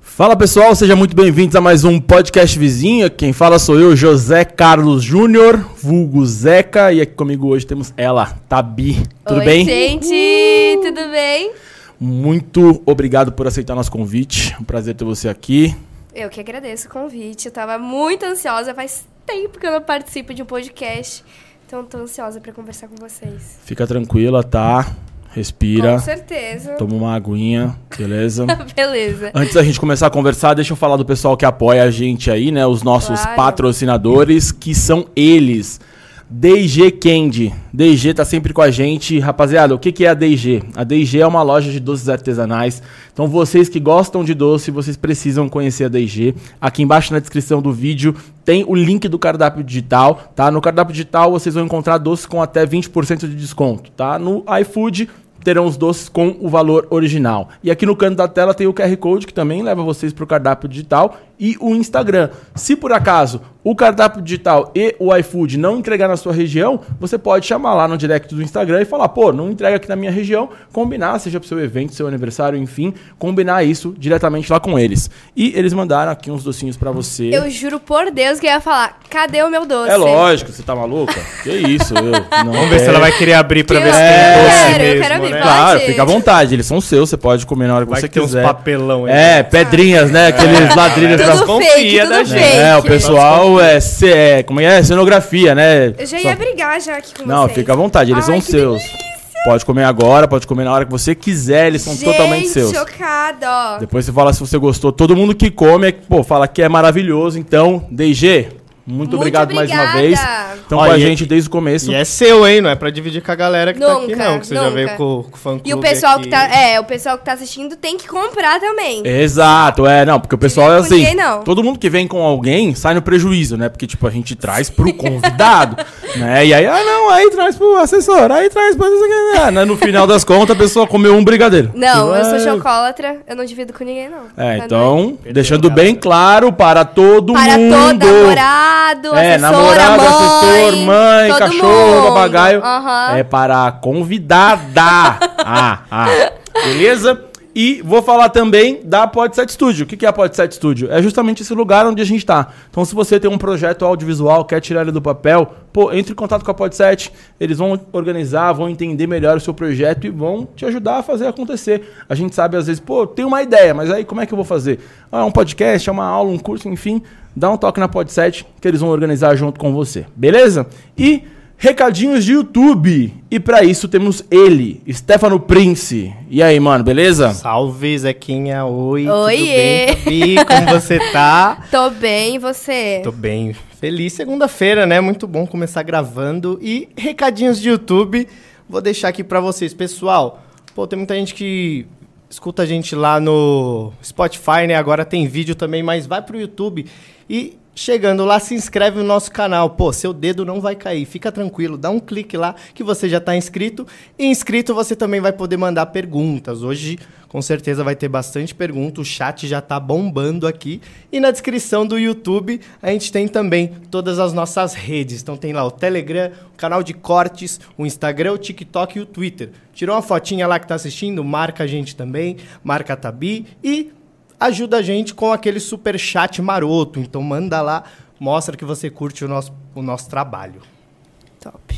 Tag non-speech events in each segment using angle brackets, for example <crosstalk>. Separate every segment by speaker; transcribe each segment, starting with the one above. Speaker 1: Fala pessoal, sejam muito bem-vindos a mais um podcast vizinha. Quem fala sou eu, José Carlos Júnior, vulgo Zeca, e aqui comigo hoje temos ela, Tabi. Tudo
Speaker 2: Oi,
Speaker 1: bem?
Speaker 2: gente, tudo bem?
Speaker 1: Muito obrigado por aceitar nosso convite. Um prazer ter você aqui.
Speaker 2: Eu que agradeço o convite. Eu tava muito ansiosa, faz tempo que eu não participo de um podcast. Então tô ansiosa pra conversar com vocês.
Speaker 1: Fica tranquila, tá? Respira.
Speaker 2: Com certeza. <laughs>
Speaker 1: Toma uma aguinha, beleza? <laughs>
Speaker 2: Beleza.
Speaker 1: Antes da gente começar a conversar, deixa eu falar do pessoal que apoia a gente aí, né? Os nossos
Speaker 2: Claro.
Speaker 1: patrocinadores, que são eles. DG Candy. DG tá sempre com a gente. Rapaziada, o que, que é a DG? A DG é uma loja de doces artesanais. Então, vocês que gostam de doce, vocês precisam conhecer a DG. Aqui embaixo na descrição do vídeo tem o link do cardápio digital, tá? No cardápio digital vocês vão encontrar doces com até 20% de desconto, tá? No iFood terão os doces com o valor original. E aqui no canto da tela tem o QR Code que também leva vocês para o cardápio digital e o Instagram. Se por acaso o cardápio digital e o iFood não entregar na sua região, você pode chamar lá no direct do Instagram e falar, pô, não entrega aqui na minha região, combinar, seja para seu evento, seu aniversário, enfim, combinar isso diretamente lá com eles. E eles mandaram aqui uns docinhos para você.
Speaker 2: Eu juro por Deus que eu ia falar, cadê o meu doce?
Speaker 1: É lógico, você tá maluca? que isso,
Speaker 2: <laughs>
Speaker 1: eu. Não
Speaker 3: Vamos ver se ela vai querer abrir pra
Speaker 2: Que
Speaker 3: ver se
Speaker 2: eu
Speaker 3: tem doce
Speaker 2: quero, eu
Speaker 3: mesmo,
Speaker 2: quero abrir,
Speaker 3: né?
Speaker 2: vai.
Speaker 1: Claro,
Speaker 2: Pode.
Speaker 1: fica à vontade, eles são seus, você pode comer na hora que
Speaker 3: Vai
Speaker 1: você
Speaker 3: que tem uns
Speaker 1: quiser.
Speaker 3: papelão aí.
Speaker 1: É, pedrinhas, né? Aqueles ladrilhos pra...
Speaker 2: Tudo
Speaker 3: Desconfia
Speaker 2: fake, tudo
Speaker 3: da
Speaker 2: fake.
Speaker 3: gente.
Speaker 1: É, o pessoal é, ce- é, como é, que é? Cenografia, né?
Speaker 2: Eu já
Speaker 1: Só-
Speaker 2: ia brigar já aqui com
Speaker 1: Não,
Speaker 2: vocês.
Speaker 1: fica à vontade, eles são
Speaker 2: Ai, que
Speaker 1: seus. Pode comer agora, pode comer na hora que você quiser, eles são
Speaker 2: Gente,
Speaker 1: totalmente seus.
Speaker 2: chocada, ó.
Speaker 1: Depois você fala se você gostou. Todo mundo que come, é- pô, fala que é maravilhoso. Então, DG, muito,
Speaker 2: Muito
Speaker 1: obrigado mais uma vez.
Speaker 2: obrigada.
Speaker 1: Estão com
Speaker 3: Olha,
Speaker 1: a
Speaker 3: e-
Speaker 1: gente desde o começo.
Speaker 3: E é seu, hein? Não é pra dividir com a galera que tá aqui,
Speaker 2: Nunca,
Speaker 3: não. Que você já
Speaker 2: nunca.
Speaker 3: veio com, com o fã clube
Speaker 2: E o pessoal
Speaker 3: aqui.
Speaker 2: que tá, é, o pessoal que tá assistindo tem que comprar também.
Speaker 1: Exato, é, não, porque o pessoal é
Speaker 2: vem com
Speaker 1: assim.
Speaker 2: ninguém, não.
Speaker 1: Todo mundo que vem com alguém sai no prejuízo, né? Porque, tipo, a gente traz pro
Speaker 2: <laughs>
Speaker 1: convidado, né? E aí, ah, não, aí traz pro assessor, aí traz pro assessor. Ah, né? No final das contas, a pessoa comeu um brigadeiro.
Speaker 2: Não, eu sou
Speaker 1: Ah,
Speaker 2: chocolatra, eu não divido com ninguém, não.
Speaker 1: É,
Speaker 2: Tá doido?
Speaker 1: então, deixando bem claro para todo
Speaker 2: Para
Speaker 1: mundo.
Speaker 2: todo namorado,
Speaker 1: É,
Speaker 2: assessora,
Speaker 1: namorado,
Speaker 2: mãe,
Speaker 1: assessor, mãe,
Speaker 2: todo
Speaker 1: cachorro,
Speaker 2: mundo.
Speaker 1: papagaio.
Speaker 2: Aham.
Speaker 1: É para a convidada. ah, ah. Beleza? E vou falar também da Podset Studio. O que que é a Podset Studio? É justamente esse lugar onde a gente está. Então, se você tem um projeto audiovisual, quer tirar ele do papel, pô, entre em contato com a Podset. Eles vão organizar, vão entender melhor o seu projeto e vão te ajudar a fazer acontecer. A gente sabe, às vezes, pô, tem uma ideia, mas aí como é que eu vou fazer? Ah, é um podcast, é uma aula, um curso, enfim. Dá um toque na Podset que eles vão organizar junto com você. Beleza? E Recadinhos de YouTube. E pra isso temos ele, Stefano Prince. E aí, mano, beleza?
Speaker 3: Salve, Zequinha. Oi.
Speaker 2: Oiê.
Speaker 3: Tudo bem, Fabi? Como você
Speaker 2: <laughs>
Speaker 3: tá?
Speaker 2: Tô bem, e você?
Speaker 3: Tô bem. Feliz segunda-feira, né? Muito bom começar gravando. E recadinhos de YouTube, vou deixar aqui pra vocês. Pessoal, pô, tem muita gente que escuta a gente lá no Spotify, né? Agora tem vídeo também, mas vai pro YouTube e chegando lá, se inscreve no nosso canal. Pô, seu dedo não vai cair, fica tranquilo, dá um clique lá que você já tá inscrito. E inscrito você também vai poder mandar perguntas. Hoje, com certeza, vai ter bastante pergunta, o chat já tá bombando aqui. E na descrição do YouTube, a gente tem também todas as nossas redes. Então tem lá o Telegram, o canal de cortes, o Instagram, o TikTok e o Twitter. Tirou uma fotinha lá que tá assistindo? Marca a gente também, marca a Tabi e ajuda a gente com aquele super chat maroto. Então manda lá, mostra que você curte o nosso, o nosso trabalho. <laughs>
Speaker 2: Top.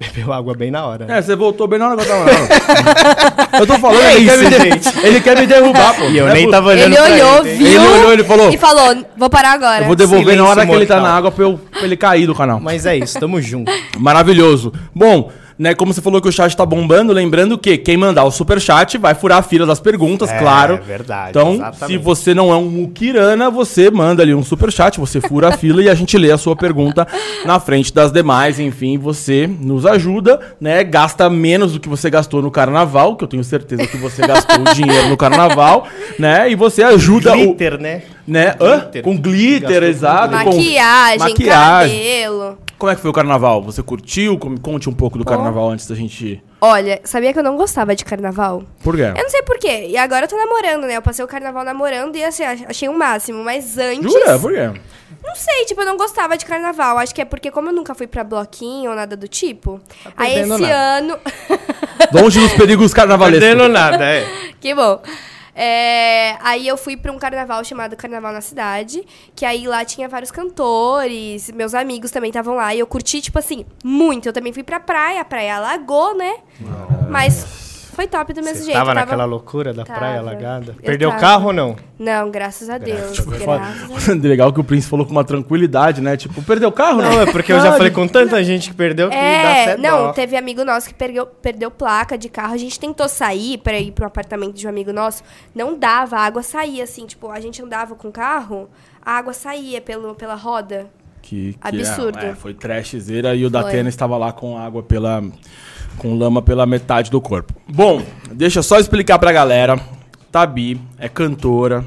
Speaker 3: Bebeu água bem na hora. né?
Speaker 1: É, você voltou bem na hora que eu tava. <laughs> eu tô falando,
Speaker 3: É
Speaker 1: ele, quer
Speaker 3: isso,
Speaker 1: me de-
Speaker 3: gente.
Speaker 1: ele quer me derrubar, pô.
Speaker 3: E eu
Speaker 1: Não é
Speaker 3: nem
Speaker 1: po-
Speaker 3: tava olhando
Speaker 2: Ele
Speaker 3: pra
Speaker 2: olhou,
Speaker 3: ele, hein?
Speaker 2: viu?
Speaker 1: Ele olhou, ele falou-
Speaker 2: E falou, vou parar agora.
Speaker 1: Eu vou devolver na hora
Speaker 3: Silêncio
Speaker 1: que ele tá
Speaker 3: mortal.
Speaker 1: na água pra, eu- pra ele cair do canal.
Speaker 3: Mas é isso, tamo junto.
Speaker 1: Maravilhoso. Bom, né, como você falou que o chat tá bombando, lembrando que quem mandar o superchat vai furar a fila das perguntas,
Speaker 3: É,
Speaker 1: claro.
Speaker 3: verdade,
Speaker 1: Então,
Speaker 3: exatamente.
Speaker 1: se você não é um mukirana, você manda ali um superchat, você fura a fila e a gente lê a sua pergunta na frente das demais. Enfim, você nos ajuda, né? Gasta menos do que você gastou no carnaval, que eu tenho certeza que você gastou o dinheiro no carnaval, né? E você ajuda o,
Speaker 3: Glitter, né?
Speaker 1: né?
Speaker 3: Com
Speaker 1: Hã?
Speaker 3: glitter.
Speaker 1: Com glitter,
Speaker 3: Gastou com
Speaker 1: exato. com-
Speaker 2: Maquiagem,
Speaker 1: maquiagem.
Speaker 2: cabelo.
Speaker 1: Como é que foi o carnaval? Você curtiu? Como- Conte um pouco do carnaval antes da gente.
Speaker 2: Olha, sabia que eu não gostava de carnaval?
Speaker 1: Por quê?
Speaker 2: Eu não sei porquê. E agora eu tô namorando, né? Eu passei o carnaval namorando e assim, ach- achei o máximo. Mas antes.
Speaker 1: Jura? Por quê?
Speaker 2: Não sei, tipo, eu não gostava de carnaval. Acho que é porque, como eu nunca fui pra bloquinho ou nada do tipo, aí esse
Speaker 3: perdendo nada.
Speaker 2: ano. <laughs>
Speaker 1: Longe dos perigos carnavalescos.
Speaker 3: Perdendo nada, é.
Speaker 2: Que bom. É, aí eu fui pra um carnaval chamado Carnaval na Cidade, que aí lá tinha vários cantores, meus amigos também estavam lá, e eu curti, tipo assim, muito. Eu também fui pra praia, a praia alagou, né? Mas foi top do mesmo
Speaker 3: Você
Speaker 2: jeito.
Speaker 3: tava
Speaker 2: eu
Speaker 3: naquela loucura da
Speaker 2: Tava.
Speaker 3: praia alagada?
Speaker 2: Eu
Speaker 3: Perdeu o
Speaker 2: tava.
Speaker 3: carro ou não?
Speaker 2: Não, graças a Deus. Graças
Speaker 1: Foda.
Speaker 2: a Deus.
Speaker 1: <laughs> Legal que o Prince falou com uma tranquilidade, né? Tipo, perdeu o carro,
Speaker 3: Não, é porque eu já
Speaker 1: Ah,
Speaker 3: falei com tanta gente que perdeu que dá
Speaker 2: É,
Speaker 3: até
Speaker 2: não,
Speaker 3: dó.
Speaker 2: teve amigo nosso que perdeu, perdeu placa de carro. A gente tentou sair pra ir pro apartamento de um amigo nosso. Não dava, a água saía, assim. Tipo, a gente andava com o carro, a água saía pelo, pela roda.
Speaker 1: Que, que
Speaker 2: Absurdo.
Speaker 1: É, é, foi trashzeira e o da
Speaker 2: Foi.
Speaker 1: Tênis estava lá com água pela. com lama pela metade do corpo. Bom, deixa eu só explicar pra galera. Tabi é cantora,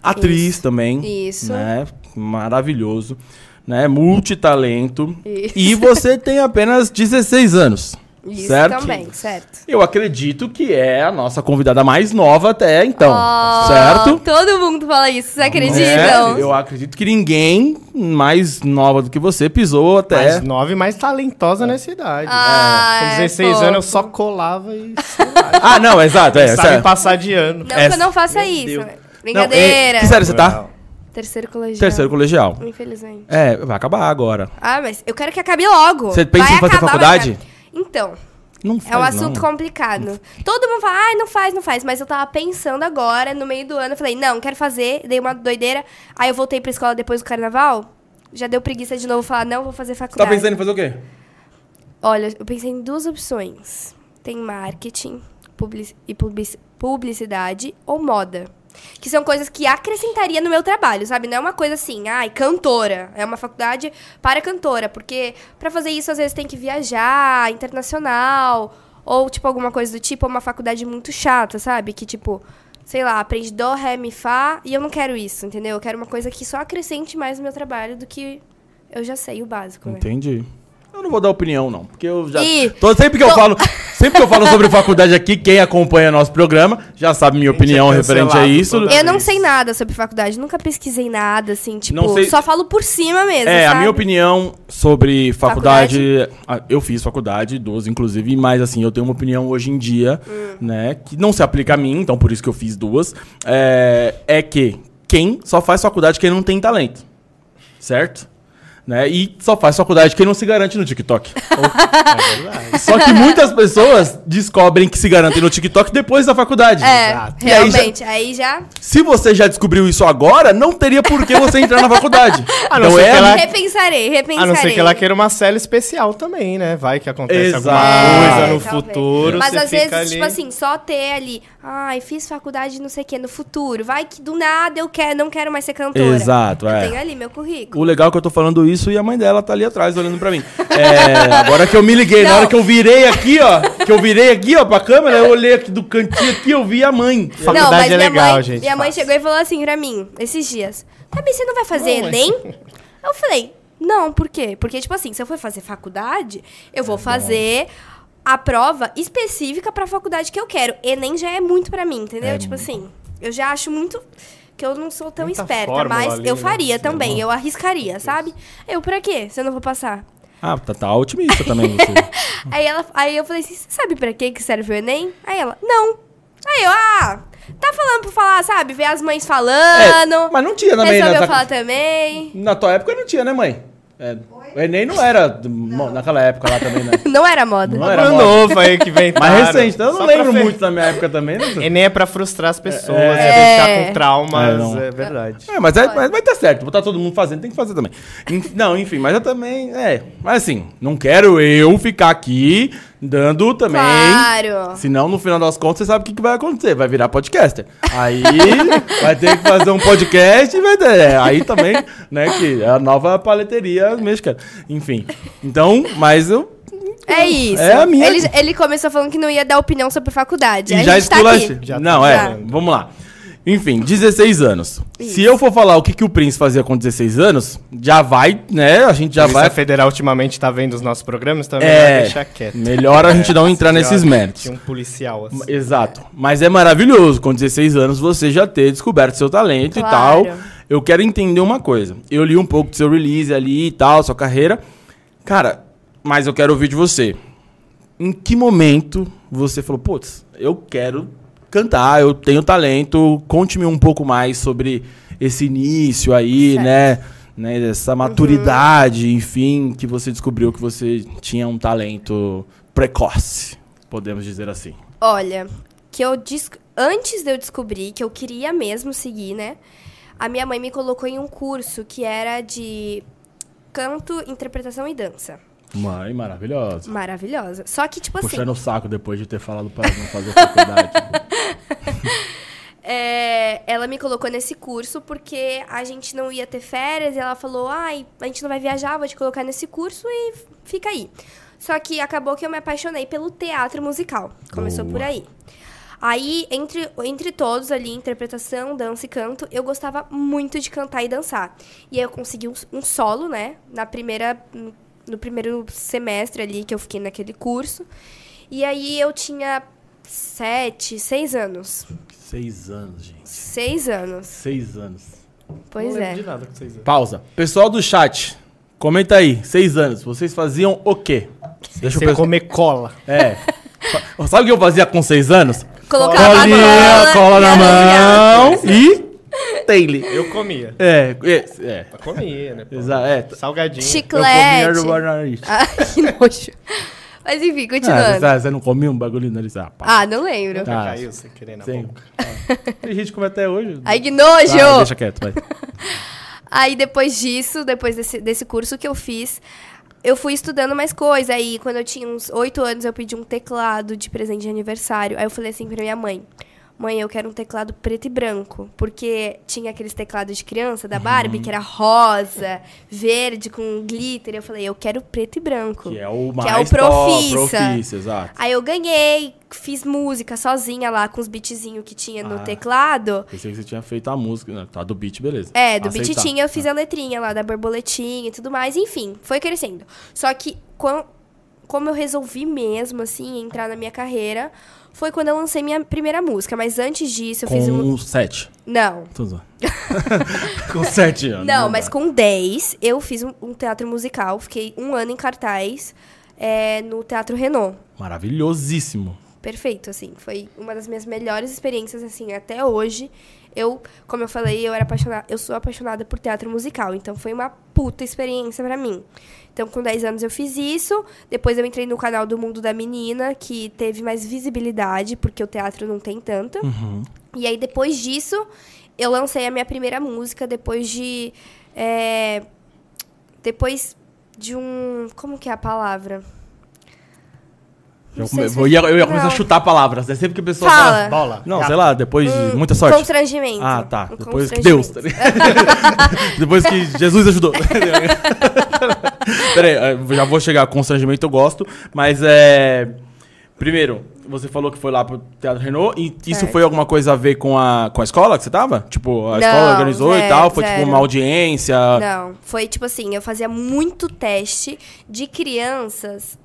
Speaker 1: atriz também.
Speaker 2: Isso.
Speaker 1: Né? Maravilhoso. Né? Multitalento.
Speaker 2: Isso.
Speaker 1: E você tem apenas 16 anos.
Speaker 2: Isso
Speaker 1: certo?
Speaker 2: também, certo.
Speaker 1: Eu acredito que é a nossa convidada mais nova até então.
Speaker 2: Ó,
Speaker 1: certo?
Speaker 2: Todo mundo fala isso, vocês
Speaker 1: É,
Speaker 2: acreditam?
Speaker 1: eu acredito que ninguém mais nova do que você pisou até.
Speaker 3: Mais nova e mais talentosa nessa idade.
Speaker 2: Ah,
Speaker 3: Com
Speaker 2: é
Speaker 3: 16
Speaker 2: fofo.
Speaker 3: anos eu só colava e
Speaker 1: Ah, não, exato, é.
Speaker 3: sabe
Speaker 1: sério.
Speaker 3: passar de ano. <laughs>
Speaker 2: Não
Speaker 1: É,
Speaker 2: que eu não faça
Speaker 1: meu
Speaker 2: isso. né?
Speaker 1: Deus.
Speaker 2: Brincadeira.
Speaker 1: Não, é, que sério você tá?
Speaker 2: Terceiro colegial.
Speaker 1: Terceiro colegial.
Speaker 2: Infelizmente.
Speaker 1: É, vai acabar agora.
Speaker 2: Ah, mas eu quero que acabe logo.
Speaker 1: Você pensa
Speaker 2: Vai
Speaker 1: em fazer
Speaker 2: acabar,
Speaker 1: faculdade?
Speaker 2: vai acabar. Então,
Speaker 1: Não
Speaker 2: é um
Speaker 1: faz,
Speaker 2: assunto
Speaker 1: não.
Speaker 2: complicado. Todo mundo fala, ai, não faz, não faz. Mas eu tava pensando agora, no meio do ano, eu falei, não, quero fazer. Dei uma doideira. Aí eu voltei pra escola depois do carnaval. Já deu preguiça de novo falar, não, vou fazer
Speaker 1: Você tá
Speaker 2: faculdade.
Speaker 1: pensando em fazer o quê?
Speaker 2: Olha, eu pensei em duas opções. Tem marketing publici- e publici- publicidade ou moda. Que são coisas que acrescentaria no meu trabalho, sabe? Não é uma coisa assim, ai, cantora. É uma faculdade para cantora, porque pra fazer isso às vezes tem que viajar, internacional, ou tipo alguma coisa do tipo, é uma faculdade muito chata, sabe? Que tipo, sei lá, aprende dó, ré, mi, fá, e eu não quero isso, entendeu? Eu quero uma coisa que só acrescente mais no meu trabalho do que eu já sei o básico, né?
Speaker 1: Entendi. Eu não vou dar opinião, não. Porque eu já.
Speaker 2: Ih,
Speaker 1: Tô- sempre que eu
Speaker 2: tô-
Speaker 1: falo. Sempre que eu falo sobre faculdade aqui, quem acompanha nosso programa já sabe minha
Speaker 3: Gente, é
Speaker 1: opinião referente a
Speaker 3: cancelado
Speaker 1: isso.
Speaker 3: toda
Speaker 2: Eu não
Speaker 3: vez.
Speaker 2: sei nada sobre faculdade, nunca pesquisei nada, assim, tipo,
Speaker 1: Não sei-
Speaker 2: só falo por cima mesmo.
Speaker 1: É, a
Speaker 2: sabe?
Speaker 1: minha opinião sobre faculdade, ah, Eu fiz faculdade, 12, inclusive, mas assim, eu tenho uma opinião hoje em dia,
Speaker 2: Hum.
Speaker 1: né? Que não se aplica a mim, então por isso que eu fiz duas. É, é que quem só faz faculdade quem não tem talento. Certo? Né? E só faz faculdade quem não se garante no TikTok.
Speaker 3: É verdade.
Speaker 1: Só que
Speaker 2: <laughs>
Speaker 1: muitas pessoas descobrem que se garantem no TikTok depois da faculdade.
Speaker 2: É,
Speaker 3: Exato.
Speaker 1: Ah, E aí já-
Speaker 2: realmente, aí já,
Speaker 1: Se você já descobriu isso agora, não teria por que você entrar na faculdade.
Speaker 3: <laughs>
Speaker 1: Então é
Speaker 3: A não ser que É, ela-
Speaker 2: repensarei, repensarei.
Speaker 3: A não ser que ela queira uma série especial também, né? Vai que acontece
Speaker 1: Exato.
Speaker 3: alguma coisa no
Speaker 2: É, talvez.
Speaker 3: futuro.
Speaker 2: Mas
Speaker 3: você
Speaker 2: às
Speaker 3: fica
Speaker 2: vezes,
Speaker 3: ali...
Speaker 2: tipo assim, só ter ali, ai, fiz faculdade de não sei o que no futuro. Vai que do nada eu quero, não quero mais ser cantora.
Speaker 1: Exato,
Speaker 2: Eu
Speaker 1: é.
Speaker 2: tenho ali meu currículo.
Speaker 1: O legal é que eu tô falando isso e a mãe dela tá ali atrás olhando pra mim. É, agora que eu me liguei, na
Speaker 2: Não.
Speaker 1: hora que eu virei aqui, ó, que eu virei aqui, ó, pra câmera, eu olhei aqui do cantinho aqui, eu vi a mãe.
Speaker 3: Faculdade
Speaker 2: não, mas
Speaker 3: é
Speaker 2: minha
Speaker 3: legal,
Speaker 2: mãe,
Speaker 3: gente,
Speaker 2: Minha mãe
Speaker 3: faça.
Speaker 2: chegou e falou assim pra mim, esses dias. Também você não vai fazer
Speaker 1: Não, mas-
Speaker 2: Enem?
Speaker 3: assim?
Speaker 2: Eu falei, não, por quê? Porque, tipo assim, se eu for fazer faculdade, eu
Speaker 3: É
Speaker 2: vou fazer a prova específica pra faculdade que eu quero. Enem já é muito pra mim, entendeu? tipo assim, eu já acho muito que eu não sou tão
Speaker 3: Muita
Speaker 2: esperta,
Speaker 3: fórmula
Speaker 2: mas
Speaker 3: ali,
Speaker 2: eu
Speaker 3: né?
Speaker 2: faria
Speaker 3: Sim,
Speaker 2: também,
Speaker 3: amor.
Speaker 2: eu arriscaria, sabe? Eu, pra quê? Se eu não vou passar.
Speaker 1: Ah, tá, tá otimista também você.
Speaker 2: <laughs> Aí, ela, aí eu falei assim, você sabe pra que que serve o Enem? Aí ela, não. Aí eu, ah, tá falando pra falar, sabe? Ver as mães
Speaker 1: É,
Speaker 2: falando.
Speaker 1: mas não tinha também,
Speaker 2: Resolveu
Speaker 1: né?
Speaker 2: falar também.
Speaker 1: Na tua época não tinha, né, mãe? É, o Enem não era do- naquela época lá também, né?
Speaker 2: Não era moda.
Speaker 1: Não
Speaker 3: Um
Speaker 1: era
Speaker 3: ano
Speaker 1: moda.
Speaker 3: novo
Speaker 1: <laughs>
Speaker 3: aí que vem.
Speaker 1: Mas recente, então eu não lembro muito da minha época também, né?
Speaker 3: Enem é pra frustrar as pessoas,
Speaker 1: É.
Speaker 3: é,
Speaker 2: É.
Speaker 3: pra ficar com
Speaker 1: É,
Speaker 3: traumas,
Speaker 1: não.
Speaker 3: é, verdade.
Speaker 1: É, mas, é, mas vai dar certo. Botar todo mundo fazendo, tem que fazer também. Enf- Não, enfim, mas eu também. É. Mas assim, não quero eu ficar aqui dando também.
Speaker 2: Claro.
Speaker 1: Senão, no final das contas, você sabe o que, que vai acontecer. Vai virar podcaster. Aí vai ter que fazer um podcast e vai ter. é, aí também, né, que é a nova paleteria mexicana. Enfim. Então, mas eu.
Speaker 2: É isso.
Speaker 1: É a minha.
Speaker 2: Ele, ele começou falando que não ia dar opinião sobre faculdade.
Speaker 1: E
Speaker 2: Aí
Speaker 1: já
Speaker 2: a gente tá
Speaker 1: esculacha.
Speaker 2: aqui.
Speaker 3: Já
Speaker 1: não,
Speaker 3: tá
Speaker 1: é.
Speaker 2: falando.
Speaker 1: Vamos lá. Enfim, 16 anos. Se eu for falar o que, que o Prince fazia com 16 anos, já vai, né? A gente já
Speaker 3: Polícia
Speaker 1: vai.
Speaker 3: Federal ultimamente tá vendo os nossos programas também, vai
Speaker 1: É.
Speaker 3: é deixar quieto.
Speaker 1: Melhor a gente não entrar
Speaker 3: Senhora,
Speaker 1: nesses méritos.
Speaker 3: Tinha um policial assim.
Speaker 1: Exato. Mas é maravilhoso com 16 anos você já ter descoberto seu talento
Speaker 2: Claro.
Speaker 1: e tal. Eu quero entender uma coisa. Eu li um pouco do seu release ali e tal, sua carreira. Cara, mas eu quero ouvir de você. Em que momento você falou, putz, eu quero cantar, eu tenho talento. Conte-me um pouco mais sobre esse início aí,
Speaker 2: Certo. Uhum.
Speaker 1: né? né? Essa maturidade, enfim, que você descobriu que você tinha um talento precoce, podemos dizer assim.
Speaker 2: Olha, que eu dis- antes de eu descobrir que eu queria mesmo seguir, né? A minha mãe me colocou em um curso que era de canto, interpretação e dança.
Speaker 1: Mãe, maravilhosa.
Speaker 2: Maravilhosa. Só que, tipo assim,
Speaker 1: Puxando o saco depois de ter falado para não fazer faculdade. <laughs>
Speaker 2: é, ela me colocou nesse curso porque a gente não ia ter férias e ela falou: ai, a gente não vai viajar, vou te colocar nesse curso e fica aí. Só que acabou que eu me apaixonei pelo teatro musical. Começou
Speaker 1: Boa.
Speaker 2: por aí. Aí, entre, entre todos ali, interpretação, dança e canto, eu gostava muito de cantar e dançar. E aí eu consegui um, um solo, né? Na primeira, no primeiro semestre ali que eu fiquei naquele curso. E aí eu tinha sete, seis anos.
Speaker 1: Seis anos, gente.
Speaker 2: Seis anos.
Speaker 1: Seis anos.
Speaker 2: Pois
Speaker 3: não lembro
Speaker 2: é.
Speaker 3: de nada com vocês. né?
Speaker 1: Pausa. Pessoal do chat, comenta aí. Seis anos, vocês faziam o quê? Deixa eu
Speaker 3: Você
Speaker 1: pensar.
Speaker 3: comer cola.
Speaker 1: É. Fa- Sabe o que eu fazia com seis anos?
Speaker 2: Colocava a
Speaker 1: Colinha,
Speaker 2: bola,
Speaker 1: cola na
Speaker 2: e arranhava.
Speaker 1: mão e... Taile.
Speaker 3: Eu comia.
Speaker 1: É, é, é.
Speaker 3: Mas comia, né? pô?
Speaker 1: Exa- é.
Speaker 3: Salgadinho.
Speaker 1: Eu
Speaker 2: Chiclete.
Speaker 1: comia no nariz.
Speaker 2: <laughs> Ai, que nojo. Mas enfim,
Speaker 1: Ah,
Speaker 2: continuando.
Speaker 1: você- você não comia um bagulho no nariz? Ah, pá.
Speaker 2: Ah, não lembro.
Speaker 1: Tá.
Speaker 3: Nunca caiu sem querer na
Speaker 1: Sim.
Speaker 3: boca.
Speaker 1: Tem gente que come até hoje.
Speaker 2: Ai, que
Speaker 1: Tá,
Speaker 2: nojo!
Speaker 1: deixa quieto, vai.
Speaker 2: Aí depois disso, depois desse, desse curso que eu fiz, eu fui estudando mais coisa. Aí quando eu tinha uns oito anos, eu pedi um teclado de presente de aniversário. Aí eu falei assim pra minha mãe: Mãe, eu quero um teclado preto e branco. Porque tinha aqueles teclados de criança da
Speaker 1: Uhum.
Speaker 2: Barbie, que era rosa, verde, com glitter. Eu falei: Eu quero preto e branco.
Speaker 1: Que é o
Speaker 2: Que
Speaker 1: mais
Speaker 2: é o
Speaker 1: top,
Speaker 2: Profissa.
Speaker 1: profissa, exato.
Speaker 2: Aí eu ganhei, fiz música sozinha lá com os beatzinhos que tinha no
Speaker 1: Ah.
Speaker 2: teclado.
Speaker 1: Pensei que você tinha feito a música. né? Tá do beat, beleza.
Speaker 2: É, do
Speaker 1: Aceitar.
Speaker 2: Bititinha eu fiz a letrinha lá, da borboletinha e tudo mais. Enfim, foi crescendo. Só que, quan- como eu resolvi mesmo, assim, entrar na minha carreira, foi quando eu lancei minha primeira música. Mas antes disso, eu
Speaker 1: Com
Speaker 2: fiz um...
Speaker 1: sete.
Speaker 2: Não.
Speaker 1: Tô zoando. <laughs> com sete anos.
Speaker 2: Não, mas
Speaker 1: dá.
Speaker 2: com 10, eu fiz um, um teatro musical. Fiquei um ano em cartaz é, no Teatro Renault.
Speaker 1: Maravilhosíssimo.
Speaker 2: Perfeito, assim. Foi uma das minhas melhores experiências, assim, até hoje. Eu, como eu falei, eu era apaixonada, eu sou apaixonada por teatro musical, então foi uma puta experiência pra mim. Então, com 10 anos eu fiz isso, depois eu entrei no canal do Mundo da Menina, que teve mais visibilidade, porque o teatro não tem tanta.
Speaker 1: Uhum.
Speaker 2: E aí, depois disso, eu lancei a minha primeira música, depois de... é, depois de um... Como que é a palavra? Não
Speaker 1: Eu,
Speaker 2: sei
Speaker 1: come-
Speaker 2: se
Speaker 1: eu
Speaker 2: foi-
Speaker 1: ia, eu ia começar a
Speaker 2: Não.
Speaker 1: chutar palavras, né? Sempre que a pessoa
Speaker 2: Fala. Tá. Hum,
Speaker 1: fala.
Speaker 3: Bola.
Speaker 1: Não,
Speaker 3: Gato.
Speaker 1: sei lá, depois de muita sorte.
Speaker 2: Um Constrangimento.
Speaker 1: Ah, tá.
Speaker 2: Um
Speaker 1: Depois que Deus. tá ligado? <laughs> Depois que
Speaker 2: <laughs>
Speaker 1: Jesus ajudou. <laughs> Peraí, eu já vou chegar. Constrangimento eu gosto. Mas é. Primeiro, você falou que foi lá pro Teatro Renault. E isso
Speaker 2: Certo.
Speaker 1: foi alguma coisa a ver com a, com a escola que você tava? Tipo, a
Speaker 2: Não,
Speaker 1: escola organizou e
Speaker 2: zero,
Speaker 1: tal? Foi tipo
Speaker 2: zero.
Speaker 1: uma audiência?
Speaker 2: Não, foi tipo assim, eu fazia muito teste de crianças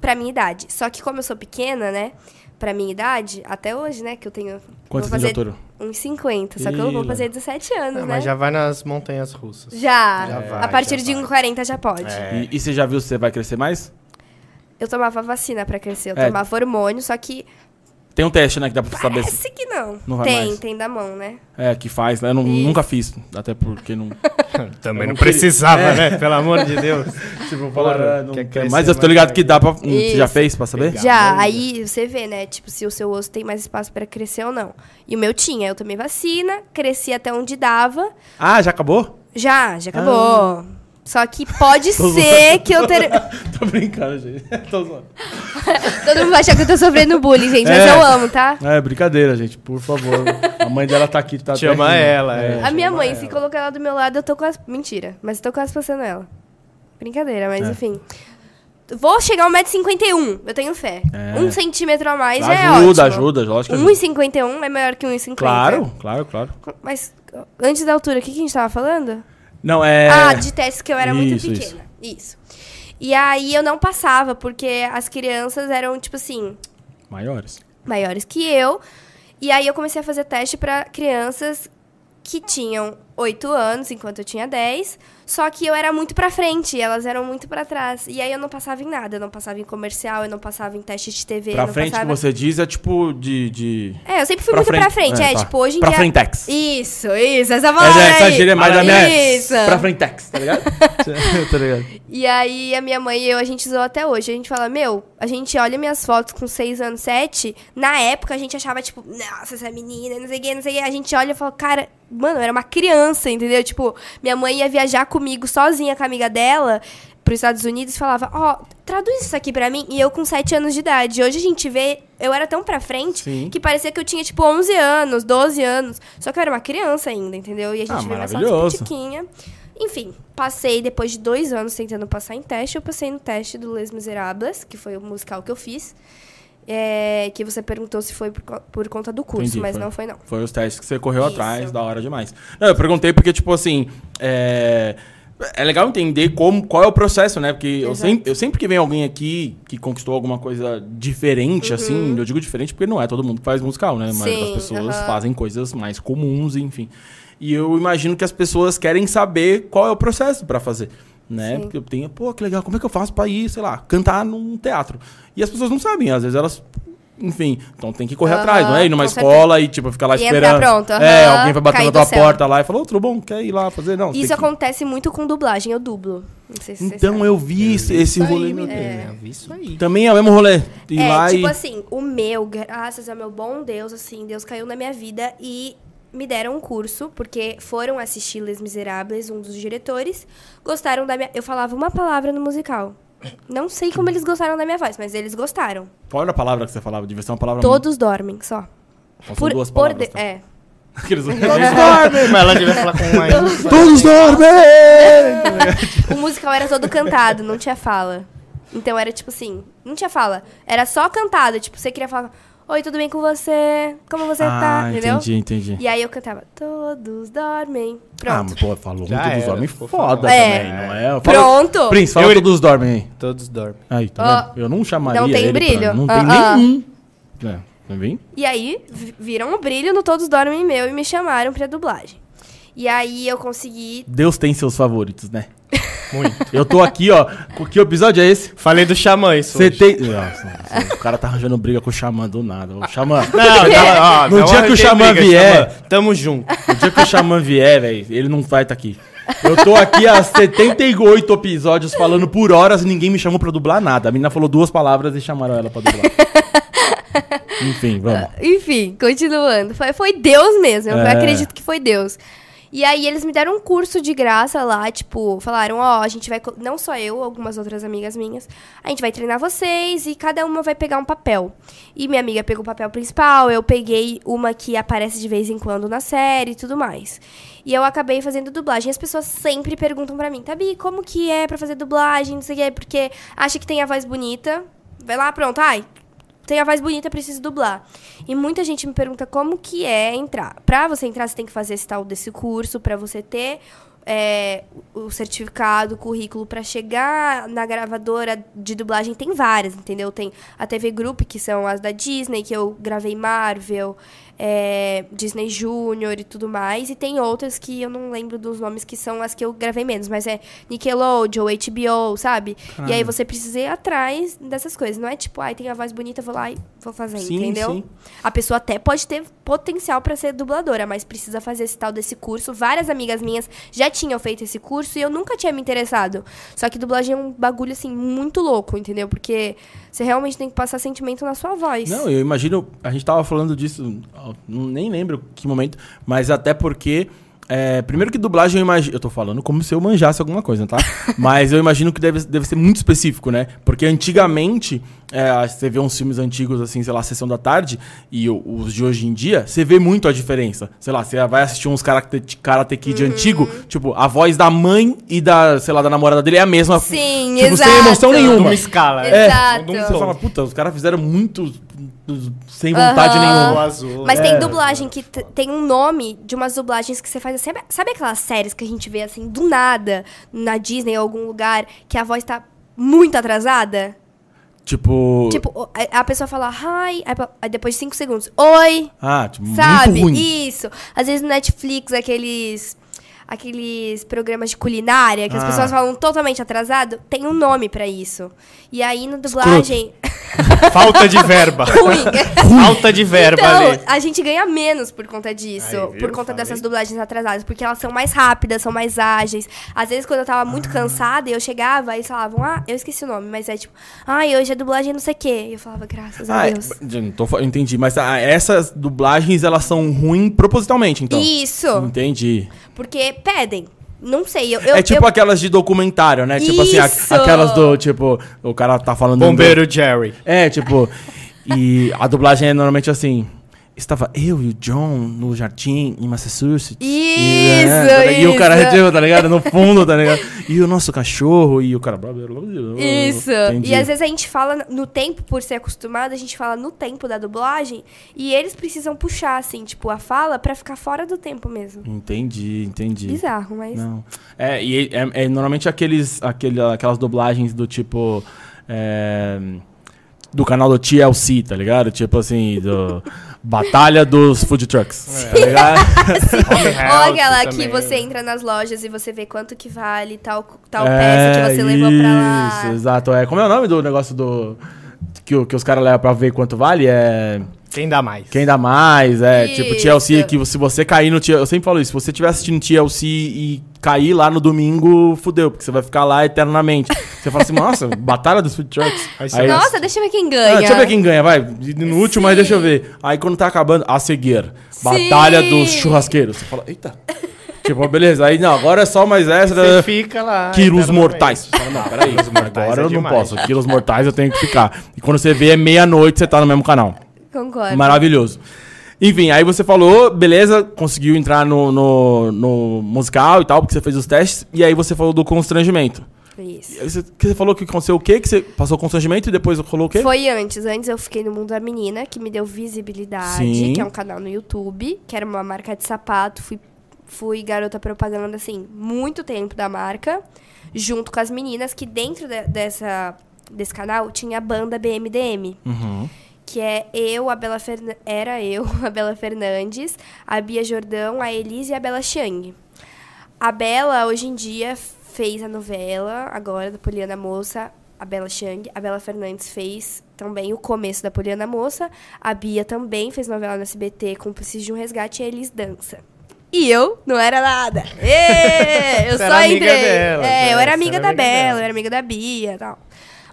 Speaker 2: pra minha idade. Só que como eu sou pequena, né, pra minha idade, até hoje, né, que eu tenho...
Speaker 1: Quanto
Speaker 2: vou
Speaker 1: você tem de
Speaker 2: fazer
Speaker 1: altura?
Speaker 2: Uns 50, só que eu vou
Speaker 1: Ih,
Speaker 2: fazer 17 anos, né?
Speaker 3: Ah, mas já vai nas montanhas
Speaker 2: <laughs>
Speaker 3: russas.
Speaker 2: Já,
Speaker 3: Já vai,
Speaker 2: a partir
Speaker 3: já
Speaker 2: de
Speaker 3: vai.
Speaker 2: 1,40 já pode.
Speaker 3: É.
Speaker 1: E, e você já viu se você vai crescer mais?
Speaker 2: Eu tomava vacina pra crescer, eu
Speaker 1: É.
Speaker 2: tomava hormônio, só que
Speaker 1: Tem um teste, né? Que dá pra saber se.
Speaker 2: parece que não.
Speaker 1: Não vai
Speaker 2: tem,
Speaker 1: mais.
Speaker 2: tem da mão, né?
Speaker 1: É, que faz, né? Eu não-
Speaker 2: Isso.
Speaker 1: nunca fiz. Até porque não.
Speaker 3: Tipo, Também
Speaker 1: Eu não queria. É.
Speaker 3: não precisava, né? Pelo amor de Deus.
Speaker 1: tipo,
Speaker 3: falaram,
Speaker 1: não
Speaker 3: quer
Speaker 1: quer
Speaker 3: crescer
Speaker 1: Mas eu tô
Speaker 3: mais
Speaker 1: ligado
Speaker 3: ainda.
Speaker 1: que dá pra. hum, Você já
Speaker 2: Isso.
Speaker 1: fez pra saber?
Speaker 3: Legal.
Speaker 2: Já,
Speaker 3: Caramba.
Speaker 2: aí você vê, né? Tipo, se o seu osso tem mais espaço pra crescer ou não. E o meu tinha, eu tomei vacina, cresci até onde dava.
Speaker 1: Ah, já acabou?
Speaker 2: Já, já acabou. Só que
Speaker 1: <laughs>
Speaker 2: pode ser que eu ter...
Speaker 1: Ah. Tô brincando, gente. <laughs> Tô zoando.
Speaker 2: <laughs> Todo mundo vai achar que eu tô sofrendo bullying, gente, mas
Speaker 1: É.
Speaker 2: eu amo, tá?
Speaker 1: É, brincadeira, gente. Por favor. A mãe dela tá aqui, <laughs> tá até
Speaker 3: Chama
Speaker 1: rindo.
Speaker 3: ela, é.
Speaker 2: A minha mãe,
Speaker 3: ela.
Speaker 2: se colocar ela do meu lado, eu tô quase. Mentira, mas eu tô quase passando ela. Brincadeira, mas
Speaker 1: É.
Speaker 2: enfim. Vou chegar a 1,51m, eu tenho fé.
Speaker 1: É.
Speaker 2: Um centímetro a mais já é ótimo.
Speaker 1: Ajuda, ajuda, lógico que ajuda.
Speaker 2: 1,51 é maior que 1,50.
Speaker 1: Claro, claro, claro.
Speaker 2: Mas antes da altura, o que, que a gente tava falando?
Speaker 1: Não, é.
Speaker 2: Ah, de testes que eu era muito
Speaker 1: Isso,
Speaker 2: pequena. Isso. E aí eu não passava, porque as crianças eram, tipo assim,
Speaker 1: Maiores.
Speaker 2: maiores que eu. E aí eu comecei a fazer teste pra crianças que tinham 8 anos, enquanto eu tinha 10. Só que eu era muito pra frente, e elas eram muito pra trás. E aí eu não passava em nada, eu não passava em comercial, eu não passava em teste de TV, eu
Speaker 1: Pra
Speaker 2: não
Speaker 1: frente
Speaker 2: passava...
Speaker 1: que você diz é tipo de. de...
Speaker 2: É, eu sempre fui
Speaker 1: Pra
Speaker 2: muito pra
Speaker 1: frente.
Speaker 2: frente,
Speaker 1: É,
Speaker 2: é,
Speaker 1: tá.
Speaker 2: tipo, hoje em
Speaker 1: Pra
Speaker 2: dia...
Speaker 1: frentex.
Speaker 2: Isso, isso, essa palavra
Speaker 1: É, essa
Speaker 2: aí.
Speaker 1: gíria é mais da minha.
Speaker 2: Isso.
Speaker 1: Pra frentex, tá ligado? tá ligado?
Speaker 2: E aí a minha mãe e eu, a gente zoou até hoje. A gente fala, meu, a gente olha minhas fotos com 6 anos, 7. Na época a gente achava, tipo, nossa, essa menina, não sei o que, não sei o que. A gente olha e fala, cara, mano, eu era uma criança, entendeu? Tipo, minha mãe ia viajar comigo sozinha com a amiga dela pros Estados Unidos e falava, ó, traduz isso aqui pra mim. E eu com 7 anos de idade. Hoje a gente vê, eu era tão pra frente
Speaker 1: Sim.
Speaker 2: que parecia que eu tinha, tipo, 11 anos, 12 anos. Só que eu era uma criança ainda, entendeu? E a gente
Speaker 1: Ah,
Speaker 2: vê mais
Speaker 1: maravilhoso.
Speaker 2: fotos pitiquinha. Enfim, passei depois de dois anos tentando passar em teste. Eu passei no teste do Les Miserables, que foi o musical que eu fiz. É, que você perguntou se foi por, co- por conta do curso,
Speaker 1: Entendi,
Speaker 2: mas
Speaker 1: foi.
Speaker 2: não foi, não.
Speaker 1: Foi os testes que você correu
Speaker 2: Isso.
Speaker 1: atrás, da hora demais. Não, eu perguntei porque, tipo assim, é, é legal entender como, qual é o processo, né? Porque eu,
Speaker 2: Exato.
Speaker 1: sem- eu sempre que vem alguém aqui que conquistou alguma coisa diferente, assim, eu digo diferente porque não é todo mundo que faz musical, né? Mas
Speaker 2: Uhum. Sim,
Speaker 1: as pessoas
Speaker 2: aham.
Speaker 1: fazem coisas mais comuns, enfim. E eu imagino que as pessoas querem saber qual é o processo pra fazer. Né?
Speaker 2: Sim.
Speaker 1: Porque eu tenho, pô, que legal, como é que eu faço pra ir, sei lá, cantar num teatro? E as pessoas não sabem, às vezes elas, enfim, então tem que correr
Speaker 2: Aham,
Speaker 1: atrás, não é? Ir numa
Speaker 2: com
Speaker 1: escola e, tipo, ficar lá
Speaker 2: E
Speaker 1: esperando.
Speaker 2: entrar pronto, aham,
Speaker 1: é, alguém vai bater
Speaker 2: cair
Speaker 1: na
Speaker 2: do
Speaker 1: tua
Speaker 2: céu.
Speaker 1: porta lá e falou, ô, tudo bom, quer ir lá fazer? Não, tem
Speaker 2: Isso
Speaker 1: que-
Speaker 2: acontece muito com dublagem, eu dublo. Não sei se vocês
Speaker 1: Então
Speaker 2: sabem.
Speaker 1: eu vi esse, esse rolê, meu Deus.
Speaker 3: É. Eu vi isso aí.
Speaker 1: Também é o mesmo rolê. Ir
Speaker 2: é,
Speaker 1: lá
Speaker 2: tipo
Speaker 1: e...
Speaker 2: assim, o meu, graças ao meu bom Deus, assim, Deus caiu na minha vida e me deram um curso, porque foram assistir Les Miseráveis, um dos diretores, gostaram da minha... Eu falava uma palavra no musical. Não sei como eles gostaram da minha voz, mas eles gostaram.
Speaker 1: Qual era a palavra que você falava? Devia ser uma palavra...
Speaker 2: Todos dormem, só.
Speaker 1: muito- Então, são duas
Speaker 2: por
Speaker 1: palavras.
Speaker 2: de-
Speaker 1: tá?
Speaker 2: É. <laughs>
Speaker 1: Aqueles-
Speaker 3: Todos dormem, mas ela devia falar com uma ínfima.
Speaker 1: Todos dormem!
Speaker 2: O musical era todo cantado, não tinha fala. Então era tipo assim, não tinha fala. Era só cantado, tipo, você queria falar... Oi, tudo bem com você? Como você tá?
Speaker 1: ah,
Speaker 2: Entendeu?
Speaker 1: entendi, entendi.
Speaker 2: E aí eu cantava, todos dormem.
Speaker 1: Ah,
Speaker 2: Pronto.
Speaker 1: mas pô, falou
Speaker 3: Já
Speaker 1: todos
Speaker 3: era,
Speaker 1: dormem
Speaker 3: ficou
Speaker 1: foda
Speaker 2: falando. É.
Speaker 1: também, não é? Fala,
Speaker 2: Pronto.
Speaker 1: Prince, fala
Speaker 3: Yuri.
Speaker 1: todos dormem aí.
Speaker 3: Todos dormem.
Speaker 1: Aí, tá
Speaker 2: Ó,
Speaker 1: vendo? Eu não chamaria
Speaker 2: não tem
Speaker 1: ele pra-
Speaker 2: brilho.
Speaker 1: Não
Speaker 2: Ah,
Speaker 1: tem
Speaker 2: ah.
Speaker 1: nenhum. É, tá vendo?
Speaker 2: E aí vi- viram um brilho no Todos Dormem Meu e me chamaram pra dublagem. E aí eu consegui.
Speaker 1: Deus tem seus favoritos, né?
Speaker 3: <laughs> Muito.
Speaker 1: Eu tô aqui, ó. com- Que episódio é esse?
Speaker 3: Falei do xamã isso
Speaker 1: Você
Speaker 3: hoje.
Speaker 1: tem. Nossa, nossa, o cara tá arranjando briga com o Xamã do nada. O
Speaker 3: <laughs>
Speaker 1: Xamã. <laughs>
Speaker 3: Não, não, ó,
Speaker 1: No
Speaker 3: não
Speaker 1: dia que o
Speaker 3: arranjei
Speaker 1: xamã
Speaker 3: briga,
Speaker 1: vier-
Speaker 3: xamã. Tamo junto.
Speaker 1: O dia que o Xamã vier, velho, ele não vai estar tá aqui. Eu tô aqui há 78 episódios falando por horas e ninguém me chamou pra dublar nada. A menina falou duas palavras e chamaram ela pra
Speaker 3: <laughs>
Speaker 1: dublar. Enfim, vamos.
Speaker 2: Enfim, continuando. Foi, foi Deus mesmo. Eu
Speaker 1: É.
Speaker 2: acredito que foi Deus. E aí eles me deram um curso de graça lá, tipo, falaram, ó, a gente vai. co- Não só eu, algumas outras amigas minhas, a gente vai treinar vocês e cada uma vai pegar um papel. E minha amiga pegou o papel principal, eu peguei uma que aparece de vez em quando na série e tudo mais. E eu acabei fazendo dublagem. As pessoas sempre perguntam pra mim, Tabi, como que é pra fazer dublagem? Não sei o que, porque acha que tem a voz bonita. Vai lá, pronto, ai, tem a voz bonita, preciso dublar. E muita gente me pergunta como que é entrar. Pra você entrar, você tem que fazer esse tal desse curso, pra você ter é, o certificado, o currículo pra chegar na gravadora de dublagem. Tem várias, entendeu? Tem a TV Group, que são as da Disney, que eu gravei Marvel, é, Disney Junior e tudo mais. E tem outras que eu não lembro dos nomes, que são as que eu gravei menos. Mas é Nickelodeon, HBO, sabe? E aí você precisa ir atrás dessas coisas. Não é tipo, ai, tem a voz bonita, vou lá e vou fazer,
Speaker 1: Sim,
Speaker 2: entendeu?
Speaker 1: sim.
Speaker 2: A pessoa até pode ter potencial pra ser dubladora, mas precisa fazer esse tal desse curso. Várias amigas minhas já tinham feito esse curso e eu nunca tinha me interessado. Só que dublagem é um bagulho, assim, muito louco, entendeu? Porque você realmente tem que passar sentimento na sua voz.
Speaker 1: Não, eu imagino, a gente tava falando disso, ó, não- nem lembro que momento, mas até porque. é, primeiro que dublagem eu imagino. Eu tô falando como se eu manjasse alguma coisa,
Speaker 2: <laughs>
Speaker 1: tá? Mas eu imagino que deve, deve ser muito específico, né? Porque antigamente, é, você vê uns filmes antigos, assim, sei lá, Sessão da Tarde, e o- os de hoje em dia, você vê muito a diferença. Sei lá, você vai assistir uns Karate, karate Kid
Speaker 2: Uhum.
Speaker 1: antigo, tipo, a voz da mãe e da, sei lá, da namorada dele é a mesma.
Speaker 2: Sim,
Speaker 1: tipo,
Speaker 2: exato.
Speaker 1: sem emoção nenhuma.
Speaker 3: Numa escala. né?
Speaker 1: É,
Speaker 2: Exato.
Speaker 3: Num
Speaker 1: Você
Speaker 3: tom.
Speaker 1: fala, puta, os caras fizeram muito sem vontade
Speaker 2: Aham.
Speaker 3: O
Speaker 1: nenhuma.
Speaker 3: azul.
Speaker 2: Mas
Speaker 3: É.
Speaker 2: tem dublagem que t- tem um nome de umas dublagens que você faz assim. Sabe aquelas séries que a gente vê assim do nada na Disney ou algum lugar que a voz tá muito atrasada?
Speaker 1: Tipo.
Speaker 2: Tipo, o- a- a pessoa fala hi, aí pa- aí depois de 5 segundos, oi,
Speaker 1: Ah, tipo,
Speaker 2: sabe?
Speaker 1: muito ruim.
Speaker 2: Isso. Às vezes no Netflix, aqueles. aqueles programas de culinária que as
Speaker 1: Ah.
Speaker 2: pessoas falam totalmente atrasado, tem um nome pra isso. E aí na
Speaker 1: <laughs>
Speaker 2: dublagem, <laughs>
Speaker 3: Falta de verba.
Speaker 2: ruim.
Speaker 3: Falta de verba
Speaker 2: Então,
Speaker 3: ali.
Speaker 2: a gente ganha menos por conta disso.
Speaker 3: Aí, viu?
Speaker 2: por conta
Speaker 3: Falei.
Speaker 2: dessas dublagens atrasadas. Porque elas são mais rápidas, são mais ágeis. Às vezes, quando eu tava
Speaker 1: Ah.
Speaker 2: muito cansada, eu chegava e falavam, ah, eu esqueci o nome, mas é tipo, ai, hoje é dublagem não sei o quê. E eu falava, graças a
Speaker 1: Ah,
Speaker 2: Deus.
Speaker 1: eu não tô fa- eu entendi, mas ah, essas dublagens elas são ruins propositalmente, então.
Speaker 2: Isso,
Speaker 1: Entendi.
Speaker 2: porque pedem. Não sei, eu. eu
Speaker 1: é tipo
Speaker 2: eu-
Speaker 1: aquelas de documentário, né? Tipo assim,
Speaker 2: Isso!
Speaker 1: a- aquelas do tipo, o cara tá falando.
Speaker 3: Bombeiro Jerry.
Speaker 1: É, tipo. e a dublagem é normalmente assim. Estava eu e o John no jardim em Massachusetts. e,
Speaker 2: Isso,
Speaker 1: é, E o cara,
Speaker 2: isso.
Speaker 1: tipo, tá ligado? No fundo, tá ligado? E o nosso cachorro, e o cara.
Speaker 2: Isso.
Speaker 1: Entendi.
Speaker 2: E às vezes a gente fala no tempo, por ser acostumado, a gente fala no tempo da dublagem e eles precisam puxar, assim, tipo, a fala pra ficar fora do tempo mesmo.
Speaker 1: Entendi, entendi.
Speaker 2: Bizarro, mas.
Speaker 1: Não. É, e é, é normalmente aqueles, aquele, aquelas dublagens do tipo. é, do canal do TLC, tá ligado? Tipo assim,
Speaker 2: <laughs>
Speaker 1: do. Batalha dos Food Trucks.
Speaker 2: É.
Speaker 1: Tá ligado?
Speaker 2: <laughs>
Speaker 1: É,
Speaker 2: Ou
Speaker 3: Home Health
Speaker 2: aquela que
Speaker 3: também.
Speaker 2: você entra nas lojas e você vê quanto que vale tal, tal
Speaker 1: É,
Speaker 2: peça Tá que você levou pra lá.
Speaker 1: Isso, exato. É, como é o nome do negócio do. Que, o- que os caras levam pra ver quanto vale? É.
Speaker 3: Quem dá mais?
Speaker 1: Quem dá mais, é. Tipo,
Speaker 2: Isso.
Speaker 1: TLC, que se você cair no TLC. Eu sempre falo isso, se você estiver assistindo TLC e cair lá no domingo, fudeu, porque você vai ficar lá eternamente. Você fala assim,
Speaker 3: <laughs>
Speaker 1: nossa, batalha dos food trucks.
Speaker 3: Aí você
Speaker 1: Ah,
Speaker 2: Nossa, deixa eu ver quem ganha.
Speaker 1: deixa eu ver quem ganha, vai. No último, mas deixa eu ver. Aí quando tá acabando, a seguir. Batalha
Speaker 2: Sim.
Speaker 1: dos churrasqueiros. Você fala, eita. tipo, beleza. Aí não, agora é só mais essa.
Speaker 3: Você fica lá.
Speaker 1: Quilos
Speaker 3: eternamente.
Speaker 1: mortais. Não, peraí,
Speaker 3: mortais
Speaker 1: agora eu
Speaker 3: é
Speaker 1: não
Speaker 3: demais.
Speaker 1: posso. Quilos mortais eu tenho que ficar. E quando você vê, é meia-noite, você tá no mesmo canal.
Speaker 2: Concordo.
Speaker 1: Maravilhoso. Enfim, aí você falou, beleza, conseguiu entrar no, no, no musical e tal, porque você fez os testes. E aí você falou do constrangimento. E
Speaker 2: Isso.
Speaker 1: aí Você, que você falou que aconteceu o quê? Que você passou constrangimento e depois rolou o quê?
Speaker 2: Foi antes. Antes eu fiquei no Mundo da Menina, que me deu visibilidade,
Speaker 1: Sim.
Speaker 2: que é um canal no YouTube, que era uma marca de sapato. Fui, fui garota propaganda, assim, muito tempo da marca, junto com as meninas, que dentro de- dessa, desse canal tinha a banda BMDM.
Speaker 1: Uhum.
Speaker 2: que é eu, a Bela Fern... era eu, <laughs> a Bela Fernandes, a Bia Jordão, a Elise e a Bela Chang. A Bela hoje em dia fez a novela agora da Poliana Moça, a Bela Chang, a Bela Fernandes fez também o começo da Poliana Moça, a Bia também fez novela no SBT com Preciso de um Resgate e a Elis dança. E eu não era nada. Ê, eu
Speaker 3: Você
Speaker 2: só
Speaker 3: era amiga
Speaker 2: entrei. é,
Speaker 3: dela, né?
Speaker 2: eu
Speaker 3: Você
Speaker 2: era amiga
Speaker 3: era
Speaker 2: da
Speaker 3: amiga
Speaker 2: Bela,
Speaker 3: dela.
Speaker 2: eu era amiga da Bia e tal.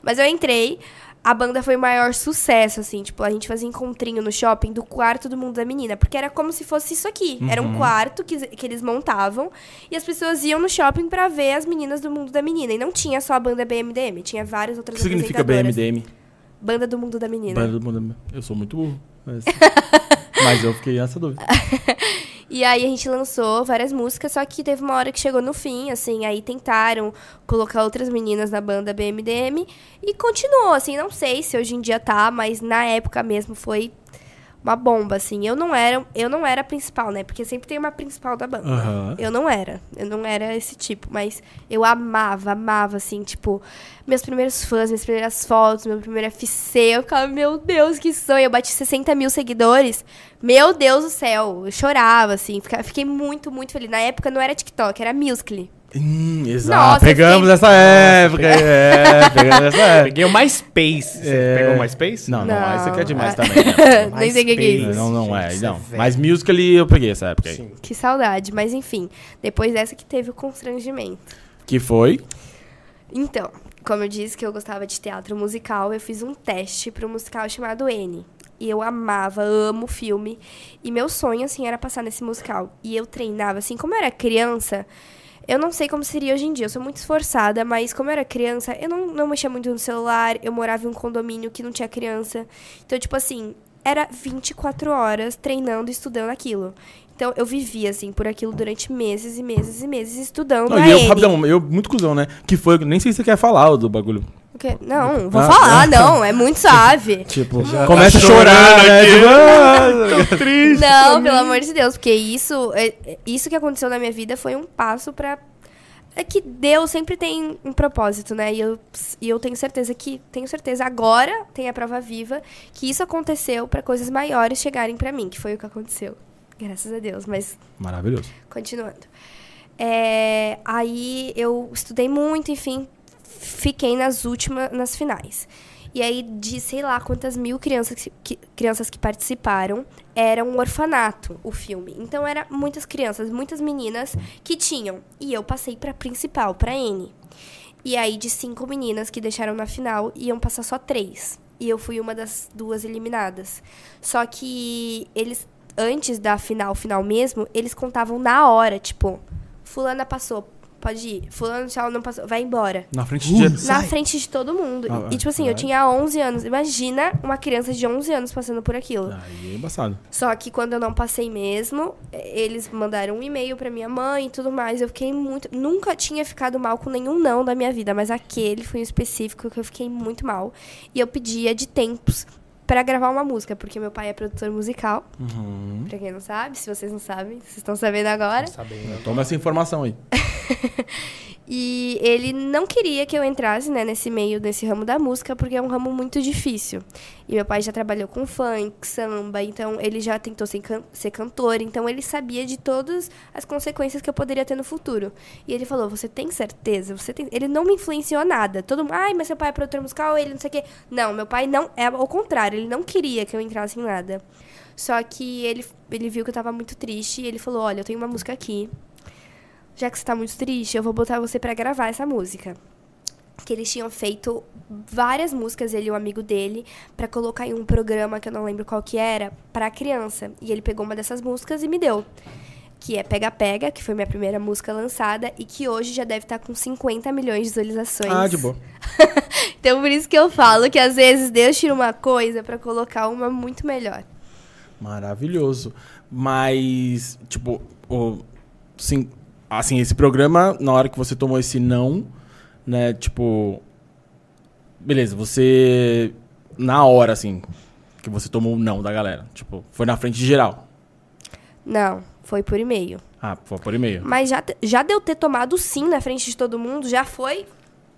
Speaker 2: Mas eu entrei, a banda foi o maior sucesso, assim. Tipo, a gente fazia encontrinho no shopping do quarto do mundo da menina. Porque era como se fosse isso aqui. Era
Speaker 1: Uhum.
Speaker 2: um quarto que, que eles montavam. E as pessoas iam no shopping pra ver as meninas do mundo da menina. E não tinha só a banda BMDM, tinha várias
Speaker 1: O
Speaker 2: outras
Speaker 1: que significa
Speaker 2: apresentadoras.
Speaker 1: BMDM?
Speaker 2: Banda do mundo da menina.
Speaker 1: Banda do Mundo- Eu sou muito burro. Mas,
Speaker 2: <laughs>
Speaker 1: mas eu fiquei nessa dúvida.
Speaker 2: E aí a gente lançou várias músicas, só que teve uma hora que chegou no fim, assim, aí tentaram colocar outras meninas na banda BMDM e continuou, assim, não sei se hoje em dia tá, mas na época mesmo foi uma bomba, assim. Eu não era, eu não era a principal, né? Porque sempre tem uma principal da banda.
Speaker 1: Aham.
Speaker 2: Eu não era, eu não era esse tipo, mas eu amava, amava, assim, tipo, meus primeiros fãs, minhas primeiras fotos, meu primeiro FC, eu ficava, meu Deus, que sonho, eu bati 60 mil seguidores, meu Deus do céu, eu chorava, assim, fica- fiquei muito, muito feliz, na época não era TikTok, era Musical.ly,
Speaker 1: Hum, exato.
Speaker 2: Nossa,
Speaker 1: pegamos
Speaker 2: eu
Speaker 1: essa época. É, pegamos essa época.
Speaker 3: Peguei o MySpace. Você
Speaker 1: É.
Speaker 3: pegou o MySpace?
Speaker 1: Não, não,
Speaker 2: Não.
Speaker 1: aí você quer demais
Speaker 2: <laughs> Ah.
Speaker 1: também. né?
Speaker 2: nem sei o que que é
Speaker 3: MySpace.
Speaker 2: isso.
Speaker 1: Não, não é,
Speaker 3: Gente,
Speaker 1: não.
Speaker 3: você é
Speaker 1: Mas musical eu peguei essa época aí.
Speaker 3: Sim.
Speaker 2: Que saudade, mas enfim, depois dessa que teve o constrangimento.
Speaker 1: Que foi?
Speaker 2: Então, como eu disse que eu gostava de teatro musical, eu fiz um teste para um musical chamado N. E eu amava, amo o filme. E meu sonho, assim, era passar nesse musical. E eu treinava, assim, como eu era criança, eu não sei como seria hoje em dia. Eu sou muito esforçada, mas como eu era criança, eu não, não mexia muito no celular. Eu morava em um condomínio que não tinha criança. Então, tipo assim, era 24 horas treinando e estudando aquilo. Então, eu vivia, assim, por aquilo durante meses e meses e meses estudando.
Speaker 1: Não,
Speaker 2: a
Speaker 1: e eu,
Speaker 2: N.
Speaker 1: rapidão, eu, muito cuzão, né? Que foi, nem sei se você quer falar o do bagulho.
Speaker 2: O quê? Não, vou
Speaker 1: Ah,
Speaker 2: falar,
Speaker 1: ah.
Speaker 2: não, é muito <laughs> suave.
Speaker 1: Tipo,
Speaker 3: Já
Speaker 1: começa
Speaker 3: tá
Speaker 1: a chorar,
Speaker 3: chorando
Speaker 1: né?
Speaker 3: aqui.
Speaker 1: Tipo, ah!
Speaker 3: Tô triste.
Speaker 2: Não, pelo amor de Deus, porque isso, é- é- isso que aconteceu na minha vida foi um passo pra. É que Deus sempre tem um propósito, né? E eu, e eu tenho certeza que, tenho certeza agora, tem a prova viva, que isso aconteceu pra coisas maiores chegarem pra mim, que foi o que aconteceu. Graças a Deus, mas
Speaker 1: Maravilhoso.
Speaker 2: Continuando. É, aí eu estudei muito, enfim, fiquei nas últimas, nas finais. E aí, de sei lá quantas mil crianças que, que- crianças que participaram, era um orfanato o filme. Então, era muitas crianças, muitas meninas que tinham. E eu passei pra principal, pra N. E aí, de cinco meninas que deixaram na final, iam passar só três. E eu fui uma das duas eliminadas. Só que eles, antes da final, final mesmo, eles contavam na hora, tipo, fulana passou, pode ir. Fulano, tchau, não passou, vai embora.
Speaker 1: Na frente de.
Speaker 2: Na frente de todo mundo.
Speaker 1: Ah,
Speaker 2: e, tipo assim,
Speaker 1: é.
Speaker 2: eu tinha 11 anos. Imagina uma criança de 11 anos passando por aquilo.
Speaker 1: Aí é embaçado.
Speaker 2: Só que quando eu não passei mesmo, eh, eles mandaram um e-mail pra minha mãe e tudo mais. Eu fiquei muito. Nunca tinha ficado mal com nenhum não da minha vida, mas aquele foi um específico que eu fiquei muito mal. E eu pedia de tempos pra gravar uma música, porque meu pai é produtor musical.
Speaker 1: Hum.
Speaker 2: Pra quem não sabe, se vocês não sabem, vocês estão sabendo agora.
Speaker 3: Sabendo.
Speaker 1: Toma essa informação aí.
Speaker 2: E ele não queria que eu entrasse né, nesse meio, nesse ramo da música, porque é um ramo muito difícil. E meu pai já trabalhou com funk, samba, então ele já tentou ser, can- ser cantor, então ele sabia de todas as consequências que eu poderia ter no futuro. E ele falou: Você tem certeza? Você tem... Ele não me influenciou nada. Todo mundo, ai, mas seu pai é produtor musical, ele não sei o quê. Não, meu pai não, é ao contrário, ele não queria que eu entrasse em nada. Só que ele, ele viu que eu tava muito triste e ele falou: Olha, eu tenho uma música aqui já que você tá muito triste, eu vou botar você pra gravar essa música. Que eles tinham feito várias músicas, ele e um amigo dele, pra colocar em um programa que eu não lembro qual que era, pra criança. E ele pegou uma dessas músicas e me deu. Que é Pega Pega, que foi minha primeira música lançada e que hoje já deve estar com 50 milhões de visualizações.
Speaker 1: Ah, de boa.
Speaker 2: Então por isso que eu falo que às vezes Deus tira uma coisa pra colocar uma muito melhor.
Speaker 1: Maravilhoso. Mas, tipo, o, sim, assim, esse programa, na hora que você tomou esse não, né, tipo. Beleza, você. Na hora, assim, que você tomou o não da galera. Tipo, foi na frente de geral.
Speaker 2: Não, foi por e-mail.
Speaker 1: Ah, foi por e-mail.
Speaker 2: Mas já, te- já deu ter tomado sim na frente de todo mundo, já foi.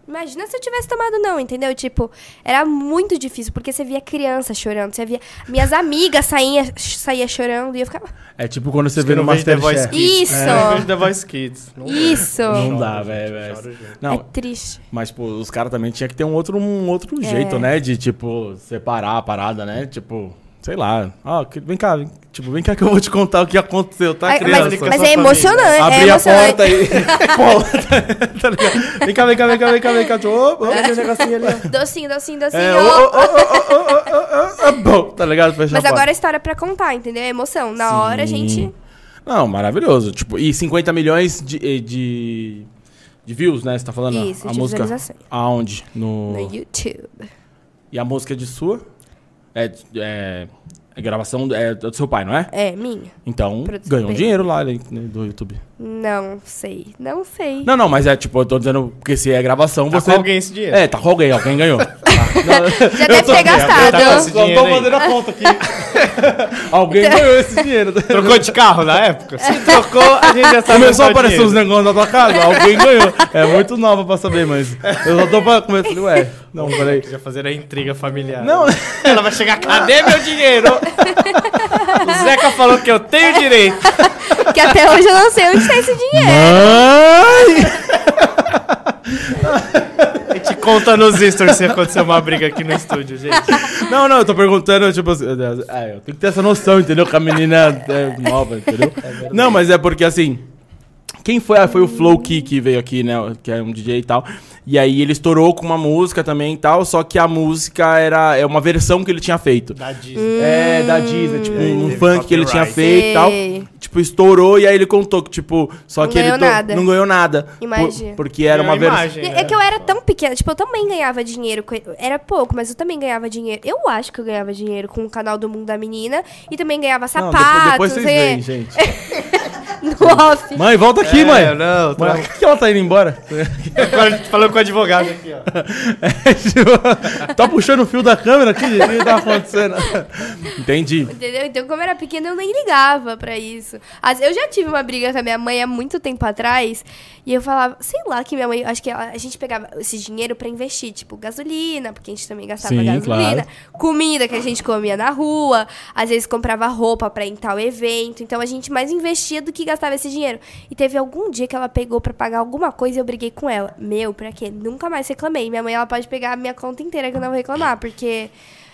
Speaker 2: Imagina se eu tivesse tomado não, entendeu? Tipo, era muito difícil, porque você via criança chorando, você via... Minhas amigas saía, saía chorando e eu ficava...
Speaker 1: É tipo quando você
Speaker 3: Isso
Speaker 1: vê
Speaker 3: que eu
Speaker 1: no
Speaker 3: não vejo The Voice
Speaker 1: Masterchef.
Speaker 3: Kids.
Speaker 2: Isso!
Speaker 3: Eu vejo The Voice Kids. Não
Speaker 2: Isso!
Speaker 1: Não
Speaker 3: Choro,
Speaker 1: dá,
Speaker 3: gente,
Speaker 1: velho. velho.
Speaker 3: choro, gente.
Speaker 2: É
Speaker 1: Não,
Speaker 2: triste.
Speaker 1: Mas, pô, os caras também tinha que ter um outro, um outro
Speaker 2: É.
Speaker 1: jeito, né? De, tipo, separar a parada, né? Tipo, sei lá. Ó, que- vem cá, vem, tipo, vem cá que eu vou te contar o que aconteceu, tá,
Speaker 2: Ai,
Speaker 1: criança?
Speaker 2: mas
Speaker 3: com a
Speaker 2: mas
Speaker 3: sua
Speaker 2: é emocionante, é
Speaker 1: Abri a
Speaker 2: emocionante.
Speaker 1: porta aí.
Speaker 2: <laughs>
Speaker 1: Pô, tá ligado? Vem cá, vem cá, vem cá, vem cá, vem cá. Tipo, ô, ô, tem um negocinho ali, ó.
Speaker 2: Docinho, docinho, docinho.
Speaker 1: É, ô, ô, ô, ô, ô, ô, ô, ô, ô, bom, tá ligado? Fecha a
Speaker 2: Mas
Speaker 1: porta.
Speaker 2: agora é história pra contar, entendeu? É emoção. Na hora a
Speaker 1: Sim.
Speaker 2: gente...
Speaker 1: Não, maravilhoso. Tipo, e 50 milhões de, eh, de, de views, né? Você tá falando?
Speaker 2: Isso,
Speaker 1: a
Speaker 2: de
Speaker 1: música.
Speaker 2: visualizações.
Speaker 1: Aonde? No...
Speaker 2: No YouTube.
Speaker 1: E a música é de sua? É, é, é gravação é, do seu pai, não é?
Speaker 2: É, minha?
Speaker 1: Então,
Speaker 2: Produção
Speaker 1: ganhou um
Speaker 2: dele.
Speaker 1: dinheiro lá né, do YouTube.
Speaker 2: Não sei, não sei.
Speaker 1: Não, não, mas é tipo, eu tô dizendo porque se é gravação,
Speaker 3: Tá
Speaker 1: você.
Speaker 3: com alguém esse dinheiro.
Speaker 1: É, tá com alguém, alguém ganhou. Tá. Não,
Speaker 2: Já deve ter
Speaker 1: eu
Speaker 2: gastado.
Speaker 1: tô-
Speaker 3: <laughs>
Speaker 1: assim.
Speaker 3: Esse
Speaker 1: só
Speaker 3: dinheiro
Speaker 1: tô
Speaker 3: aí.
Speaker 1: mandando a conta aqui. <laughs> alguém ganhou esse
Speaker 3: <laughs>
Speaker 1: dinheiro.
Speaker 3: Trocou de carro na
Speaker 2: <laughs>
Speaker 3: época? Se trocou, a gente já sabe
Speaker 1: Começou a
Speaker 3: onde tá o
Speaker 1: aparecer
Speaker 3: dinheiro.
Speaker 1: uns negócios na tua casa, alguém ganhou. É muito nova pra saber, mas. Eu só tô pra. Como eu falei, ué, não, peraí.
Speaker 3: Já fazer a intriga familiar.
Speaker 1: Não,
Speaker 3: <laughs> Ela vai chegar,
Speaker 1: É
Speaker 3: cadê meu dinheiro? o Zeca falou que eu tenho <laughs> direito.
Speaker 2: Que até hoje eu não sei
Speaker 1: <laughs>
Speaker 2: onde tá esse dinheiro.
Speaker 1: Mãe!
Speaker 3: A gente conta nos stories se acontecer uma briga aqui no estúdio, <laughs> gente.
Speaker 1: Não, não, eu tô perguntando, tipo assim, ah, eu tenho que ter essa noção, entendeu? Que a menina é nova, entendeu? não, mas é porque assim. Quem foi? Ah, foi o Flow Key que veio aqui, né? Que é um DJ e tal. E aí ele estourou com uma música também e tal, só que a música era é uma versão que ele tinha feito.
Speaker 3: Da Disney.
Speaker 1: É, da Disney, tipo,
Speaker 3: E aí
Speaker 1: um
Speaker 3: teve
Speaker 1: funk que ele tinha
Speaker 3: copyright.
Speaker 1: feito e tal.
Speaker 2: Sei.
Speaker 1: Tipo, estourou e aí ele contou que, tipo, só
Speaker 2: Não
Speaker 1: que ele
Speaker 2: ganhou nada.
Speaker 1: não ganhou nada. por-
Speaker 2: Imagem.
Speaker 1: porque era uma versão.
Speaker 3: imagem, né?
Speaker 2: É que eu era tão pequena, tipo, eu também ganhava dinheiro. com- Era pouco, mas eu também ganhava dinheiro. Eu acho que eu ganhava dinheiro com o canal do Mundo da Menina e também ganhava
Speaker 1: Não, depois,
Speaker 2: sapatos,
Speaker 1: depois vocês
Speaker 2: eh,
Speaker 1: veem, gente.
Speaker 2: <laughs> no off.
Speaker 1: Mãe, volta aqui,
Speaker 3: É,
Speaker 1: mãe.
Speaker 3: não, tá-
Speaker 1: Mãe, Por que ela tá indo embora?
Speaker 3: <laughs> Agora falou com o advogado aqui, ó.
Speaker 1: É, tipo, <laughs> tá puxando o fio da câmera aqui? O que tá acontecendo? <laughs> Entendi.
Speaker 2: Entendeu? Então, como eu era pequena, eu nem ligava pra isso. As- Eu já tive uma briga com a minha mãe há muito tempo atrás. E eu falava, sei lá, que minha mãe. Acho que ela- a gente pegava esse dinheiro pra investir, tipo, gasolina, porque a gente também gastava
Speaker 1: Sim,
Speaker 2: gasolina,
Speaker 1: claro.
Speaker 2: comida que a gente comia na rua, às vezes comprava roupa pra ir em tal evento. Então a gente mais investia do que gastava esse dinheiro. E teve algum dia que ela pegou pra pagar alguma coisa e eu briguei com ela. Meu, pra quê? Nunca mais reclamei. Minha mãe, ela pode pegar a minha conta inteira que eu não vou reclamar, porque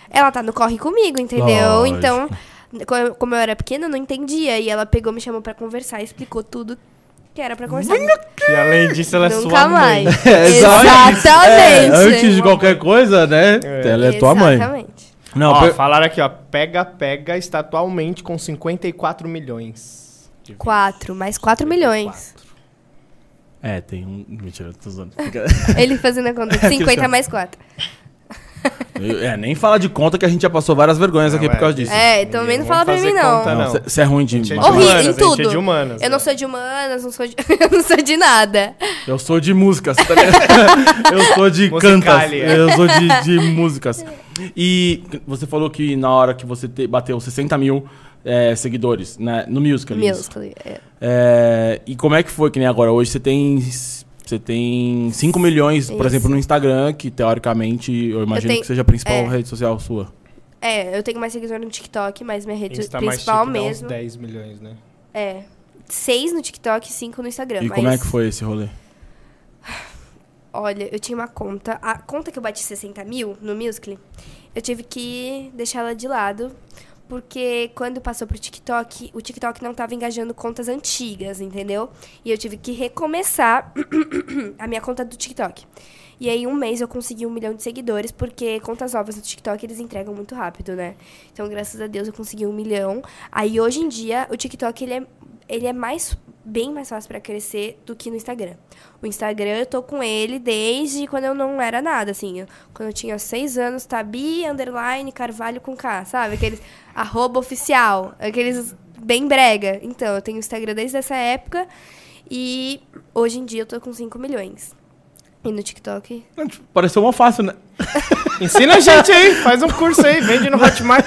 Speaker 2: ela tá no corre comigo, entendeu?
Speaker 1: Lógico.
Speaker 2: Então, co- como eu era pequena, eu não entendia. E ela pegou, me chamou pra conversar, explicou tudo que era pra conversar.
Speaker 3: <laughs> E além disso, ela é
Speaker 2: Nunca
Speaker 3: sua mãe.
Speaker 1: <laughs>
Speaker 2: mais.
Speaker 1: É, Exatamente.
Speaker 2: Exatamente.
Speaker 1: É, Antes de qualquer coisa, né? Ela é tua mãe.
Speaker 2: Exatamente.
Speaker 1: Não,
Speaker 3: ó,
Speaker 1: per-
Speaker 3: falaram aqui, ó. Pega, pega, está atualmente com 54 milhões. de
Speaker 2: Quatro, mais quatro milhões.
Speaker 1: É, tem um. Mentira, tô usando.
Speaker 2: Ele fazendo a
Speaker 3: <laughs>
Speaker 2: conta. 50 mais quatro.
Speaker 1: É, nem fala de conta que a gente já passou várias vergonhas aqui
Speaker 3: Não,
Speaker 1: por causa
Speaker 3: é.
Speaker 1: disso.
Speaker 2: É, também não
Speaker 3: Vamos
Speaker 2: fala pra
Speaker 3: fazer
Speaker 2: mim, não.
Speaker 3: conta,
Speaker 1: Não,
Speaker 3: não.
Speaker 1: cê- cê é ruim de.
Speaker 3: Gente, é de
Speaker 1: matemática.
Speaker 2: Horrível,
Speaker 3: humanas, a
Speaker 2: em
Speaker 3: gente
Speaker 2: tudo.
Speaker 3: é de humanas,
Speaker 2: eu não
Speaker 3: né?
Speaker 2: sou de humanas, não sou de, <laughs> não sou de nada.
Speaker 1: Eu sou de músicas, tá <laughs> ligado? Eu sou de cantas.
Speaker 3: Musicalia.
Speaker 1: Eu sou de, de músicas. E você falou que na hora que você te- bateu 60 mil é, seguidores né, no Musical. isso.
Speaker 2: Musical. é.
Speaker 1: É, e como é que foi que nem agora? Hoje você tem. Você tem 5 milhões, por
Speaker 2: Isso.
Speaker 1: exemplo, no Instagram, que teoricamente eu imagino
Speaker 2: tenho-
Speaker 1: que seja a principal
Speaker 2: é.
Speaker 1: rede social sua.
Speaker 2: É, eu tenho mais seguidor no TikTok, mas minha rede
Speaker 3: Insta mais
Speaker 2: principal
Speaker 3: tipo, dá uns
Speaker 2: mesmo.
Speaker 3: 10 milhões, né?
Speaker 2: É. Seis no TikTok e cinco no Instagram.
Speaker 1: E
Speaker 2: mas,
Speaker 1: como é que foi esse rolê?
Speaker 2: Olha, eu tinha uma conta. A conta que eu bati 60 mil no Musical.ly, eu tive que deixar ela de lado. Porque quando passou pro TikTok, o TikTok não tava engajando contas antigas, entendeu? E eu tive que recomeçar a minha conta do TikTok. E aí, em um mês, eu consegui um milhão de seguidores, porque contas novas no TikTok eles entregam muito rápido, né? Então, graças a Deus, eu consegui um milhão. Aí, hoje em dia, o TikTok ele é, ele é mais, bem mais fácil pra crescer do que no Instagram. O Instagram, eu tô com ele desde quando eu não era nada, assim. eu- Quando eu tinha seis anos, Tabi, underline, Carvalho com K, sabe? Aqueles arroba oficial, aqueles bem brega. Então, eu tenho Instagram desde essa época. E hoje em dia eu tô com 5 milhões. E no TikTok.
Speaker 1: Não, tipo, Pareceu uma fácil, né? <laughs>
Speaker 3: Ensina a gente aí, faz um curso aí, vende no <laughs> Hotmart.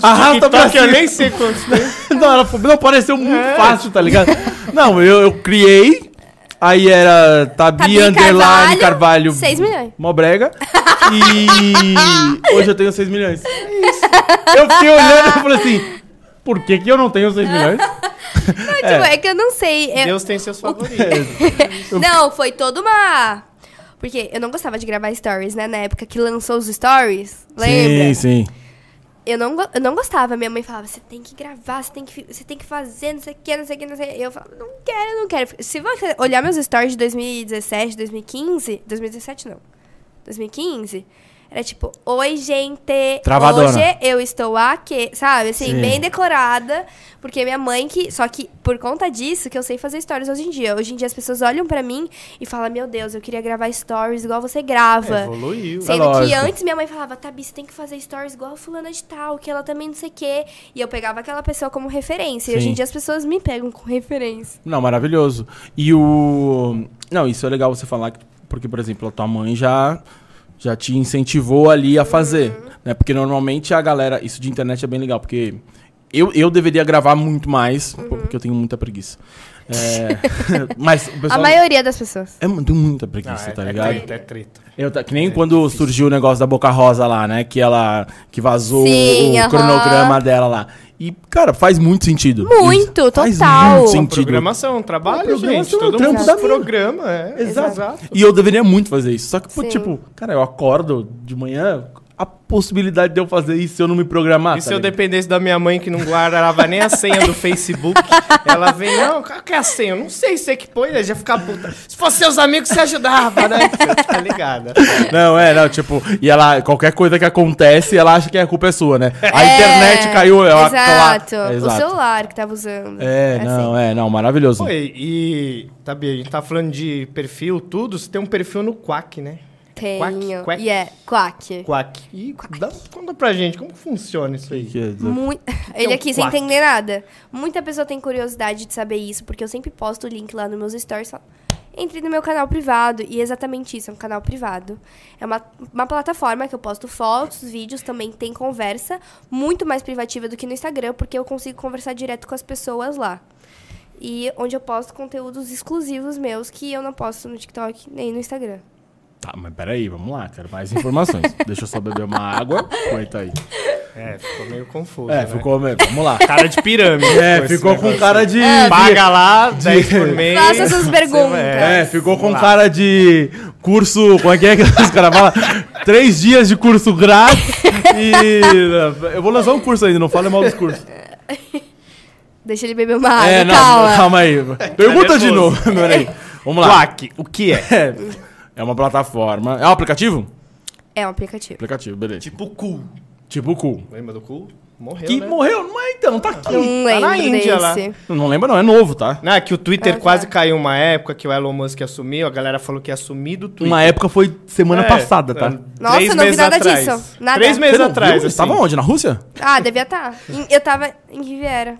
Speaker 1: Arrasta pra
Speaker 3: TikTok, eu
Speaker 1: cima.
Speaker 3: nem sei quantos tem.
Speaker 1: Não, ela falou, não, pareceu muito
Speaker 2: É.
Speaker 1: fácil, tá ligado? Não, eu, eu criei, aí era Tabi,
Speaker 2: Tabi
Speaker 1: Underline,
Speaker 2: Tá Carvalho,
Speaker 1: Carvalho.
Speaker 2: seis milhões.
Speaker 1: Mobrega.
Speaker 2: <laughs>
Speaker 1: E hoje eu tenho 6 milhões. Eu fiquei olhando e falei assim, por que que eu não tenho 6 milhões?
Speaker 2: Não, tipo, é. que eu não sei. eu-
Speaker 3: Deus tem seus favoritos.
Speaker 2: Não, foi toda uma. Porque eu não gostava de gravar stories, né? Na época que lançou os stories.
Speaker 1: Sim,
Speaker 2: Lembra?
Speaker 1: sim.
Speaker 2: Eu não, go- eu não gostava. Minha mãe falava, você tem que gravar, você tem que, fi- você tem que fazer, não sei o que, não sei o que, não sei o que. Eu falava, não quero, não quero. Se você olhar meus stories de 2017, 2015... 2017 não. 2015... Era tipo, oi, gente,
Speaker 1: Travadona.
Speaker 2: hoje eu estou aqui, sabe? Assim,
Speaker 1: Sim.
Speaker 2: bem decorada, porque minha mãe que... Só que por conta disso que eu sei fazer stories hoje em dia. Hoje em dia as pessoas olham pra mim e falam, meu Deus, eu queria gravar stories igual você
Speaker 1: É,
Speaker 2: grava.
Speaker 3: Evoluiu.
Speaker 1: Sim.
Speaker 2: Sendo que
Speaker 1: lógico.
Speaker 2: antes minha mãe falava, Tabi, você tem que fazer stories igual a fulana de tal, que ela também não sei o quê. E eu pegava aquela pessoa como referência. E hoje
Speaker 1: Sim.
Speaker 2: em dia as pessoas me pegam com referência.
Speaker 1: Não, maravilhoso. E o. Não, isso é legal você falar, que- porque, por exemplo, a tua mãe já, já te incentivou ali a fazer.
Speaker 2: Uhum.
Speaker 1: Né? Porque normalmente a galera. Isso de internet é bem legal, porque eu, eu deveria gravar muito mais,
Speaker 2: Uhum.
Speaker 1: porque eu tenho muita preguiça.
Speaker 2: <laughs>
Speaker 1: É, <laughs> mas o pessoal.
Speaker 2: A maioria das pessoas.
Speaker 1: É muito muita
Speaker 3: Não,
Speaker 1: preguiça,
Speaker 3: é,
Speaker 1: tá
Speaker 3: é
Speaker 1: ligado?
Speaker 3: treta, é treta.
Speaker 1: Eu, tá- que nem quando surgiu o negócio da Boca Rosa lá, né? Que ela. Que vazou
Speaker 2: Sim,
Speaker 1: o
Speaker 2: aham.
Speaker 1: cronograma dela lá. E, cara, faz muito sentido.
Speaker 2: Muito,
Speaker 1: Isso faz
Speaker 2: total.
Speaker 1: muito
Speaker 2: Uma
Speaker 1: sentido.
Speaker 3: Programação, trabalho,
Speaker 1: programação
Speaker 3: gente.
Speaker 1: é um
Speaker 3: Todo
Speaker 1: trampo
Speaker 3: mundo
Speaker 1: da
Speaker 3: se programa, é.
Speaker 1: Exato. E eu deveria muito fazer isso. Só que, pô,
Speaker 2: Sim.
Speaker 1: tipo, cara, eu acordo de manhã, a possibilidade de eu fazer isso se eu não me programar.
Speaker 3: E
Speaker 1: tá
Speaker 3: se eu
Speaker 1: ligado?
Speaker 3: dependesse da minha mãe que não guardava nem a senha
Speaker 1: <laughs>
Speaker 3: do Facebook, ela vem, não, qual que é a senha? Eu não sei, você que põe, né? já fica puta. Se fosse seus amigos, você
Speaker 1: <laughs>
Speaker 3: ajudava, né? Tá ligada.
Speaker 1: Não, é, não, tipo, e ela, qualquer coisa que acontece, ela acha que a culpa é sua, né? A internet caiu, é ela
Speaker 2: Exato.
Speaker 1: cla-
Speaker 2: O celular que tava usando. Assim,
Speaker 1: É, não, é, não, maravilhoso.
Speaker 3: Pô, e, e Tabi, a gente tá falando de perfil, tudo, você tem um perfil no Quack, né?
Speaker 2: Tenho.
Speaker 3: Quack, quack.
Speaker 2: E é, quack.
Speaker 3: Quack. E dá- conta pra gente, como que funciona isso aí?
Speaker 1: Que- é
Speaker 3: <laughs>
Speaker 2: Mui- Ele
Speaker 3: um
Speaker 2: aqui, sem
Speaker 3: quack?
Speaker 2: entender nada. Muita pessoa tem curiosidade de saber isso, porque eu sempre posto o link lá nos meus stories e falo, entre no meu canal privado. E é exatamente isso, é um canal privado. É uma, uma plataforma que eu posto fotos, vídeos, também tem conversa, muito mais privativa do que no Instagram, porque eu consigo conversar direto com as pessoas lá. E onde eu posto conteúdos exclusivos meus que eu não posto no TikTok nem no Instagram.
Speaker 1: Tá, mas peraí, vamos lá, quero mais informações. Deixa eu só beber uma água. Aguenta aí.
Speaker 3: É, ficou meio confuso.
Speaker 1: É,
Speaker 3: né?
Speaker 1: ficou. Vamos lá.
Speaker 3: Cara de pirâmide.
Speaker 1: É, ficou com cara de.
Speaker 3: É, Paga lá, 10
Speaker 1: <laughs>
Speaker 3: por mês.
Speaker 2: Ah, Faça suas perguntas.
Speaker 1: É, ficou com
Speaker 3: Vamos lá.
Speaker 1: cara de curso. Como é que <laughs> é que os caras falam? Três dias de curso grátis e. <laughs> Eu vou lançar um curso ainda, não fale mal dos cursos.
Speaker 2: Deixa ele beber uma água,
Speaker 1: é, não,
Speaker 2: calma.
Speaker 1: calma aí. Pergunta de
Speaker 3: nervoso.
Speaker 1: novo. Peraí. Vamos lá.
Speaker 3: Quack, o que é?
Speaker 1: É, é uma plataforma. É um aplicativo?
Speaker 2: É um aplicativo.
Speaker 1: Aplicativo, beleza. Tipo,
Speaker 3: Tipo cu.
Speaker 1: tipo cool.
Speaker 3: Lembra do cu? Morreu,
Speaker 1: Que
Speaker 3: né?
Speaker 1: morreu? Mas então, tá aqui.
Speaker 2: Eu Não
Speaker 3: Tá na
Speaker 2: lembro
Speaker 3: Índia, lá.
Speaker 2: desse.
Speaker 1: Não lembra, não, é novo, tá?
Speaker 3: Não, é que o Twitter
Speaker 2: Ah, tá.
Speaker 3: quase caiu uma época que o Elon Musk assumiu, a galera falou que ia assumir do Twitter.
Speaker 1: Uma época foi semana
Speaker 3: É,
Speaker 1: passada, tá?
Speaker 3: é,
Speaker 2: Nossa,
Speaker 3: três
Speaker 2: eu não vi
Speaker 3: meses
Speaker 2: nada
Speaker 3: atrás.
Speaker 2: disso. Nada.
Speaker 3: Três
Speaker 2: Você
Speaker 3: meses
Speaker 1: não viu?
Speaker 3: atrás,
Speaker 1: Você
Speaker 3: assim.
Speaker 1: tava onde? Na Rússia?
Speaker 2: Ah, devia estar. Eu tava em Riviera.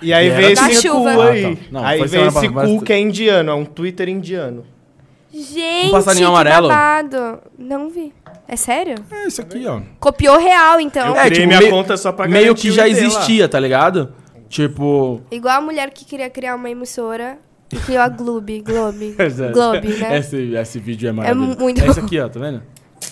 Speaker 3: E aí
Speaker 1: Era
Speaker 3: veio
Speaker 2: da
Speaker 3: esse cu
Speaker 2: chuva.
Speaker 3: aí.
Speaker 1: Ah, tá. Não,
Speaker 3: aí
Speaker 1: foi
Speaker 3: veio
Speaker 1: semana
Speaker 3: esse
Speaker 1: passada,
Speaker 3: cu
Speaker 1: mas-
Speaker 3: que é indiano, é um
Speaker 2: <laughs>
Speaker 3: Twitter indiano.
Speaker 2: Gente,
Speaker 1: Um passarinho
Speaker 2: que
Speaker 1: amarelo?
Speaker 2: babado. Não vi. É sério?
Speaker 1: É isso aqui, ó.
Speaker 2: Copiou real, então.
Speaker 3: Eu- criei minha conta só pra
Speaker 1: É, tipo, Meio
Speaker 3: garantir
Speaker 1: que
Speaker 3: o
Speaker 1: já
Speaker 3: ID lá.
Speaker 1: existia, tá ligado? <laughs> Tipo.
Speaker 2: Igual a mulher que queria criar uma emissora e criou a Globe.
Speaker 1: <laughs>
Speaker 2: Globe. Globe, né?
Speaker 1: Esse, esse vídeo é maravilhoso.
Speaker 2: muito
Speaker 1: É isso
Speaker 2: bom.
Speaker 1: aqui, ó, tá vendo?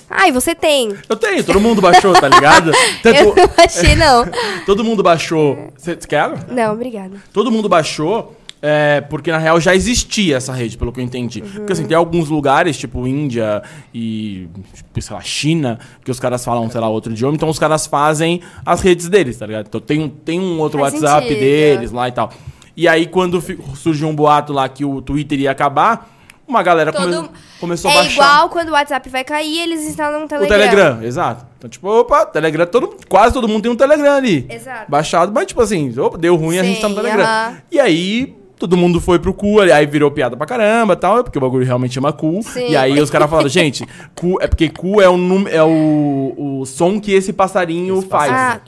Speaker 2: Ai, você tem.
Speaker 1: Eu tenho, todo mundo baixou, tá ligado?
Speaker 2: <laughs> Eu
Speaker 1: Tanto, É.
Speaker 2: não achei, não.
Speaker 1: todo mundo baixou. Você quer? água?
Speaker 2: Não, obrigada.
Speaker 1: Todo mundo baixou, é, porque na real já existia essa rede, pelo que eu entendi.
Speaker 2: Uhum.
Speaker 1: Porque assim, tem alguns lugares, tipo Índia e, tipo, sei lá, China, que os caras falam, sei lá, outro idioma, então os caras fazem as redes deles, tá ligado? Então tem, um- tem um outro
Speaker 2: Faz
Speaker 1: WhatsApp
Speaker 2: sentido.
Speaker 1: deles lá e tal. E aí, quando fi- surgiu um boato lá que o Twitter ia acabar, uma galera come-
Speaker 2: Todo-
Speaker 1: começou a
Speaker 2: é
Speaker 1: baixar.
Speaker 2: igual quando o WhatsApp vai cair, eles instalam um
Speaker 1: O
Speaker 2: Telegram.
Speaker 1: Telegram, exato. Então, tipo, opa, Telegram, todo, quase todo mundo tem um Telegram ali.
Speaker 2: Exato.
Speaker 1: Baixado, mas tipo assim, opa, deu ruim, a gente tá no
Speaker 2: Sim,
Speaker 1: Telegram.
Speaker 2: aham.
Speaker 1: E aí, todo mundo foi pro cu, ali, aí virou piada pra caramba e tal, é porque o bagulho realmente chama cu.
Speaker 2: Sim.
Speaker 1: E aí os caras falaram, gente, cu é porque cu é o, num- é o, o som que esse passarinho faz.
Speaker 2: Ah,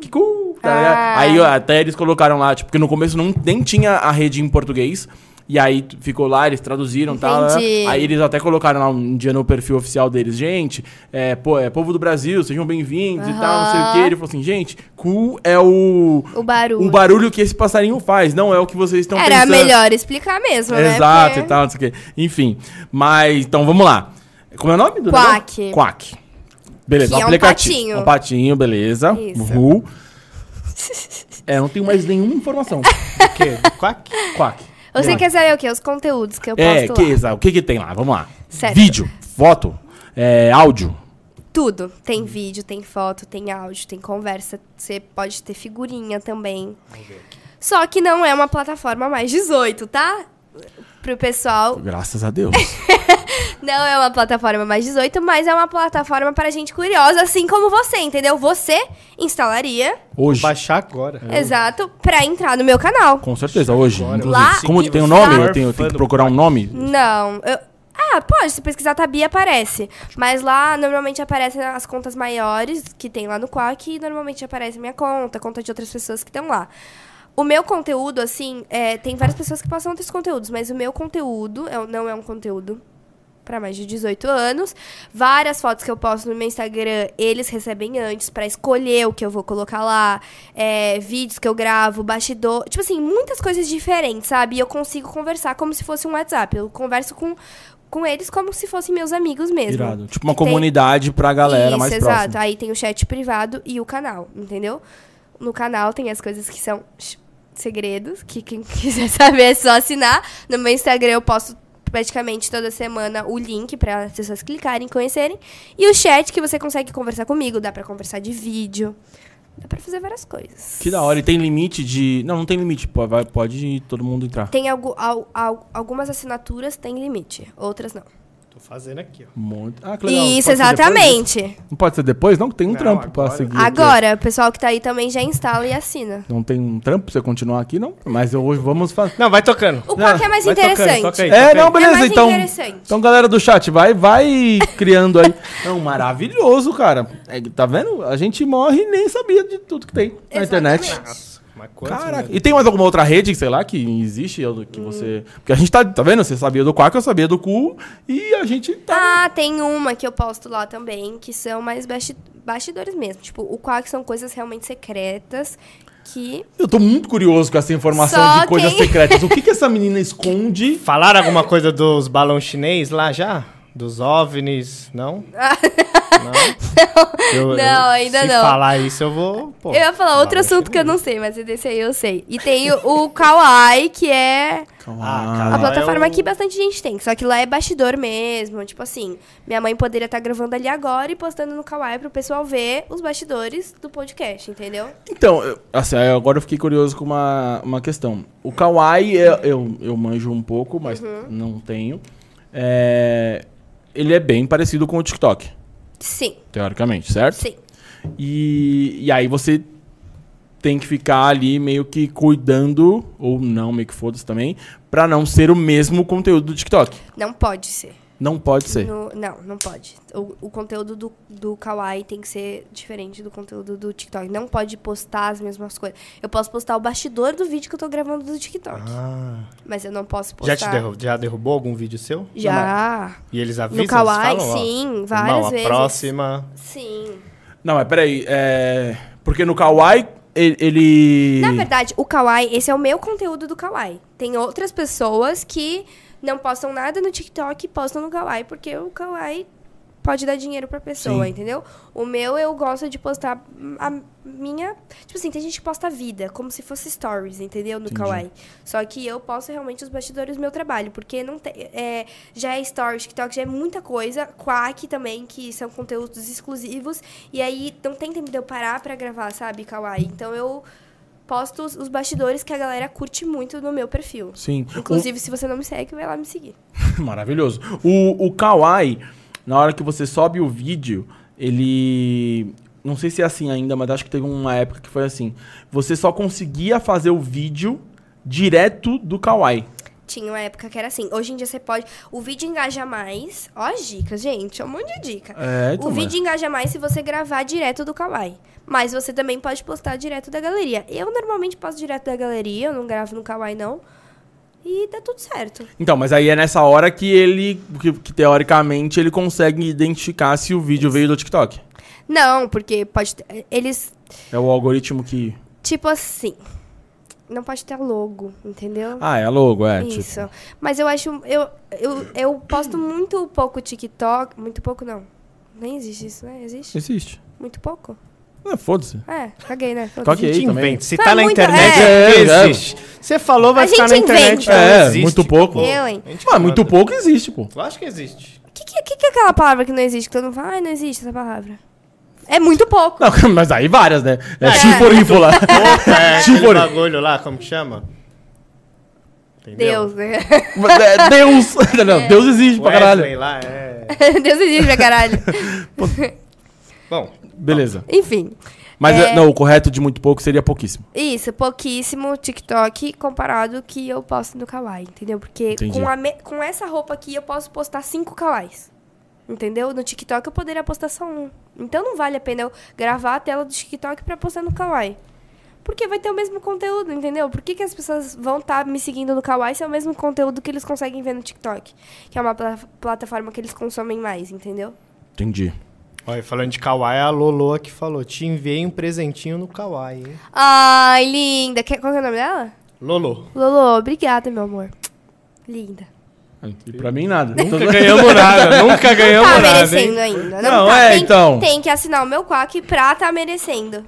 Speaker 1: Que cu, tá
Speaker 2: Ah.
Speaker 1: ligado? Aí ó, até eles colocaram lá, tipo, porque no começo não, nem tinha a rede em português. E aí t- ficou lá, eles traduziram e tal.
Speaker 2: Entendi.
Speaker 1: Aí eles até colocaram lá um dia no perfil oficial deles, gente, é, pô, é povo do Brasil, sejam bem-vindos e tal, não sei o quê.
Speaker 2: Aham.
Speaker 1: Ele falou assim, gente, cu é o.
Speaker 2: o barulho.
Speaker 1: O barulho que esse passarinho faz, não é o que vocês estão
Speaker 2: Era
Speaker 1: pensando.
Speaker 2: melhor explicar mesmo, né?
Speaker 1: Exato tá.
Speaker 2: Porque-
Speaker 1: e tal, não sei o quê. Enfim, mas então vamos lá. Como é o nome do
Speaker 2: Quack.
Speaker 1: negócio? Quack. Beleza,
Speaker 2: Que é um
Speaker 1: aplicativo.
Speaker 2: patinho.
Speaker 1: Um patinho, beleza.
Speaker 2: Isso.
Speaker 1: Uhul. É, não tenho mais nenhuma
Speaker 2: <laughs>
Speaker 1: informação.
Speaker 3: O quê? Quack?
Speaker 1: Quack.
Speaker 2: Você quer saber o quê? Os conteúdos que eu posto
Speaker 1: É, que,
Speaker 2: lá.
Speaker 1: exa- o que que tem lá? Vamos lá.
Speaker 2: Certo.
Speaker 1: Vídeo, foto, é, áudio.
Speaker 2: Tudo. Tem vídeo, tem foto, tem áudio, tem conversa. Você pode ter figurinha também. Só que não é uma plataforma mais 18, tá? Pro pessoal,
Speaker 1: Graças a Deus.
Speaker 2: não é uma plataforma mais 18, mas é uma plataforma para gente curiosa, assim como você, entendeu? Você instalaria,
Speaker 1: Hoje.
Speaker 3: Baixar agora.
Speaker 2: exato, pra entrar no meu canal.
Speaker 1: Com certeza, hoje.
Speaker 3: Agora,
Speaker 1: inclusive.
Speaker 2: Lá
Speaker 1: Como
Speaker 2: e
Speaker 1: tem o nome,
Speaker 2: lá-
Speaker 1: eu tenho, eu tenho que procurar um nome.
Speaker 2: Não, eu... Ah, pode, se pesquisar Tabi aparece. Mas lá normalmente aparecem as contas maiores que tem lá no Quack e normalmente aparece minha conta, conta de outras pessoas que estão lá. O meu conteúdo, assim, é, tem várias pessoas que passam outros conteúdos, mas o meu conteúdo é- não é um conteúdo para mais de 18 anos. Várias fotos que eu posto no meu Instagram, eles recebem antes pra escolher o que eu vou colocar lá. É, vídeos que eu gravo, bastidor. Tipo assim, muitas coisas diferentes, sabe? E eu consigo conversar como se fosse um WhatsApp. Eu converso com, com eles como se fossem meus amigos mesmo.
Speaker 1: Irado. Tipo uma
Speaker 2: Que tem-
Speaker 1: comunidade pra galera
Speaker 2: Isso,
Speaker 1: mais
Speaker 2: exato.
Speaker 1: próxima.
Speaker 2: Aí tem o chat privado e o canal, entendeu? No canal tem as coisas que são sh- segredos, que quem <laughs> quiser saber é só assinar. No meu Instagram eu posto praticamente toda semana o link pra as pessoas clicarem, conhecerem. E o chat que você consegue conversar comigo, dá pra conversar de vídeo. Dá pra fazer várias coisas.
Speaker 1: Que da hora. E tem limite de. Não, não tem limite. Pô, vai- Pode todo mundo entrar.
Speaker 2: Tem algu- al- al- algumas assinaturas têm limite, outras não.
Speaker 3: Tô fazendo aqui, ó.
Speaker 1: Monte- Ah, que legal. Pode ser
Speaker 2: Isso,
Speaker 1: depois disso?
Speaker 2: exatamente.
Speaker 1: Não pode ser depois, não? Que tem um
Speaker 3: Não,
Speaker 1: trampo pra
Speaker 3: agora-
Speaker 1: seguir. aqui.
Speaker 2: Agora, o pessoal que tá aí também já instala e assina.
Speaker 1: Não tem um trampo pra você continuar aqui, não? Mas eu, hoje vamos fazer.
Speaker 3: Não, vai tocando.
Speaker 2: O qual que é mais
Speaker 3: vai tocando,
Speaker 2: interessante?
Speaker 3: toca aí.
Speaker 1: É, não, beleza,
Speaker 2: É mais
Speaker 1: então.
Speaker 2: interessante.
Speaker 1: Então, galera do chat, vai, vai <laughs> criando aí. Não, maravilhoso, cara. É, tá vendo? A gente morre e nem sabia de tudo que tem na
Speaker 2: Exatamente. Ah,
Speaker 1: internet.
Speaker 3: Nossa, mas quantos,
Speaker 1: Caraca.
Speaker 3: né?
Speaker 1: E tem mais alguma outra rede, sei lá, que existe? eu- Que
Speaker 2: Hum.
Speaker 1: você... Porque a gente tá, tá vendo? Você sabia do Quack, eu sabia do cu. E a gente tá.
Speaker 2: Ah, tem uma que eu posto lá também, que são mais basti- bastidores mesmo. Tipo, o Quack são coisas realmente secretas que.
Speaker 1: Eu tô muito curioso com essa informação
Speaker 2: Só
Speaker 1: de coisas
Speaker 2: quem-
Speaker 1: secretas. O que, que essa
Speaker 2: <laughs>
Speaker 1: menina esconde?
Speaker 2: <laughs>
Speaker 3: Falaram alguma coisa dos balões chinês lá já? Dos OVNIs? Não? Eu-
Speaker 2: Não, ainda
Speaker 3: se
Speaker 2: não.
Speaker 3: falar isso, eu vou. pô,
Speaker 2: eu ia falar outro
Speaker 3: vai
Speaker 2: assunto que eu não sei, mas desse aí eu sei. E tem o, o Kawaii, que é a
Speaker 3: Ah, cara.
Speaker 1: Kawaii.
Speaker 2: plataforma
Speaker 3: é o-
Speaker 2: que bastante gente tem. Só que lá é bastidor mesmo. Tipo assim, minha mãe poderia estar gravando ali agora e postando no Kawaii pro pessoal ver os bastidores do podcast, entendeu?
Speaker 1: Então, eu- assim, aí agora eu fiquei curioso com uma, uma questão. O Kawaii, eu, eu, eu manjo um pouco, mas
Speaker 2: Uhum.
Speaker 1: não tenho. É, ele é bem parecido com o TikTok,
Speaker 2: Sim,
Speaker 1: teoricamente, certo?
Speaker 2: sim.
Speaker 1: E, e aí você tem que ficar ali meio que cuidando, ou não, meio que foda-se também, pra não ser o mesmo conteúdo do TikTok.
Speaker 2: Não pode ser.
Speaker 1: Não pode ser.
Speaker 2: No- não, não pode. O, o conteúdo do, do Kawaii tem que ser diferente do conteúdo do TikTok. Não pode postar as mesmas coisas. Eu posso postar o bastidor do vídeo que eu tô gravando do TikTok.
Speaker 3: Ah.
Speaker 2: Mas eu não posso postar.
Speaker 3: Já te derrubou, já derrubou algum vídeo seu?
Speaker 2: Já.
Speaker 3: E eles avisam?
Speaker 2: No
Speaker 3: eles
Speaker 2: Kawaii,
Speaker 3: falam, ó,
Speaker 2: sim, várias
Speaker 3: Irmão, a
Speaker 2: vezes.
Speaker 3: próxima.
Speaker 2: Sim.
Speaker 1: Não, mas peraí. É... Porque no Kawaii, ele. ele-
Speaker 2: Na verdade, o Kawaii, esse é o meu conteúdo do Kawaii. Tem outras pessoas que não postam nada no TikTok e postam no Kawaii, porque o Kawaii pode dar dinheiro pra pessoa,
Speaker 1: Sim.
Speaker 2: entendeu? O meu, eu gosto de postar a minha... Tipo assim, tem gente que posta a vida, como se fosse stories, entendeu? No Kawaii. Só que eu posto realmente os bastidores do meu trabalho, porque não tem... é, já é stories, TikTok, já é muita coisa. Quack também, que são conteúdos exclusivos. E aí, não tem tempo de eu parar pra gravar, sabe, Kawaii? Então, eu posto os, os bastidores que a galera curte muito no meu perfil.
Speaker 1: Sim.
Speaker 2: Inclusive, se você não me segue, vai lá me seguir.
Speaker 1: <laughs> Maravilhoso. O, o Kawaii, na hora que você sobe o vídeo, ele. Não sei se é assim ainda, mas acho que teve uma época que foi assim. Você só conseguia fazer o vídeo direto do Kawaii.
Speaker 2: Tinha uma época que era assim. Hoje em dia você pode. O vídeo engaja mais. Ó, as dicas, gente. É um monte de dica.
Speaker 1: É,
Speaker 2: o
Speaker 1: mas-
Speaker 2: vídeo engaja mais se você gravar direto do Kawaii. Mas você também pode postar direto da galeria. Eu normalmente posto direto da galeria, eu não gravo no Kawaii, não. E dá tudo certo.
Speaker 1: Então, mas aí é nessa hora que ele. Que, que teoricamente ele consegue identificar se o vídeo veio do TikTok.
Speaker 2: Não, porque pode. ter- Eles.
Speaker 1: É o algoritmo que.
Speaker 2: Tipo assim. Não pode ter logo, entendeu?
Speaker 1: Ah, é a logo, é. tipo-
Speaker 2: Isso. Mas eu acho. Eu, eu, eu posto muito pouco TikTok. Muito pouco, não. Nem existe isso, né? Existe?
Speaker 1: Existe.
Speaker 2: Muito pouco?
Speaker 1: Ah, foda-se.
Speaker 2: É, caguei, né?
Speaker 1: Toque
Speaker 3: A
Speaker 1: aí
Speaker 3: gente
Speaker 1: também.
Speaker 3: inventa. Se
Speaker 2: Faz
Speaker 3: tá na
Speaker 2: muita-
Speaker 3: internet,
Speaker 1: é.
Speaker 3: porque
Speaker 1: É, é.
Speaker 3: existe. Você falou, vai
Speaker 2: A
Speaker 3: ficar na
Speaker 2: gente
Speaker 3: internet.
Speaker 2: inventa.
Speaker 3: então
Speaker 1: É,
Speaker 3: existe,
Speaker 1: muito pouco.
Speaker 2: Eu, hein?
Speaker 3: A gente
Speaker 1: Mas muito
Speaker 3: manda.
Speaker 1: pouco existe, pô.
Speaker 3: Eu acho que existe.
Speaker 2: O que, que, que que é aquela palavra que não existe? Que todo mundo fala, ai, não existe essa palavra. É muito pouco.
Speaker 1: Não, <laughs> mas aí várias, né? É, <laughs>
Speaker 3: É.
Speaker 1: chiforífola.
Speaker 3: É, aquele
Speaker 1: Chifre.
Speaker 3: bagulho lá, como que chama?
Speaker 2: Deus, né? <laughs>
Speaker 1: Mas, é, Deus! Não, Deus existe Tipo pra
Speaker 3: Wesley
Speaker 1: caralho.
Speaker 3: lá, é...
Speaker 2: Deus existe pra caralho.
Speaker 3: <laughs>
Speaker 2: <laughs>
Speaker 3: Bom,
Speaker 1: Beleza.
Speaker 2: Enfim.
Speaker 1: Mas é, não, o correto de muito pouco seria pouquíssimo.
Speaker 2: Isso, pouquíssimo TikTok comparado que eu posto no Kawaii, entendeu? Porque
Speaker 1: Entendi.
Speaker 2: com, a me- com essa roupa aqui eu posso postar cinco Kawais. Entendeu? No TikTok eu poderia postar só um. Então não vale a pena eu gravar a tela do TikTok pra postar no Kawaii. Porque vai ter o mesmo conteúdo, entendeu? Por que, que as pessoas vão estar me seguindo no Kawaii se é o mesmo conteúdo que eles conseguem ver no TikTok? Que é uma pla- plataforma que eles consomem mais, entendeu?
Speaker 1: Entendi.
Speaker 3: olha, falando de kawaii, a Loloa que falou, te enviei um presentinho no kawaii, hein?
Speaker 2: Ai, linda! Quer- Qual que é o nome dela?
Speaker 3: Lolo.
Speaker 2: Lolo, obrigada, meu amor. Linda.
Speaker 1: E pra mim nada. Então-
Speaker 3: Nunca ganhamos <laughs> nada, nunca ganhamos
Speaker 2: tá
Speaker 3: nada,
Speaker 2: merecendo
Speaker 3: hein?
Speaker 2: ainda.
Speaker 1: Não,
Speaker 2: tá.
Speaker 1: é,
Speaker 2: tem,
Speaker 1: então.
Speaker 2: Tem que assinar o meu quack pra tá merecendo.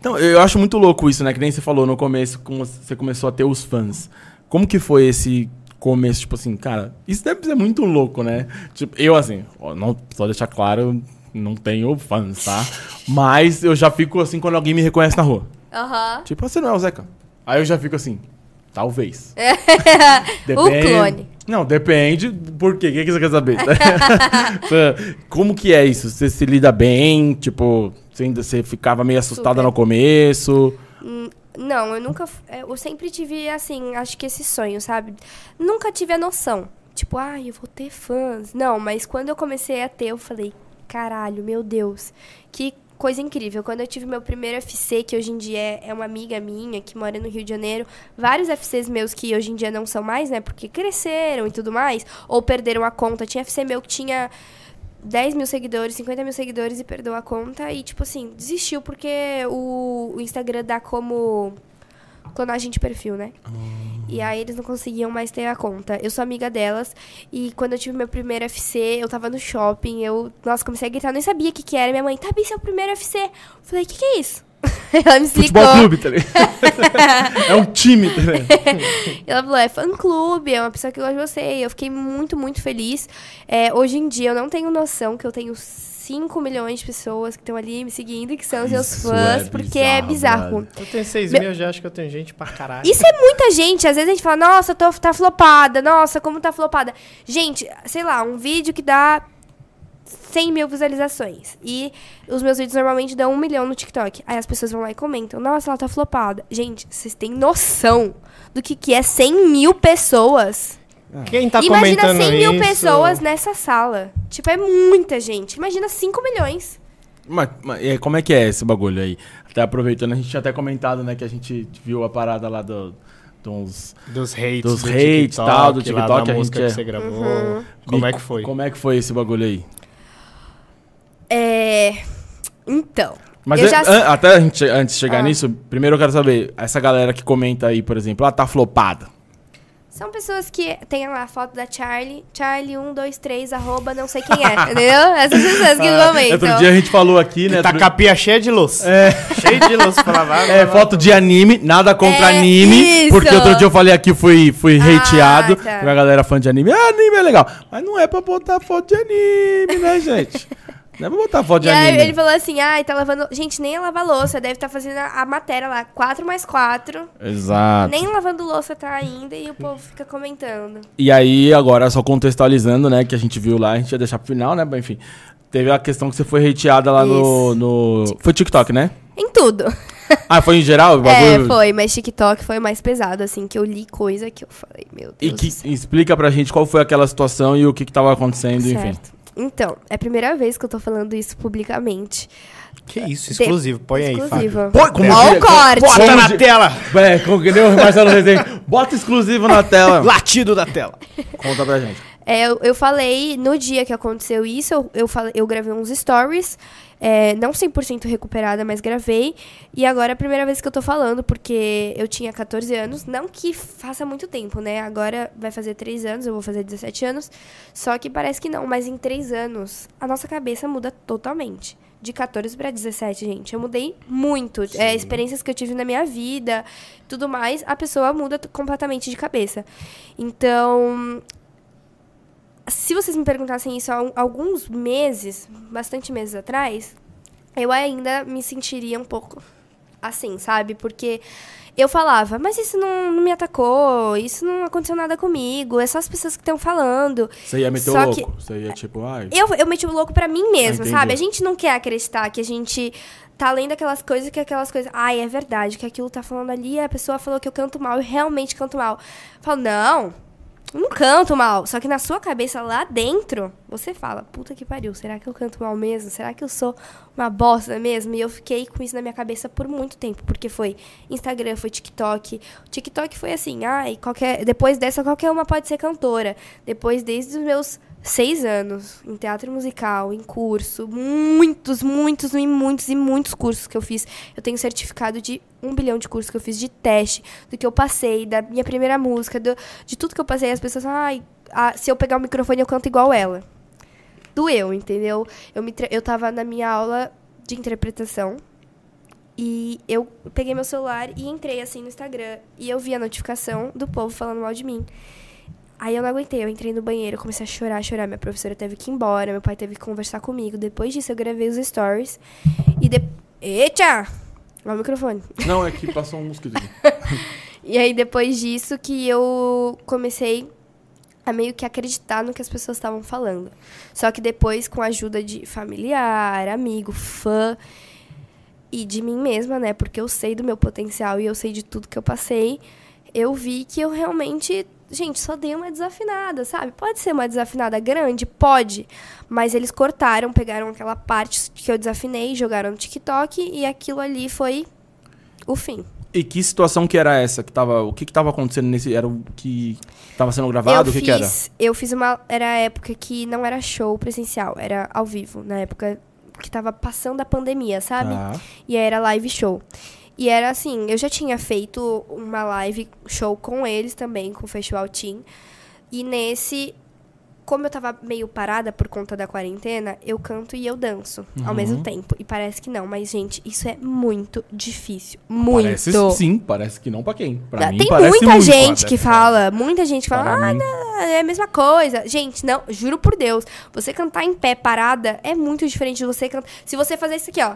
Speaker 1: Então, eu acho muito louco isso, né? Que nem você falou no começo, como você começou a ter os fãs. Como que foi esse começo, tipo assim, cara, isso deve ser muito louco, né? Tipo, eu assim, ó, não, só deixar claro, não tenho fãs, tá? Mas eu já fico assim quando alguém me reconhece na rua.
Speaker 2: Aham.
Speaker 1: Tipo, "Ah, você não é o Zeca. Aí eu já fico assim, talvez.
Speaker 2: É, o clone.
Speaker 1: Não, depende. Por quê? O que que você quer saber? <laughs> Como que é isso? Você se lida bem? Tipo, você ainda você ficava meio assustada
Speaker 2: Super.
Speaker 1: no começo?
Speaker 2: Hum, Não, eu nunca. f- é, Eu sempre tive, assim, acho que esse sonho, sabe? Nunca tive a noção. Tipo, ai, eu vou ter fãs. Não, mas quando eu comecei a ter, eu falei, caralho, meu Deus. Que coisa incrível. Quando eu tive meu primeiro FC, que hoje em dia é- é uma amiga minha, que mora no Rio de Janeiro, vários FCs meus que hoje em dia não são mais, né? Porque cresceram e tudo mais, ou perderam a conta. Tinha FC meu que tinha 10 mil seguidores, 50 mil seguidores e perdeu a conta e, tipo assim, desistiu
Speaker 1: Ah.
Speaker 2: porque o, o Instagram dá como clonagem de perfil, né? E aí eles não conseguiam mais ter a conta. Eu sou amiga delas e quando eu tive meu primeiro FC, eu tava no shopping, eu, nossa, comecei a gritar, eu nem sabia o que que era. Minha mãe, tá bem, seu primeiro FC. Eu falei, o que que é isso? <laughs> Ela me explicou.
Speaker 1: Futebol clube, tá ligado?
Speaker 2: <laughs>
Speaker 1: é um time, tá ligado?
Speaker 2: E Ela falou, é fã clube, é uma pessoa que gosta de você. E eu fiquei muito, muito feliz. É, hoje em dia eu não tenho noção que eu tenho 5 milhões de pessoas que estão ali me seguindo e que são seus
Speaker 1: Isso
Speaker 2: fãs,
Speaker 1: é
Speaker 2: porque é
Speaker 1: bizarro,
Speaker 2: bizarro.
Speaker 1: velho.
Speaker 3: Eu tenho 6
Speaker 2: Me-
Speaker 3: mil, eu já acho que eu tenho gente pra caralho.
Speaker 2: Isso é muita gente. Às vezes a gente fala, nossa, tô, tá flopada, nossa, como tá flopada. Gente, sei lá, um vídeo que dá 100 mil visualizações. E os meus vídeos normalmente dão um milhão no TikTok. Aí as pessoas vão lá e comentam, nossa, ela tá flopada. Gente, vocês têm noção do que, que é 100 mil pessoas?
Speaker 3: Quem tá
Speaker 2: Imagina
Speaker 3: comentando
Speaker 2: 100 mil
Speaker 3: isso,
Speaker 2: pessoas nessa sala. Tipo, é muita gente. Imagina 5 milhões.
Speaker 1: Mas, mas, e aí, como é que é esse bagulho aí? Até aproveitando, a gente tinha até comentado, né, que a gente viu a parada lá do, de uns.
Speaker 3: Dos hates.
Speaker 1: Dos
Speaker 3: do
Speaker 1: hates,
Speaker 3: TikTok,
Speaker 1: tal, do
Speaker 3: lá
Speaker 1: TikTok,
Speaker 3: da
Speaker 1: a
Speaker 3: música
Speaker 1: gente
Speaker 3: que
Speaker 1: é-
Speaker 3: você gravou. Como
Speaker 1: Me-
Speaker 3: é que foi?
Speaker 1: Como é que foi esse bagulho aí?
Speaker 2: É. Então.
Speaker 1: Mas
Speaker 2: eu
Speaker 1: é-
Speaker 2: já.
Speaker 1: an- até a gente- antes de chegar
Speaker 2: Ah.
Speaker 1: nisso, primeiro eu quero saber, essa galera que comenta aí, por exemplo, ah, tá flopada.
Speaker 2: São pessoas que tem lá a foto da Charlie. Charlie123, arroba, não sei
Speaker 1: <laughs>
Speaker 2: quem é. entendeu? Essas pessoas que então.
Speaker 1: Ah, outro
Speaker 2: comentam.
Speaker 1: dia a gente falou aqui, né?
Speaker 3: Que tá
Speaker 1: outro-
Speaker 3: com a pia cheia de luz.
Speaker 1: É.
Speaker 3: Cheia de luz pra lavar.
Speaker 1: É, foto de anime, nada contra
Speaker 2: É,
Speaker 1: anime,
Speaker 2: isso.
Speaker 1: porque outro dia eu falei aqui, fui, fui
Speaker 2: Ah,
Speaker 1: hateado,
Speaker 2: tá.
Speaker 1: pra galera fã de anime, ah, anime é legal, mas não é pra botar foto de anime, né, <laughs> gente? Não é pra botar foto de
Speaker 2: E aí
Speaker 1: anime.
Speaker 2: ele falou assim: ai, tá lavando. Gente, nem lava louça. Deve estar fazendo a a matéria lá. 4 mais 4.
Speaker 1: Exato.
Speaker 2: Nem lavando louça tá ainda. E o povo fica comentando.
Speaker 1: E aí, agora, só contextualizando, né, que a gente viu lá, a gente ia deixar pro final, né, mas enfim, teve a questão que você foi hateada lá no,
Speaker 2: Isso.
Speaker 1: no... Foi TikTok, né?
Speaker 2: Em tudo.
Speaker 1: Ah, foi em geral o
Speaker 2: É,
Speaker 1: bagulho?
Speaker 2: foi, mas TikTok foi o mais pesado, assim, que eu li coisa que eu falei, meu
Speaker 1: E
Speaker 2: Deus.
Speaker 1: que
Speaker 2: do céu.
Speaker 1: explica pra gente qual foi aquela situação e o que que tava acontecendo, enfim.
Speaker 2: Certo. Então, é a primeira vez que eu tô falando isso publicamente.
Speaker 3: Que isso, exclusivo. Põe aí, Fábio.
Speaker 2: Exclusiva.
Speaker 1: Pô, Ah, como
Speaker 2: Ó
Speaker 1: diria-
Speaker 2: o corte!
Speaker 1: Pô,
Speaker 3: Bota
Speaker 1: Como
Speaker 3: na
Speaker 1: de-
Speaker 3: tela!
Speaker 1: É, como que nem o Marcelo Rezende, bota exclusivo na tela.
Speaker 3: Latido da tela.
Speaker 1: Conta pra gente.
Speaker 2: É, eu, eu falei, no dia que aconteceu isso, eu, eu, falei- eu gravei uns stories, é, não 100% recuperada, mas gravei. E agora é a primeira vez que eu tô falando, porque eu tinha 14 anos, não que faça muito tempo, né? Agora vai fazer 3 anos, eu vou fazer 17 anos. Só que parece que não, mas em 3 anos a nossa cabeça muda totalmente. De 14 pra 17, gente. Eu mudei muito. É, experiências que eu tive na minha vida, tudo mais, a pessoa muda t- completamente de cabeça. Então, se vocês me perguntassem isso há um- alguns meses, bastante meses atrás, eu ainda me sentiria um pouco assim, sabe? Porque eu falava, mas isso não, não me atacou, isso não aconteceu nada comigo, é só as pessoas que estão falando.
Speaker 1: Você ia meter
Speaker 2: Só
Speaker 1: o
Speaker 2: que-
Speaker 1: louco. Você ia tipo, ai.
Speaker 2: Eu, eu meti o louco pra mim mesma,
Speaker 1: Entendi.
Speaker 2: sabe? A gente não quer acreditar que a gente tá lendo aquelas coisas que aquelas coisas. Ai, é verdade, que aquilo tá falando ali, a pessoa falou que eu canto mal, eu realmente canto mal. Eu falo, não, eu não canto mal. Só que na sua cabeça, lá dentro, você fala, puta que pariu, será que eu canto mal mesmo? Será que eu sou uma bosta mesmo? E eu fiquei com isso na minha cabeça por muito tempo, porque foi Instagram, foi TikTok. O TikTok foi assim, ai, qualquer. Depois dessa, qualquer uma pode ser cantora. Depois, desde os meus seis anos em teatro musical, em curso, muitos, muitos e muitos e muitos cursos que eu fiz. Eu tenho certificado de um bilhão de cursos que eu fiz de teste, do que eu passei, da minha primeira música, do- de tudo que eu passei. As pessoas falam, ai, ah, se eu pegar o microfone eu canto igual ela. Doeu, entendeu? Eu, me tra- eu tava na minha aula de interpretação e eu peguei meu celular e entrei assim no Instagram e eu vi a notificação do povo falando mal de mim. Aí eu não aguentei, eu entrei no banheiro, comecei a chorar, chorar. Minha professora teve que ir embora, meu pai teve que conversar comigo. Depois disso, eu gravei os stories. E depois. Eita! Olha o microfone.
Speaker 1: Não, é que passou um mosquito aqui.
Speaker 2: E aí, depois disso, que eu comecei a meio que acreditar no que as pessoas estavam falando. Só que depois, com a ajuda de familiar, amigo, fã e de mim mesma, né? Porque eu sei do meu potencial e eu sei de tudo que eu passei, eu vi que eu realmente. Gente, só dei uma desafinada, sabe? Pode ser uma desafinada grande? Pode. Mas eles cortaram, pegaram aquela parte que eu desafinei, jogaram no TikTok e aquilo ali foi o fim.
Speaker 1: E que situação que era essa? Que tava, o que que tava acontecendo nesse... Era o que tava sendo gravado?
Speaker 2: eu
Speaker 1: o que
Speaker 2: fiz,
Speaker 1: que era?
Speaker 2: Eu fiz uma. Era a época que não era show presencial, era ao vivo. Na época que tava passando a pandemia, sabe?
Speaker 1: Tá.
Speaker 2: E aí era live show. E era assim, eu já tinha feito uma live show com eles também, com o Festival Team. E nesse, como eu tava meio parada por conta da quarentena, eu canto e eu danço
Speaker 1: Uhum.
Speaker 2: ao mesmo tempo. E parece que não, mas gente, isso é muito difícil. Muito.
Speaker 1: Parece sim, parece que não pra quem. Pra
Speaker 2: Ah,
Speaker 1: mim,
Speaker 2: Tem
Speaker 1: parece
Speaker 2: muita
Speaker 1: muito. Tá
Speaker 2: gente
Speaker 4: Deve
Speaker 2: que
Speaker 4: ser.
Speaker 2: fala, muita gente que fala,
Speaker 1: Para
Speaker 2: ah,
Speaker 1: mim.
Speaker 2: não, é a mesma coisa. Gente, não, juro por Deus, você cantar em pé parada é muito diferente de você cantar. Se você fazer isso aqui, ó,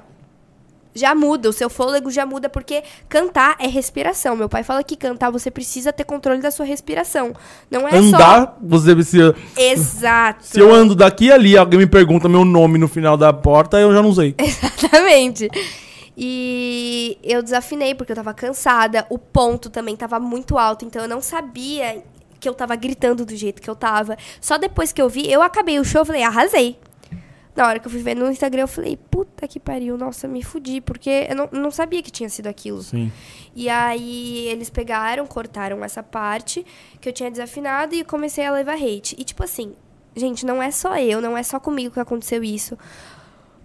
Speaker 2: já muda, o seu fôlego já muda, porque cantar é respiração. Meu pai fala que cantar você precisa ter controle da sua respiração. Não é só.
Speaker 1: Andar, você precisa.
Speaker 2: Exato.
Speaker 1: Se eu ando daqui e ali, alguém me pergunta meu nome no final da porta, eu já não
Speaker 2: <laughs>
Speaker 1: sei.
Speaker 2: Exatamente. E eu desafinei porque eu tava cansada, o ponto também tava muito alto, então eu não sabia que eu tava gritando do jeito que eu tava. Só depois que eu vi, eu acabei o show, eu falei, arrasei. Na hora que eu fui ver no Instagram, eu falei, puta que pariu, nossa, me fudi, porque eu não, não sabia que tinha sido aquilo.
Speaker 1: Sim.
Speaker 2: E aí eles pegaram, cortaram essa parte que eu tinha desafinado e comecei a levar hate. E tipo assim, gente, não é só eu, não é só comigo que aconteceu isso.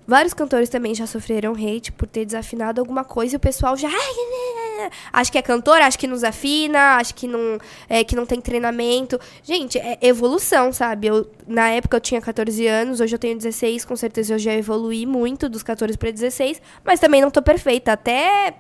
Speaker 2: Vários cantores também já sofreram hate por ter desafinado alguma coisa e o pessoal já. né, Acho que é cantor, acho que não desafina, acho que não, é, que não tem treinamento. Gente, é evolução, sabe? Eu, na época eu tinha 14 anos, hoje eu tenho 16, com certeza eu já evoluí muito dos 14 para 16, mas também não tô perfeita. Até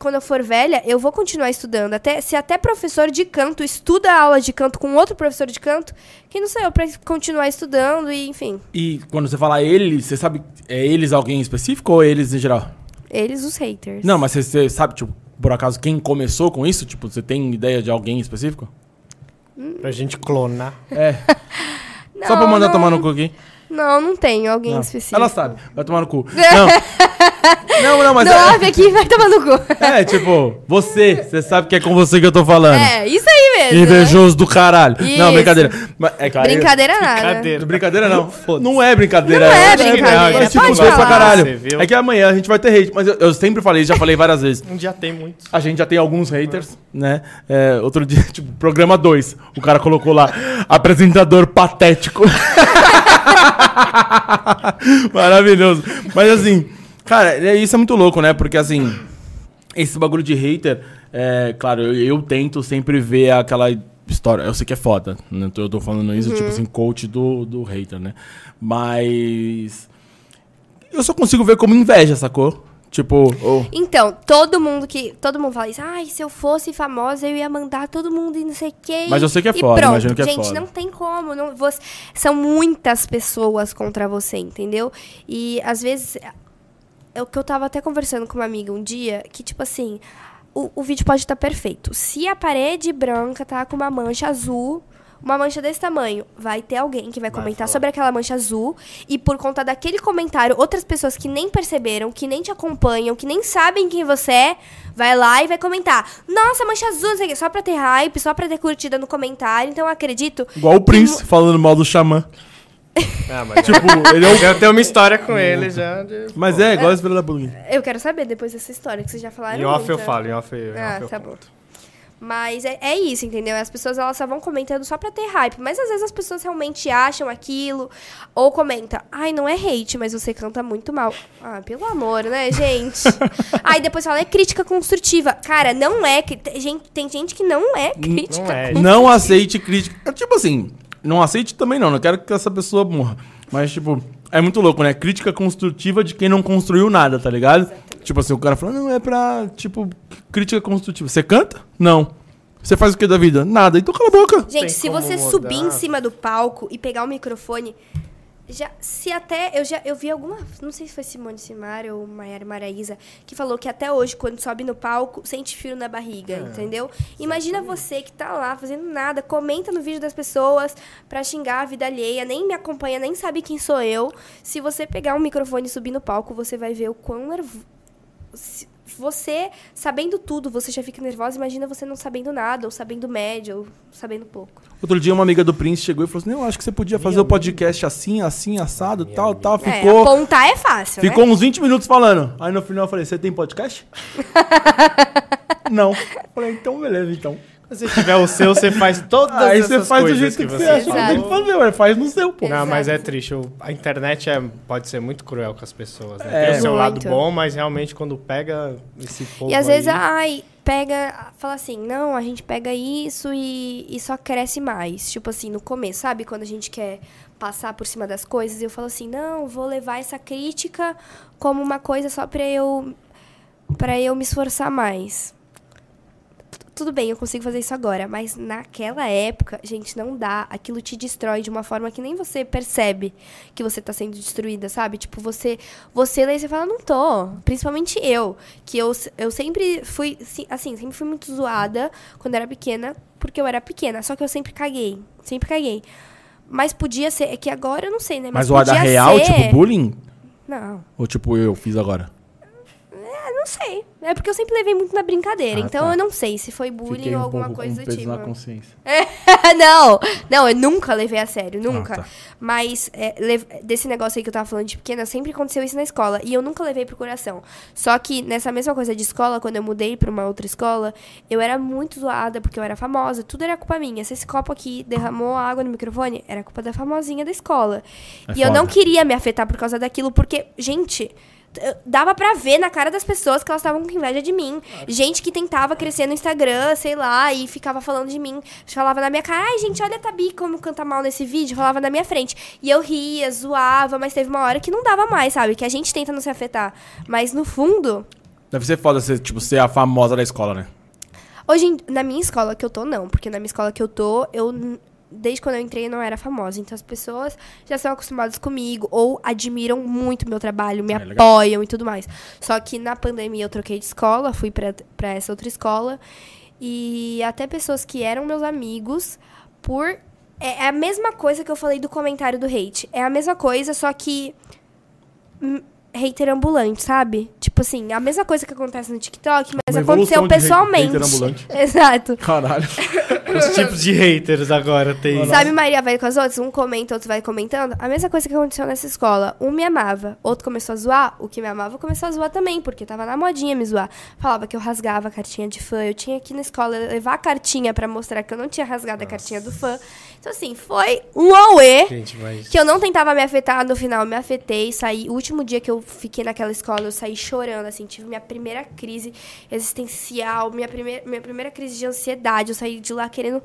Speaker 2: quando eu for velha, eu vou continuar estudando. Até, se até professor de canto estuda a aula de canto com outro professor de canto, quem não sou eu pra continuar estudando e, enfim,
Speaker 1: E quando você fala eles, você sabe, é eles alguém específico ou eles em geral?
Speaker 2: eles os haters.
Speaker 1: Não, mas você, você sabe, tipo, por acaso, quem começou com isso? Tipo, você tem ideia de alguém específico?
Speaker 3: Pra gente clonar.
Speaker 1: É. Só pra mandar
Speaker 2: não,
Speaker 1: tomar no cu aqui.
Speaker 2: Não, não tenho alguém
Speaker 1: Não.
Speaker 2: específico.
Speaker 1: Ela sabe, vai tomar
Speaker 2: <laughs>
Speaker 1: no cu. Não, não, não mas
Speaker 2: não
Speaker 1: é,
Speaker 2: abre aqui e vai tomar no cu.
Speaker 1: <laughs> é, tipo, você, você sabe que é com você que eu tô falando.
Speaker 2: É, isso aí mesmo. né?
Speaker 1: Invejoso do caralho. Não,
Speaker 2: Isso.
Speaker 1: brincadeira. Mas, é, cara,
Speaker 2: Brincadeira nada.
Speaker 3: Brincadeira.
Speaker 1: eu- Brincadeira não. Não é brincadeira.
Speaker 2: Não é
Speaker 1: Eu acho que
Speaker 2: brincadeira,
Speaker 1: Mas, tipo,
Speaker 2: pode
Speaker 1: dois pra
Speaker 2: falar.
Speaker 1: caralho.
Speaker 3: Você viu?
Speaker 1: É que amanhã a gente vai ter hate, mas eu, eu sempre falei, já falei várias vezes.
Speaker 3: Um dia tem muitos.
Speaker 1: A gente já tem alguns haters, né? É, outro dia, <laughs> tipo, programa 2, o cara colocou lá, apresentador patético. <laughs> Maravilhoso. Mas assim, cara, é- isso é muito louco, né? Porque assim, esse bagulho de hater, é, claro, eu, eu tento sempre ver aquela história. Eu sei que é foda, né? Eu tô falando isso, tipo assim, coach do, do hater, né? Mas. Eu só consigo ver como inveja, sacou? Tipo, ou-
Speaker 2: Então, todo mundo que. Todo mundo fala isso. Ai, se eu fosse famosa, eu ia mandar todo mundo e não sei quem.
Speaker 1: Mas eu sei que é
Speaker 2: e
Speaker 1: foda,
Speaker 2: pronto.
Speaker 1: imagino que é
Speaker 2: Gente,
Speaker 1: foda.
Speaker 2: não tem como. Não, você- são muitas pessoas contra você, entendeu? E às vezes. É o que eu tava até conversando com uma amiga um dia, que tipo assim. O, o vídeo pode estar perfeito. Se a parede branca tá com uma mancha azul. Uma mancha desse tamanho, vai ter alguém que vai comentar sobre aquela mancha azul e por conta daquele comentário, outras pessoas que nem perceberam, que nem te acompanham, que nem sabem quem você é, vai lá e vai comentar. Nossa, mancha azul, não sei o quê", só pra ter hype, só pra ter curtida no comentário. Então eu acredito.
Speaker 1: Igual o
Speaker 2: que
Speaker 1: Prince falando mal do Xamã.
Speaker 3: Ah, mas
Speaker 1: Tipo, ele é o...
Speaker 3: eu tenho uma história com ele já. de-
Speaker 1: Mas é, igual esse filho da puta.
Speaker 2: mu- Eu quero saber depois dessa história que vocês já falaram.
Speaker 3: Em off eu
Speaker 2: muita.
Speaker 3: falo, em off, em off
Speaker 2: Ah,
Speaker 3: eu
Speaker 2: tá
Speaker 3: conto.
Speaker 2: Mas é, é isso, entendeu? As pessoas elas só vão comentando só pra ter hype. Mas às vezes as pessoas realmente acham aquilo. Ou comenta, ai, não é hate, mas você canta muito mal. Ah, pelo amor, né, <laughs> gente? aí depois fala, é crítica construtiva. Cara, não é. cri- tem Gente, tem gente que não é crítica.
Speaker 3: Não é.
Speaker 1: Não aceite crítica. É Tipo assim, não aceite também não. Não quero que essa pessoa morra. Mas, tipo, é muito louco, né? Crítica construtiva de quem não construiu nada, tá ligado? Tipo assim, o cara fala, não, é pra, tipo, crítica construtiva. Você canta? Não. Você faz o que da vida? Nada. Então cala a boca.
Speaker 2: Gente,
Speaker 3: Tem
Speaker 2: se
Speaker 3: como
Speaker 2: você
Speaker 3: mudar.
Speaker 2: subir em cima do palco e pegar o microfone, já se até eu já eu vi alguma, não sei se foi Simone Simara ou Maiara Maraíza, que falou que até hoje quando sobe no palco sente frio na barriga,
Speaker 3: É,
Speaker 2: entendeu? Imagina você que tá lá fazendo nada, comenta no vídeo das pessoas pra xingar a vida alheia, nem me acompanha, nem sabe quem sou eu. Se você pegar um microfone e subir no palco, você vai ver o quão nervo- se- você sabendo tudo, você já fica nervosa. Imagina você não sabendo nada, ou sabendo médio, ou sabendo pouco.
Speaker 1: Outro dia uma amiga do Prince chegou e falou assim, não, acho que você podia fazer o podcast assim, assim, assado, tal, tal.
Speaker 2: É,
Speaker 1: Ficou...
Speaker 2: apontar é fácil,
Speaker 1: Ficou
Speaker 2: né?
Speaker 1: uns 20 minutos falando. Aí
Speaker 2: <laughs>
Speaker 1: no final eu falei, você tem podcast? não. Falei, então beleza, então.
Speaker 3: Se tiver o seu, você faz todas
Speaker 4: Aí
Speaker 3: essas
Speaker 4: você faz do
Speaker 3: coisas
Speaker 4: jeito que,
Speaker 3: que
Speaker 4: você acha
Speaker 2: você
Speaker 4: que tem que
Speaker 2: falou.
Speaker 4: fazer, ué. Faz no seu, pô.
Speaker 2: Exato.
Speaker 3: Não, mas é triste. eu- a internet é, pode ser muito cruel com as pessoas, né?
Speaker 4: É.
Speaker 3: Tem o seu lado
Speaker 2: Muito.
Speaker 3: bom, mas realmente quando pega esse povo
Speaker 2: E às
Speaker 3: aí-
Speaker 2: vezes, é ai, pega, fala assim, não, a gente pega isso e, e só cresce mais. Tipo assim, no começo, sabe? Quando a gente quer passar por cima das coisas, eu falo assim, não, vou levar essa crítica como uma coisa só pra eu, pra eu me esforçar mais. T- Tudo bem, eu consigo fazer isso agora, mas naquela época, gente, não dá. Aquilo te destrói de uma forma que nem você percebe que você tá sendo destruída, sabe? Tipo, você você daí você fala, não tô. Principalmente eu. Que eu, s- eu sempre fui, si- assim, sempre fui muito zoada quando era pequena, porque eu era pequena. Só que eu sempre caguei. Sempre caguei. Mas podia ser, é que agora eu não sei, né?
Speaker 1: Mas o Ada
Speaker 2: podia
Speaker 1: real,
Speaker 2: ser-
Speaker 1: tipo bullying?
Speaker 2: Não,
Speaker 1: Ou tipo eu fiz agora?
Speaker 2: eu não sei. É porque eu sempre levei muito na brincadeira.
Speaker 1: Ah,
Speaker 2: então
Speaker 1: tá. um
Speaker 2: eu não sei se foi bullying
Speaker 4: um
Speaker 2: ou alguma coisa do tipo.
Speaker 1: consciência.
Speaker 2: É, <laughs> não, não, eu nunca levei a sério, nunca.
Speaker 1: Ah, tá.
Speaker 2: Mas é, lev- desse negócio aí que eu tava falando de pequena, sempre aconteceu isso na escola. E eu nunca levei pro coração. Só que nessa mesma coisa de escola, quando eu mudei pra uma outra escola, eu era muito zoada, porque eu era famosa, tudo era culpa minha. Se esse copo aqui derramou água no microfone, era culpa da famosinha da escola.
Speaker 1: É
Speaker 2: e eu não
Speaker 1: foda.
Speaker 2: queria me afetar por causa daquilo, porque, gente. t- eu- Dava pra ver na cara das pessoas que elas estavam com inveja de mim. Gente que tentava crescer no Instagram, sei lá, e ficava falando de mim. Falava na minha cara, ai, gente, olha a Tabi como canta mal nesse vídeo. Falava na minha frente. E eu ria, zoava, mas teve uma hora que não dava mais, sabe? Que a gente tenta não se afetar. Mas no fundo,
Speaker 1: Deve ser foda ser, tipo, ser a famosa da escola, né?
Speaker 2: Hoje, em- na minha escola que eu tô, não. Porque na minha escola que eu tô, eu... n- Desde quando eu entrei, eu não era famosa. Então, as pessoas já são acostumadas comigo ou admiram muito meu trabalho, me
Speaker 1: Ah, é legal.
Speaker 2: apoiam e tudo mais. Só que na pandemia, eu troquei de escola, fui pra pra essa outra escola. E até pessoas que eram meus amigos, por... É é a mesma coisa que eu falei do comentário do hate. É a mesma coisa, só que hater ambulante, sabe? Tipo assim, a mesma coisa que acontece no TikTok, mas
Speaker 4: Uma
Speaker 2: aconteceu
Speaker 4: evolução de hate-
Speaker 2: pessoalmente.
Speaker 4: hater ambulante.
Speaker 2: <laughs> Exato.
Speaker 1: Caralho.
Speaker 3: Os tipos tipo de haters agora tem.
Speaker 2: Sabe, Maria vai com as outras, um comenta, outro vai comentando. A mesma coisa que aconteceu nessa escola. Um me amava, outro começou a zoar, o que me amava começou a zoar também, porque tava na modinha me zoar. Falava que eu rasgava a cartinha de fã, eu tinha que ir na escola levar a cartinha pra mostrar que eu não tinha rasgado a cartinha do fã. Então, assim, foi um auê.
Speaker 3: Gente, mas.
Speaker 2: Que eu não tentava me afetar, no final eu me afetei, saí. O último dia que eu fiquei naquela escola, eu saí chorando, assim, tive minha primeira crise existencial, minha primeira, minha primeira crise de ansiedade. Eu saí de lá querendo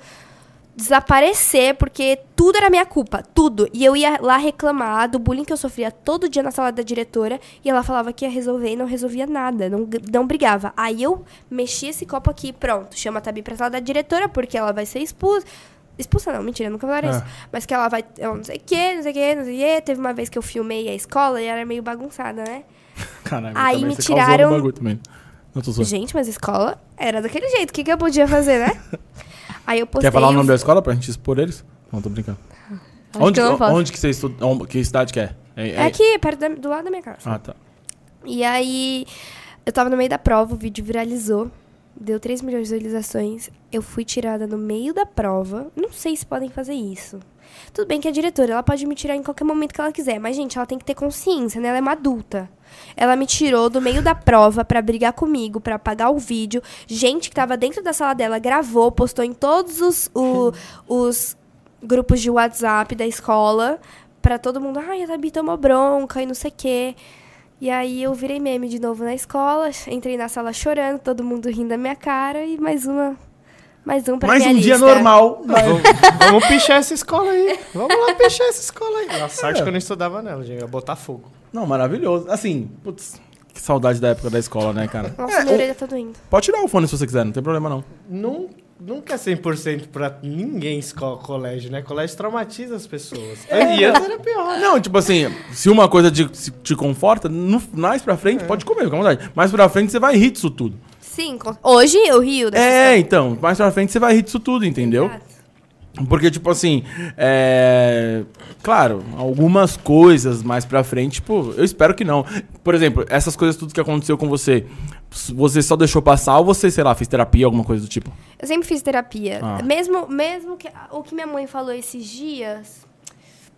Speaker 2: desaparecer, porque tudo era minha culpa, tudo. E eu ia lá reclamar do bullying que eu sofria todo dia na sala da diretora, e ela falava que ia resolver e não resolvia nada, não, g- não brigava. Aí eu mexi esse copo aqui, pronto, chama a Tabi pra sala da diretora, porque ela vai ser expulsa. Expulsa não, mentira, nunca falaram
Speaker 1: É.
Speaker 2: isso. Mas que ela vai, eu não sei o que, não sei o que, não sei o que. Teve uma vez que eu filmei a escola e era meio bagunçada, né?
Speaker 1: <laughs> Caralho,
Speaker 2: Aí
Speaker 1: também
Speaker 2: me
Speaker 1: você causou no
Speaker 2: tiraram-
Speaker 1: bagulho também. Não tô zoando.
Speaker 2: Gente, mas a escola era daquele jeito, o que, que eu podia fazer,
Speaker 1: <laughs>
Speaker 2: né? Aí eu postei...
Speaker 1: Quer falar o nome
Speaker 2: um-
Speaker 1: da escola pra gente expor eles? Não, tô brincando.
Speaker 2: Acho
Speaker 1: Onde,
Speaker 2: que eu não posso.
Speaker 1: onde que você estuda? on- Que cidade que é?
Speaker 2: É aqui, perto da- do lado da minha casa.
Speaker 1: Ah, tá.
Speaker 2: E aí, eu tava no meio da prova, o vídeo viralizou, deu 3 milhões de visualizações. Eu fui tirada no meio da prova. Não sei se podem fazer isso. Tudo bem que a diretora, ela pode me tirar em qualquer momento que ela quiser, mas, gente, ela tem que ter consciência, né? Ela é uma adulta. Ela me tirou do meio da prova pra brigar comigo, pra apagar o vídeo. Gente que tava dentro da sala dela gravou, postou em todos os, o- os grupos de WhatsApp da escola pra todo mundo. Ai, a Tabi tomou bronca e não sei o quê. E aí eu virei meme de novo na escola, entrei na sala chorando, todo mundo rindo da minha cara e mais uma. Mais um pra
Speaker 4: Mais
Speaker 2: minha
Speaker 4: um dia
Speaker 2: lista.
Speaker 4: normal.
Speaker 3: Vamos, vamos pichar essa escola aí. Vamos lá pichar essa escola aí. A sorte que eu não estudava nela, gente. Eu ia botar fogo.
Speaker 4: Não, maravilhoso. Assim, putz.
Speaker 1: Que saudade da época da escola, né, cara?
Speaker 2: Nossa,
Speaker 4: É,
Speaker 2: minha orelha tá doendo.
Speaker 1: Pode tirar o fone se você quiser, não tem problema não.
Speaker 3: Nun- Nunca é 100% pra ninguém escola, colégio, né? Colégio traumatiza as pessoas.
Speaker 2: É,
Speaker 3: É, E antes era pior.
Speaker 1: Não, tipo assim, se uma coisa te, se te conforta, no, mais pra
Speaker 2: É.
Speaker 1: frente, pode comer, fica à vontade. Mais pra frente você vai rir disso tudo.
Speaker 2: Sim, com- hoje eu rio dessa
Speaker 1: É,
Speaker 2: história.
Speaker 1: então, mais pra frente você vai rir disso tudo, entendeu?
Speaker 2: Exato.
Speaker 1: Porque, tipo assim, é. Claro, algumas coisas mais pra frente, tipo, eu espero que não. Por exemplo, essas coisas tudo que aconteceu com você, s- você só deixou passar ou você, sei lá, fez terapia, alguma coisa do tipo?
Speaker 2: Eu sempre fiz terapia.
Speaker 1: Ah.
Speaker 2: Mesmo, mesmo que o que minha mãe falou esses dias,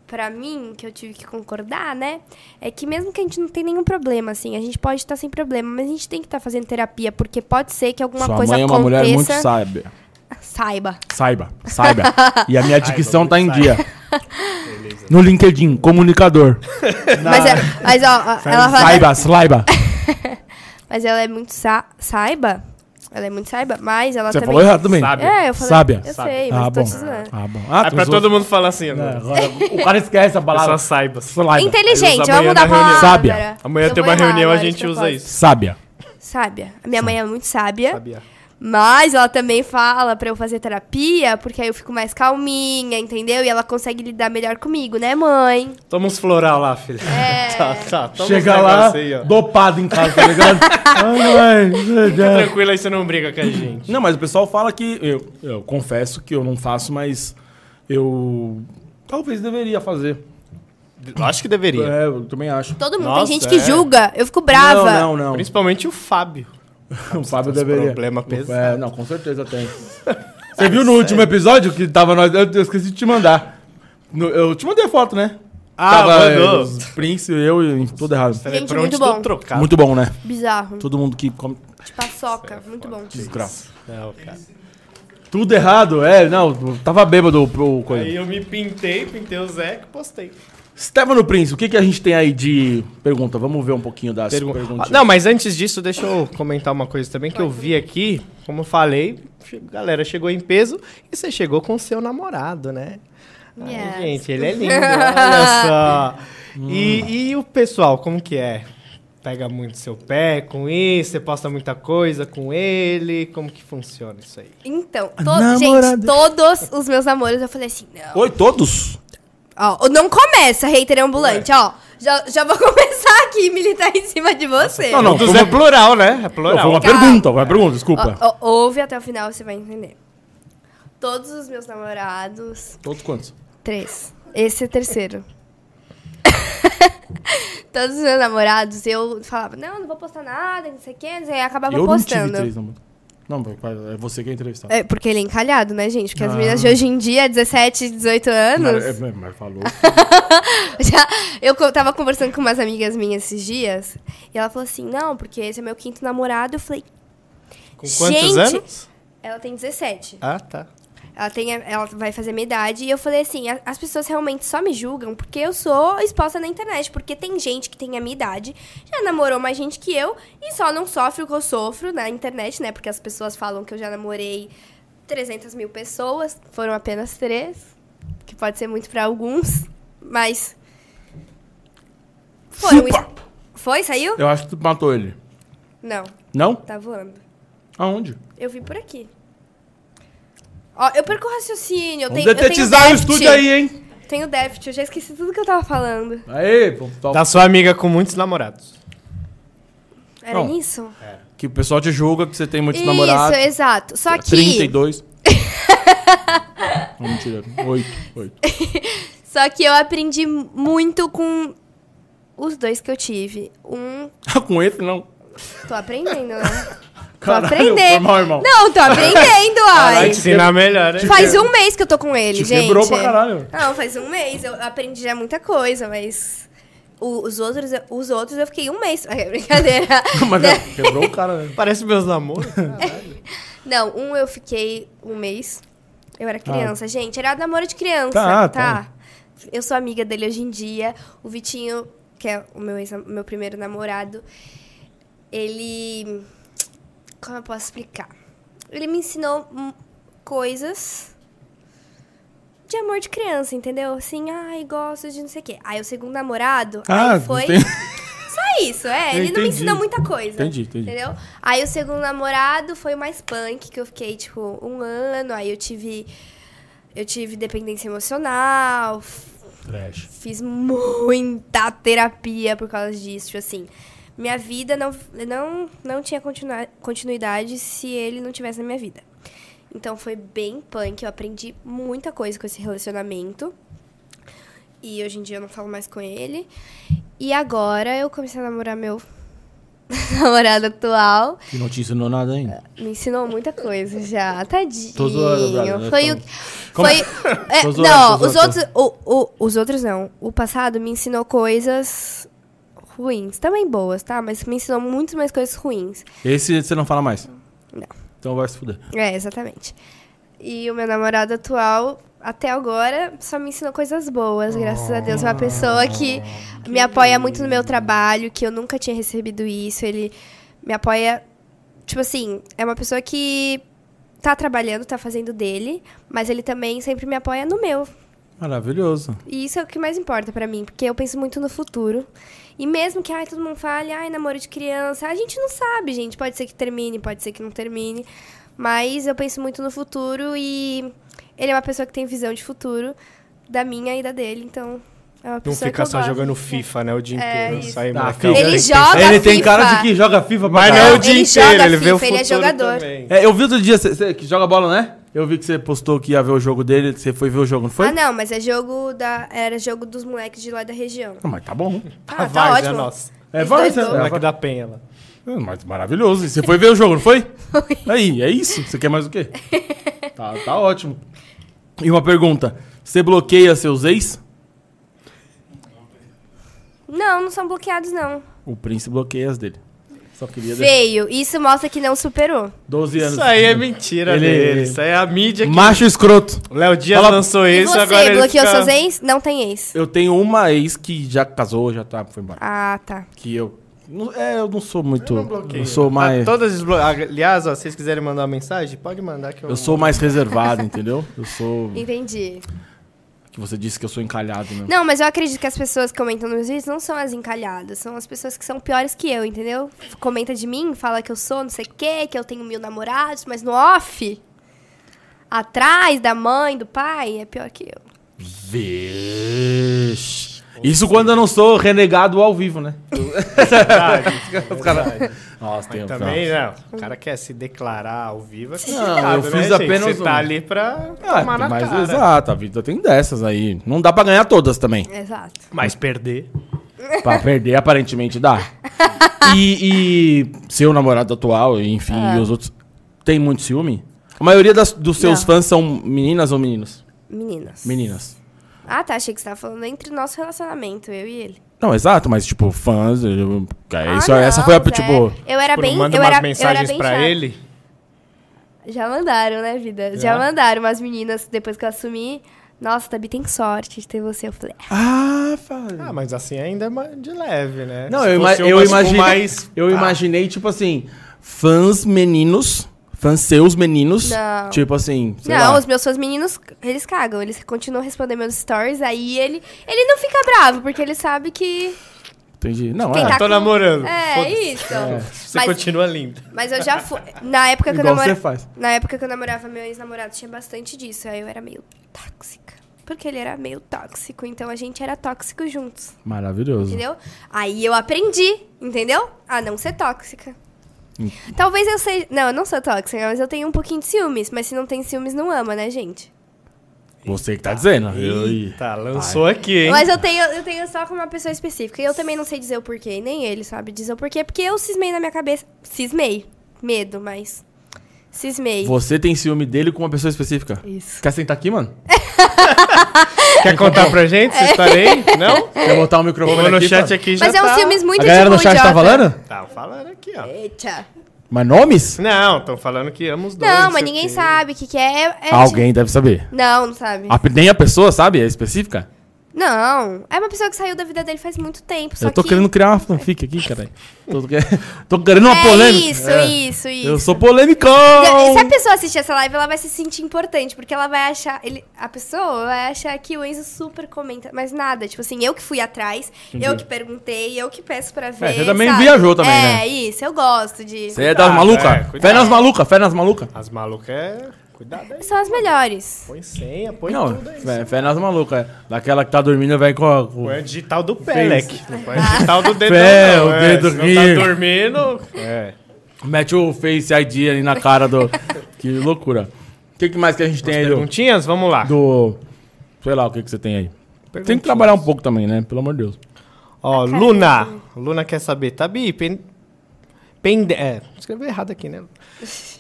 Speaker 2: pra mim, que eu tive que concordar, né? É que mesmo que a gente não tenha nenhum problema, assim, a gente pode estar sem problema, mas a gente tem que estar fazendo terapia, porque pode ser que alguma
Speaker 1: Sua
Speaker 2: coisa
Speaker 1: mãe é uma
Speaker 2: aconteça.
Speaker 1: mulher muito sábia.
Speaker 2: Saiba.
Speaker 1: Saiba, saiba. E
Speaker 3: <laughs>
Speaker 1: a minha dicção
Speaker 3: muito
Speaker 1: tá em
Speaker 3: saiba.
Speaker 1: dia. No LinkedIn, comunicador.
Speaker 2: Mas, é, mas,
Speaker 3: <laughs>
Speaker 2: ó, ela fala,
Speaker 1: Saiba, saiba.
Speaker 2: Mas ela é muito sa saiba. Ela é muito saiba, mas ela
Speaker 1: Você
Speaker 2: também.
Speaker 1: falou errado também.
Speaker 3: Sabe.
Speaker 2: É, eu falei.
Speaker 1: Sábia.
Speaker 2: Eu
Speaker 1: Sábia.
Speaker 2: sei, mas
Speaker 1: Ah,
Speaker 2: tô
Speaker 1: bom.
Speaker 2: te zoando.
Speaker 1: Ah, bom. Ah,
Speaker 3: É
Speaker 1: tem
Speaker 3: pra
Speaker 1: os
Speaker 3: todo
Speaker 1: outros.
Speaker 3: mundo falar assim,
Speaker 1: É,
Speaker 3: agora.
Speaker 1: agora, o cara esquece a
Speaker 3: Só
Speaker 1: palavra.
Speaker 3: saiba. assim.
Speaker 1: Saiba.
Speaker 3: Aí
Speaker 2: Inteligente, vamos
Speaker 3: usa amanhã
Speaker 2: mudar a
Speaker 3: na reunião.
Speaker 2: palavra.
Speaker 1: Sábia.
Speaker 3: Amanhã
Speaker 2: Eu
Speaker 3: tem
Speaker 2: vou
Speaker 3: uma
Speaker 2: errar
Speaker 3: reunião, a
Speaker 2: agora de
Speaker 3: gente usa
Speaker 2: propósito.
Speaker 3: isso.
Speaker 1: Sábia.
Speaker 2: Sábia. A minha mãe é muito sábia. Mas ela também fala pra eu fazer terapia, porque aí eu fico mais calminha, entendeu? E ela consegue lidar melhor comigo, né, mãe?
Speaker 3: Toma uns floral lá, filho.
Speaker 2: É.
Speaker 3: <laughs> Tá, tá. Toma
Speaker 1: Chega
Speaker 3: uns
Speaker 1: lá,
Speaker 3: negócio aí, ó.
Speaker 1: dopado em casa, tá
Speaker 3: <laughs>
Speaker 1: ligado? Ai, ai, ai.
Speaker 3: Tranquilo aí, você não briga com a gente.
Speaker 1: Não, mas o pessoal fala que. Eu, eu confesso que eu não faço, mas eu. Talvez deveria fazer.
Speaker 3: Acho que deveria.
Speaker 1: É, eu também acho.
Speaker 2: Todo mundo.
Speaker 3: Nossa,
Speaker 2: tem gente que
Speaker 3: é.
Speaker 2: julga. Eu fico brava.
Speaker 1: Não, não, não.
Speaker 3: Principalmente o Fábio.
Speaker 1: <laughs> O Fábio
Speaker 3: Tem uns
Speaker 1: deveria.
Speaker 3: problema pesado.
Speaker 1: É, não, com certeza
Speaker 3: <laughs>
Speaker 1: tem. Você viu no último episódio que tava nós. Eu, eu esqueci de te mandar. No- eu te mandei a foto, né?
Speaker 3: Ah,
Speaker 1: tava eh, os Prince, eu e tudo errado.
Speaker 2: Gente,
Speaker 3: Teleprompter
Speaker 2: muito bom.
Speaker 3: tudo trocado.
Speaker 1: Muito bom, né?
Speaker 2: Bizarro.
Speaker 1: Todo mundo que come.
Speaker 2: De paçoca. muito bom.
Speaker 1: Desgraça.
Speaker 3: Não, cara.
Speaker 1: Tudo errado, é, não, tava bêbado pro coisa.
Speaker 3: Aí eu me pintei, pintei o Zeca e postei.
Speaker 1: Stefano Prince, o que, que a gente tem aí de pergunta? Vamos ver um pouquinho das
Speaker 3: Pergun-
Speaker 1: perguntas.
Speaker 3: Ah, não, mas antes disso, deixa eu comentar uma coisa também que eu vi aqui. Como eu falei, che- galera chegou em peso e você chegou com o seu namorado, né? Ai,
Speaker 2: Yes.
Speaker 3: gente, ele é
Speaker 1: <laughs>
Speaker 3: lindo, olha só. E, e o pessoal, como que é? Pega muito seu pé com isso? Você posta muita coisa com ele? Como que funciona isso aí?
Speaker 2: Então, to-
Speaker 1: Namorada.
Speaker 2: gente, todos os meus namoros eu falei assim, não.
Speaker 1: Oi, todos?
Speaker 2: Ó, não começa, hater ambulante, ó. Já, já vou <laughs> começar aqui militar em cima de você.
Speaker 1: Não, não,
Speaker 3: O do
Speaker 1: foi
Speaker 3: Zé
Speaker 1: uma,
Speaker 3: é plural, né? É
Speaker 1: não,
Speaker 3: plural.
Speaker 1: foi uma
Speaker 2: Calma.
Speaker 1: pergunta,
Speaker 3: É.
Speaker 1: foi uma pergunta, desculpa.
Speaker 2: Ó, ó, ouve até o final, você vai entender. Todos os meus namorados.
Speaker 1: Todos quantos?
Speaker 2: Três. Esse é terceiro. <laughs> Todos os meus namorados, eu falava, não, não vou postar nada, não sei o que, não sei, e acabava
Speaker 1: eu não tive
Speaker 2: postando.
Speaker 1: três namorados. Não, meu pai, é você que é entrevistado.
Speaker 2: é, porque ele é encalhado, né, gente? Porque as
Speaker 1: Ah.
Speaker 2: meninas de hoje em dia, 17, 18 anos.
Speaker 1: Mas, é, mas falou.
Speaker 2: Já- eu co- tava conversando com umas amigas minhas esses dias, e ela falou assim, não, porque esse é meu quinto namorado. Eu falei,
Speaker 3: Com quantos
Speaker 2: Gente!
Speaker 3: anos?
Speaker 2: ela tem 17.
Speaker 3: Ah, tá.
Speaker 2: Ela, tem, a- ela vai fazer minha idade. E eu falei assim, "A- as pessoas realmente só me julgam porque eu sou exposta na internet. Porque tem gente que tem a minha idade, já namorou mais gente que eu, e só não sofre o que eu sofro na internet, né? Porque as pessoas falam que eu já namorei 300 mil pessoas, foram apenas três, que pode ser muito pra alguns, mas... Foi, um
Speaker 1: Chupa!
Speaker 2: foi? Saiu?
Speaker 1: Eu acho que tu matou ele.
Speaker 2: Não,
Speaker 1: Não?
Speaker 2: tá voando.
Speaker 1: Aonde?
Speaker 2: Eu vim por aqui. Ó, eu perco o raciocínio. Eu
Speaker 1: Vamos
Speaker 2: tenho, um eu tenho
Speaker 1: detetizar o
Speaker 2: déficit.
Speaker 1: estúdio aí, hein?
Speaker 2: Tenho déficit, eu já esqueci tudo que eu tava falando.
Speaker 1: Aê, pô, top.
Speaker 3: Da sua amiga com muitos namorados.
Speaker 2: Era
Speaker 1: Não. é
Speaker 2: nisso?
Speaker 1: Que o pessoal te julga que você tem muitos
Speaker 2: Isso,
Speaker 1: namorados. É
Speaker 2: exato. Só que, <laughs>
Speaker 1: 32. não, mentira. 8, 8.
Speaker 2: só que eu aprendi muito com os dois que eu tive. Um,
Speaker 1: <laughs> Com esse, não.
Speaker 2: tô aprendendo,
Speaker 1: <laughs>
Speaker 2: né? Tô
Speaker 1: Caralho,
Speaker 2: aprendendo.
Speaker 1: foi mal, irmão.
Speaker 2: <laughs> Não, tô
Speaker 1: <laughs>
Speaker 2: aprendendo, ai.
Speaker 3: Ensinar melhor, hein?
Speaker 2: Faz um mês que eu tô com ele,
Speaker 1: Te
Speaker 2: gente.
Speaker 1: quebrou pra caralho.
Speaker 2: Não, faz um mês. Eu aprendi já muita coisa, mas. o- Os outros, os outros eu fiquei um mês. <laughs> É brincadeira.
Speaker 1: Mas é, quebrou o cara,
Speaker 2: um-
Speaker 1: né?
Speaker 3: Parece meus namoros.
Speaker 2: Não, um eu fiquei um mês. Eu era criança, gente. Era namoro de criança,
Speaker 1: Ah. Tá,
Speaker 2: tá,
Speaker 1: tá.
Speaker 2: Eu sou amiga dele hoje em dia. O Vitinho, que é o meu, ex- meu primeiro namorado, ele. Como eu posso explicar? Ele me ensinou hum, coisas de amor de criança, entendeu? Assim, ai, gosto de não sei o quê. Aí o segundo namorado, aí foi.
Speaker 1: Ah, tem-
Speaker 2: <laughs> Só isso, é. Ele não
Speaker 1: Entendi.
Speaker 2: me ensinou muita coisa.
Speaker 1: Entendi, entendi.
Speaker 2: Entendeu? Aí o segundo namorado foi mais punk, que eu fiquei, tipo, um ano. Aí eu tive. Eu tive dependência emocional. f-
Speaker 1: Trash.
Speaker 2: Fiz muita terapia por causa disso. Tipo assim, minha vida não, não, não tinha continua- continuidade se ele não tivesse na minha vida. Então foi bem punk. Eu aprendi muita coisa com esse relacionamento. E hoje em dia eu não falo mais com ele. E agora eu comecei a namorar meu <laughs> namorado atual.
Speaker 1: Que não te ensinou nada ainda.
Speaker 2: Me ensinou muita coisa já, tadinho.
Speaker 1: Tô zoando, brother, né?
Speaker 2: Foi o.
Speaker 1: tô- Como-
Speaker 2: Foi. é,
Speaker 1: Tô zoando,
Speaker 2: não,
Speaker 1: tô
Speaker 2: os
Speaker 1: zoando,
Speaker 2: outros. O, o- os outros não. O passado me ensinou coisas ruins. Também boas, tá? Mas me ensinou muito mais coisas ruins.
Speaker 1: Esse você não fala mais.
Speaker 2: Não.
Speaker 1: Então vai se fuder.
Speaker 2: É, exatamente. E o meu namorado atual, até agora, só me ensinou coisas boas, graças a Deus. Uma pessoa que me apoia muito no meu trabalho, que eu nunca tinha recebido isso. Ele me apoia. Tipo assim, é uma pessoa que tá trabalhando, tá fazendo dele, mas ele também sempre me apoia no meu.
Speaker 1: Maravilhoso.
Speaker 2: E isso é o que mais importa pra mim, porque eu penso muito no futuro. E mesmo que ai, todo mundo fale, ai, namoro de criança, a gente não sabe, gente. Pode ser que termine, pode ser que não termine. Mas eu penso muito no futuro e ele é uma pessoa que tem visão de futuro, da minha e da dele, então é uma
Speaker 3: Não
Speaker 2: pessoa que
Speaker 3: ficar
Speaker 2: eu
Speaker 3: só
Speaker 2: gosto.
Speaker 3: jogando FIFA, né? O dia
Speaker 2: É
Speaker 3: inteiro.
Speaker 2: isso.
Speaker 3: Sair
Speaker 1: Tá,
Speaker 3: marcando.
Speaker 1: filho.
Speaker 2: Ele joga
Speaker 4: Ele tem
Speaker 2: FIFA.
Speaker 4: cara de que joga FIFA pra
Speaker 3: Mas não,
Speaker 4: caralho.
Speaker 3: o
Speaker 2: Não,
Speaker 3: dia
Speaker 2: ele
Speaker 3: inteiro,
Speaker 2: joga
Speaker 3: ele vê o
Speaker 2: FIFA, ele
Speaker 3: futuro
Speaker 2: é jogadro.
Speaker 3: também.
Speaker 1: É, eu vi outro dia, você que joga bola, né? Eu vi que você postou que ia ver o jogo dele, você foi ver o jogo, não foi?
Speaker 2: Ah, não, mas é jogo da. Era jogo dos moleques de lá da
Speaker 3: <laughs>
Speaker 2: região.
Speaker 1: Ah, mas tá bom.
Speaker 2: Ah, tá
Speaker 3: Várzea,
Speaker 2: ótimo.
Speaker 3: nossa.
Speaker 1: É,
Speaker 2: Os
Speaker 1: vai,
Speaker 2: dois
Speaker 1: você-
Speaker 2: gols.
Speaker 1: é,
Speaker 3: Moleque
Speaker 1: vai-
Speaker 3: da penha lá.
Speaker 1: Ah, Mas maravilhoso. E Você foi ver o jogo, não <laughs> foi? Aí, é isso. Você quer mais o <laughs> quê? Tá, tá ótimo. E uma pergunta: você bloqueia seus ex?
Speaker 2: Não, não são bloqueados, não.
Speaker 1: O Prince bloqueia as dele. Só queria. deixar.
Speaker 2: Feio. Isso mostra que não superou.
Speaker 1: 12 anos.
Speaker 3: Isso aí é mentira
Speaker 1: Ele-
Speaker 3: dele. Isso aí é a mídia que...
Speaker 1: Macho escroto.
Speaker 3: Léo Dias
Speaker 1: Fala-
Speaker 3: lançou
Speaker 2: E
Speaker 3: isso,
Speaker 2: você
Speaker 3: agora ele
Speaker 2: bloqueou
Speaker 3: fica...
Speaker 2: seus ex? Não tem ex.
Speaker 1: Eu tenho uma ex que já casou, já tá, foi embora.
Speaker 2: Ah, tá.
Speaker 1: Que eu. não- é, eu não sou muito. Eu,
Speaker 3: bloqueio.
Speaker 1: sou
Speaker 3: Tá
Speaker 1: mais.
Speaker 3: todas desblo... Aliás, ó, se vocês quiserem mandar uma mensagem, pode mandar que eu...
Speaker 1: Eu sou mais reservado, <laughs> entendeu? Eu sou.
Speaker 2: Entendi.
Speaker 1: Que você disse que eu sou encalhado né? mesmo.
Speaker 2: Não, mas eu acredito que as pessoas que comentam nos vídeos não são as encalhadas, são as pessoas que são piores que eu, entendeu? Comenta de mim, fala que eu sou não sei o quê, que eu tenho mil namorados, mas no off, atrás da mãe, do pai, é pior que eu.
Speaker 1: Vixe. Isso quando eu não sou renegado ao vivo, né?
Speaker 3: <laughs>
Speaker 1: Os caras- Nossa, tem um-
Speaker 3: Também, né? não. O cara quer se declarar ao vivo. é
Speaker 1: Não,
Speaker 3: complicado,
Speaker 1: eu
Speaker 3: né,
Speaker 1: fiz
Speaker 3: gente?
Speaker 1: apenas
Speaker 3: Você tá
Speaker 1: um.
Speaker 3: ali pra
Speaker 1: Ah,
Speaker 3: tomar na
Speaker 1: mas
Speaker 3: cara.
Speaker 1: exato, a vida tem dessas aí. Não dá pra ganhar todas
Speaker 3: <laughs>
Speaker 1: também.
Speaker 2: Exato.
Speaker 3: Mas perder...
Speaker 1: Pra perder, aparentemente dá. E, e seu namorado atual, enfim,
Speaker 3: Ah.
Speaker 1: e os outros, tem muito ciúme? A maioria das- dos seus
Speaker 2: Não.
Speaker 1: fãs são meninas ou meninos?
Speaker 2: Meninas.
Speaker 1: Meninas.
Speaker 2: Ah, tá, achei que você tava falando entre o nosso relacionamento, eu e ele.
Speaker 1: Não, exato, mas tipo, fãs. eu- é,
Speaker 2: Ah,
Speaker 1: isso, essa
Speaker 2: não,
Speaker 1: foi a.
Speaker 2: Zé.
Speaker 1: Tipo.
Speaker 2: Eu era
Speaker 3: Quando
Speaker 2: bem.
Speaker 3: um manda
Speaker 2: eu
Speaker 3: umas
Speaker 2: era, eu era
Speaker 3: mensagens
Speaker 2: bem
Speaker 3: pra
Speaker 2: chata.
Speaker 3: ele...
Speaker 2: Já mandaram, né, vida? Já mandaram umas meninas depois que eu assumi. Nossa, Tabi tem sorte de ter você. Eu falei,
Speaker 1: Ah, fala.
Speaker 3: Ah, mas assim ainda é mais de leve, né?
Speaker 1: Não,
Speaker 3: Se
Speaker 1: eu, ima
Speaker 3: fosse
Speaker 1: eu,
Speaker 3: umas com
Speaker 1: imaginei,
Speaker 3: mais- tá.
Speaker 1: eu imaginei, tipo assim, fãs meninos, fãs seus meninos.
Speaker 2: Não.
Speaker 1: Tipo assim, sei
Speaker 2: não,
Speaker 1: lá.
Speaker 2: os meus fãs meninos, eles cagam. Eles continuam respondendo meus stories. Aí ele, ele não fica bravo, porque ele sabe que.
Speaker 1: Entendi. Não,
Speaker 2: Quem
Speaker 1: é.
Speaker 2: tá
Speaker 3: Ah, Tô
Speaker 2: com-
Speaker 3: namorando.
Speaker 2: É,
Speaker 3: Foda-se.
Speaker 2: isso.
Speaker 3: Você
Speaker 2: Mas-
Speaker 3: continua lindo.
Speaker 2: Mas eu já fui. Na época que
Speaker 1: Igual
Speaker 2: eu
Speaker 1: você
Speaker 2: namorava.
Speaker 1: faz.
Speaker 2: Na época que eu namorava meu ex-namorado, tinha bastante disso. Aí eu era meio tóxica. Porque ele era meio tóxico, então a gente era tóxico juntos,
Speaker 1: Maravilhoso.
Speaker 2: entendeu? Aí eu aprendi, entendeu? A não ser tóxica. Talvez eu seja. Não, eu não sou tóxica, mas eu tenho um pouquinho de ciúmes. Mas se não tem ciúmes, não ama, né, gente?
Speaker 1: Você que tá dizendo. Eu-
Speaker 3: Eita, lançou aqui, hein?
Speaker 2: Mas eu tenho, eu tenho só com uma pessoa específica. E eu também não sei dizer o porquê. e Nem ele sabe dizer o porquê. Porque eu cismei na minha cabeça. Cismei. Medo, mas. Cismei.
Speaker 1: Você tem ciúme dele com uma pessoa específica.
Speaker 2: Isso.
Speaker 1: Quer sentar aqui, mano?
Speaker 3: Quer
Speaker 2: <laughs>
Speaker 3: contar pra gente essa história aí?
Speaker 1: <laughs>
Speaker 3: Não?
Speaker 1: Quer botar o microfone
Speaker 3: Vou no
Speaker 1: aqui?
Speaker 3: chat
Speaker 1: pra-
Speaker 3: aqui já
Speaker 2: É. Mas é um
Speaker 3: tá...
Speaker 2: ciúmes É. muito
Speaker 1: A galera
Speaker 2: tipo
Speaker 1: no chat tá
Speaker 2: idiota.
Speaker 1: falando?
Speaker 3: Tá falando aqui, ó.
Speaker 2: Eita.
Speaker 1: Mas
Speaker 2: É,
Speaker 1: nomes?
Speaker 3: Não, estão falando que ama os dois.
Speaker 2: Não, mas
Speaker 3: sei
Speaker 2: ninguém
Speaker 3: o quê.
Speaker 2: sabe o que, que é. é
Speaker 1: Alguém Ah. deve saber.
Speaker 2: de- Não, não sabe.
Speaker 1: A- nem a pessoa sabe? É específica?
Speaker 2: Não. É uma pessoa que saiu da vida dele faz muito tempo. Só
Speaker 1: eu tô
Speaker 2: que...
Speaker 1: querendo criar uma fanfic aqui, caralho. Tô, que- <laughs> tô querendo uma
Speaker 2: é
Speaker 1: polêmica.
Speaker 2: Isso,
Speaker 1: É.
Speaker 2: isso, isso.
Speaker 1: Eu sou polêmico!
Speaker 2: Se a pessoa assistir essa live, ela vai se sentir importante, porque ela vai achar. Ele, a pessoa vai achar que o Enzo super comenta, mas nada. Tipo assim, eu que fui atrás, eu que perguntei, eu que peço pra ver.
Speaker 1: Uhum. É, você também viajou também,
Speaker 2: é,
Speaker 1: né?
Speaker 2: É, isso, eu gosto de.
Speaker 1: Você é das malucas?
Speaker 3: é, cuidado.
Speaker 1: fé nas malucas, fé nas malucas.
Speaker 3: As malucas é... Cuidado aí.
Speaker 2: São as melhores.
Speaker 3: Põe senha, põe
Speaker 1: Não,
Speaker 3: tudo aí.
Speaker 1: fé, fé nas malucas. é. Daquela que tá dormindo, vai com a. com-
Speaker 3: Põe a digital do Pelec. Não põe a
Speaker 2: Ah.
Speaker 3: digital do dedo,
Speaker 1: Pé,
Speaker 3: não.
Speaker 1: o
Speaker 3: é.
Speaker 1: dedo
Speaker 3: Se
Speaker 1: aqui.
Speaker 3: não tá dormindo... É.
Speaker 1: Mete o Face ID ali na cara
Speaker 2: <laughs>
Speaker 1: do. que loucura. O que, que mais que a gente tem aí do,
Speaker 3: Perguntinhas? Vamos lá.
Speaker 1: do- Sei lá, o que, que você tem aí? Tem que trabalhar um pouco também, né? Pelo amor de Deus.
Speaker 3: Ó,
Speaker 2: cara
Speaker 3: Luna. Luna quer saber. Tabi, pen... Pende... É, escreveu errado aqui, né?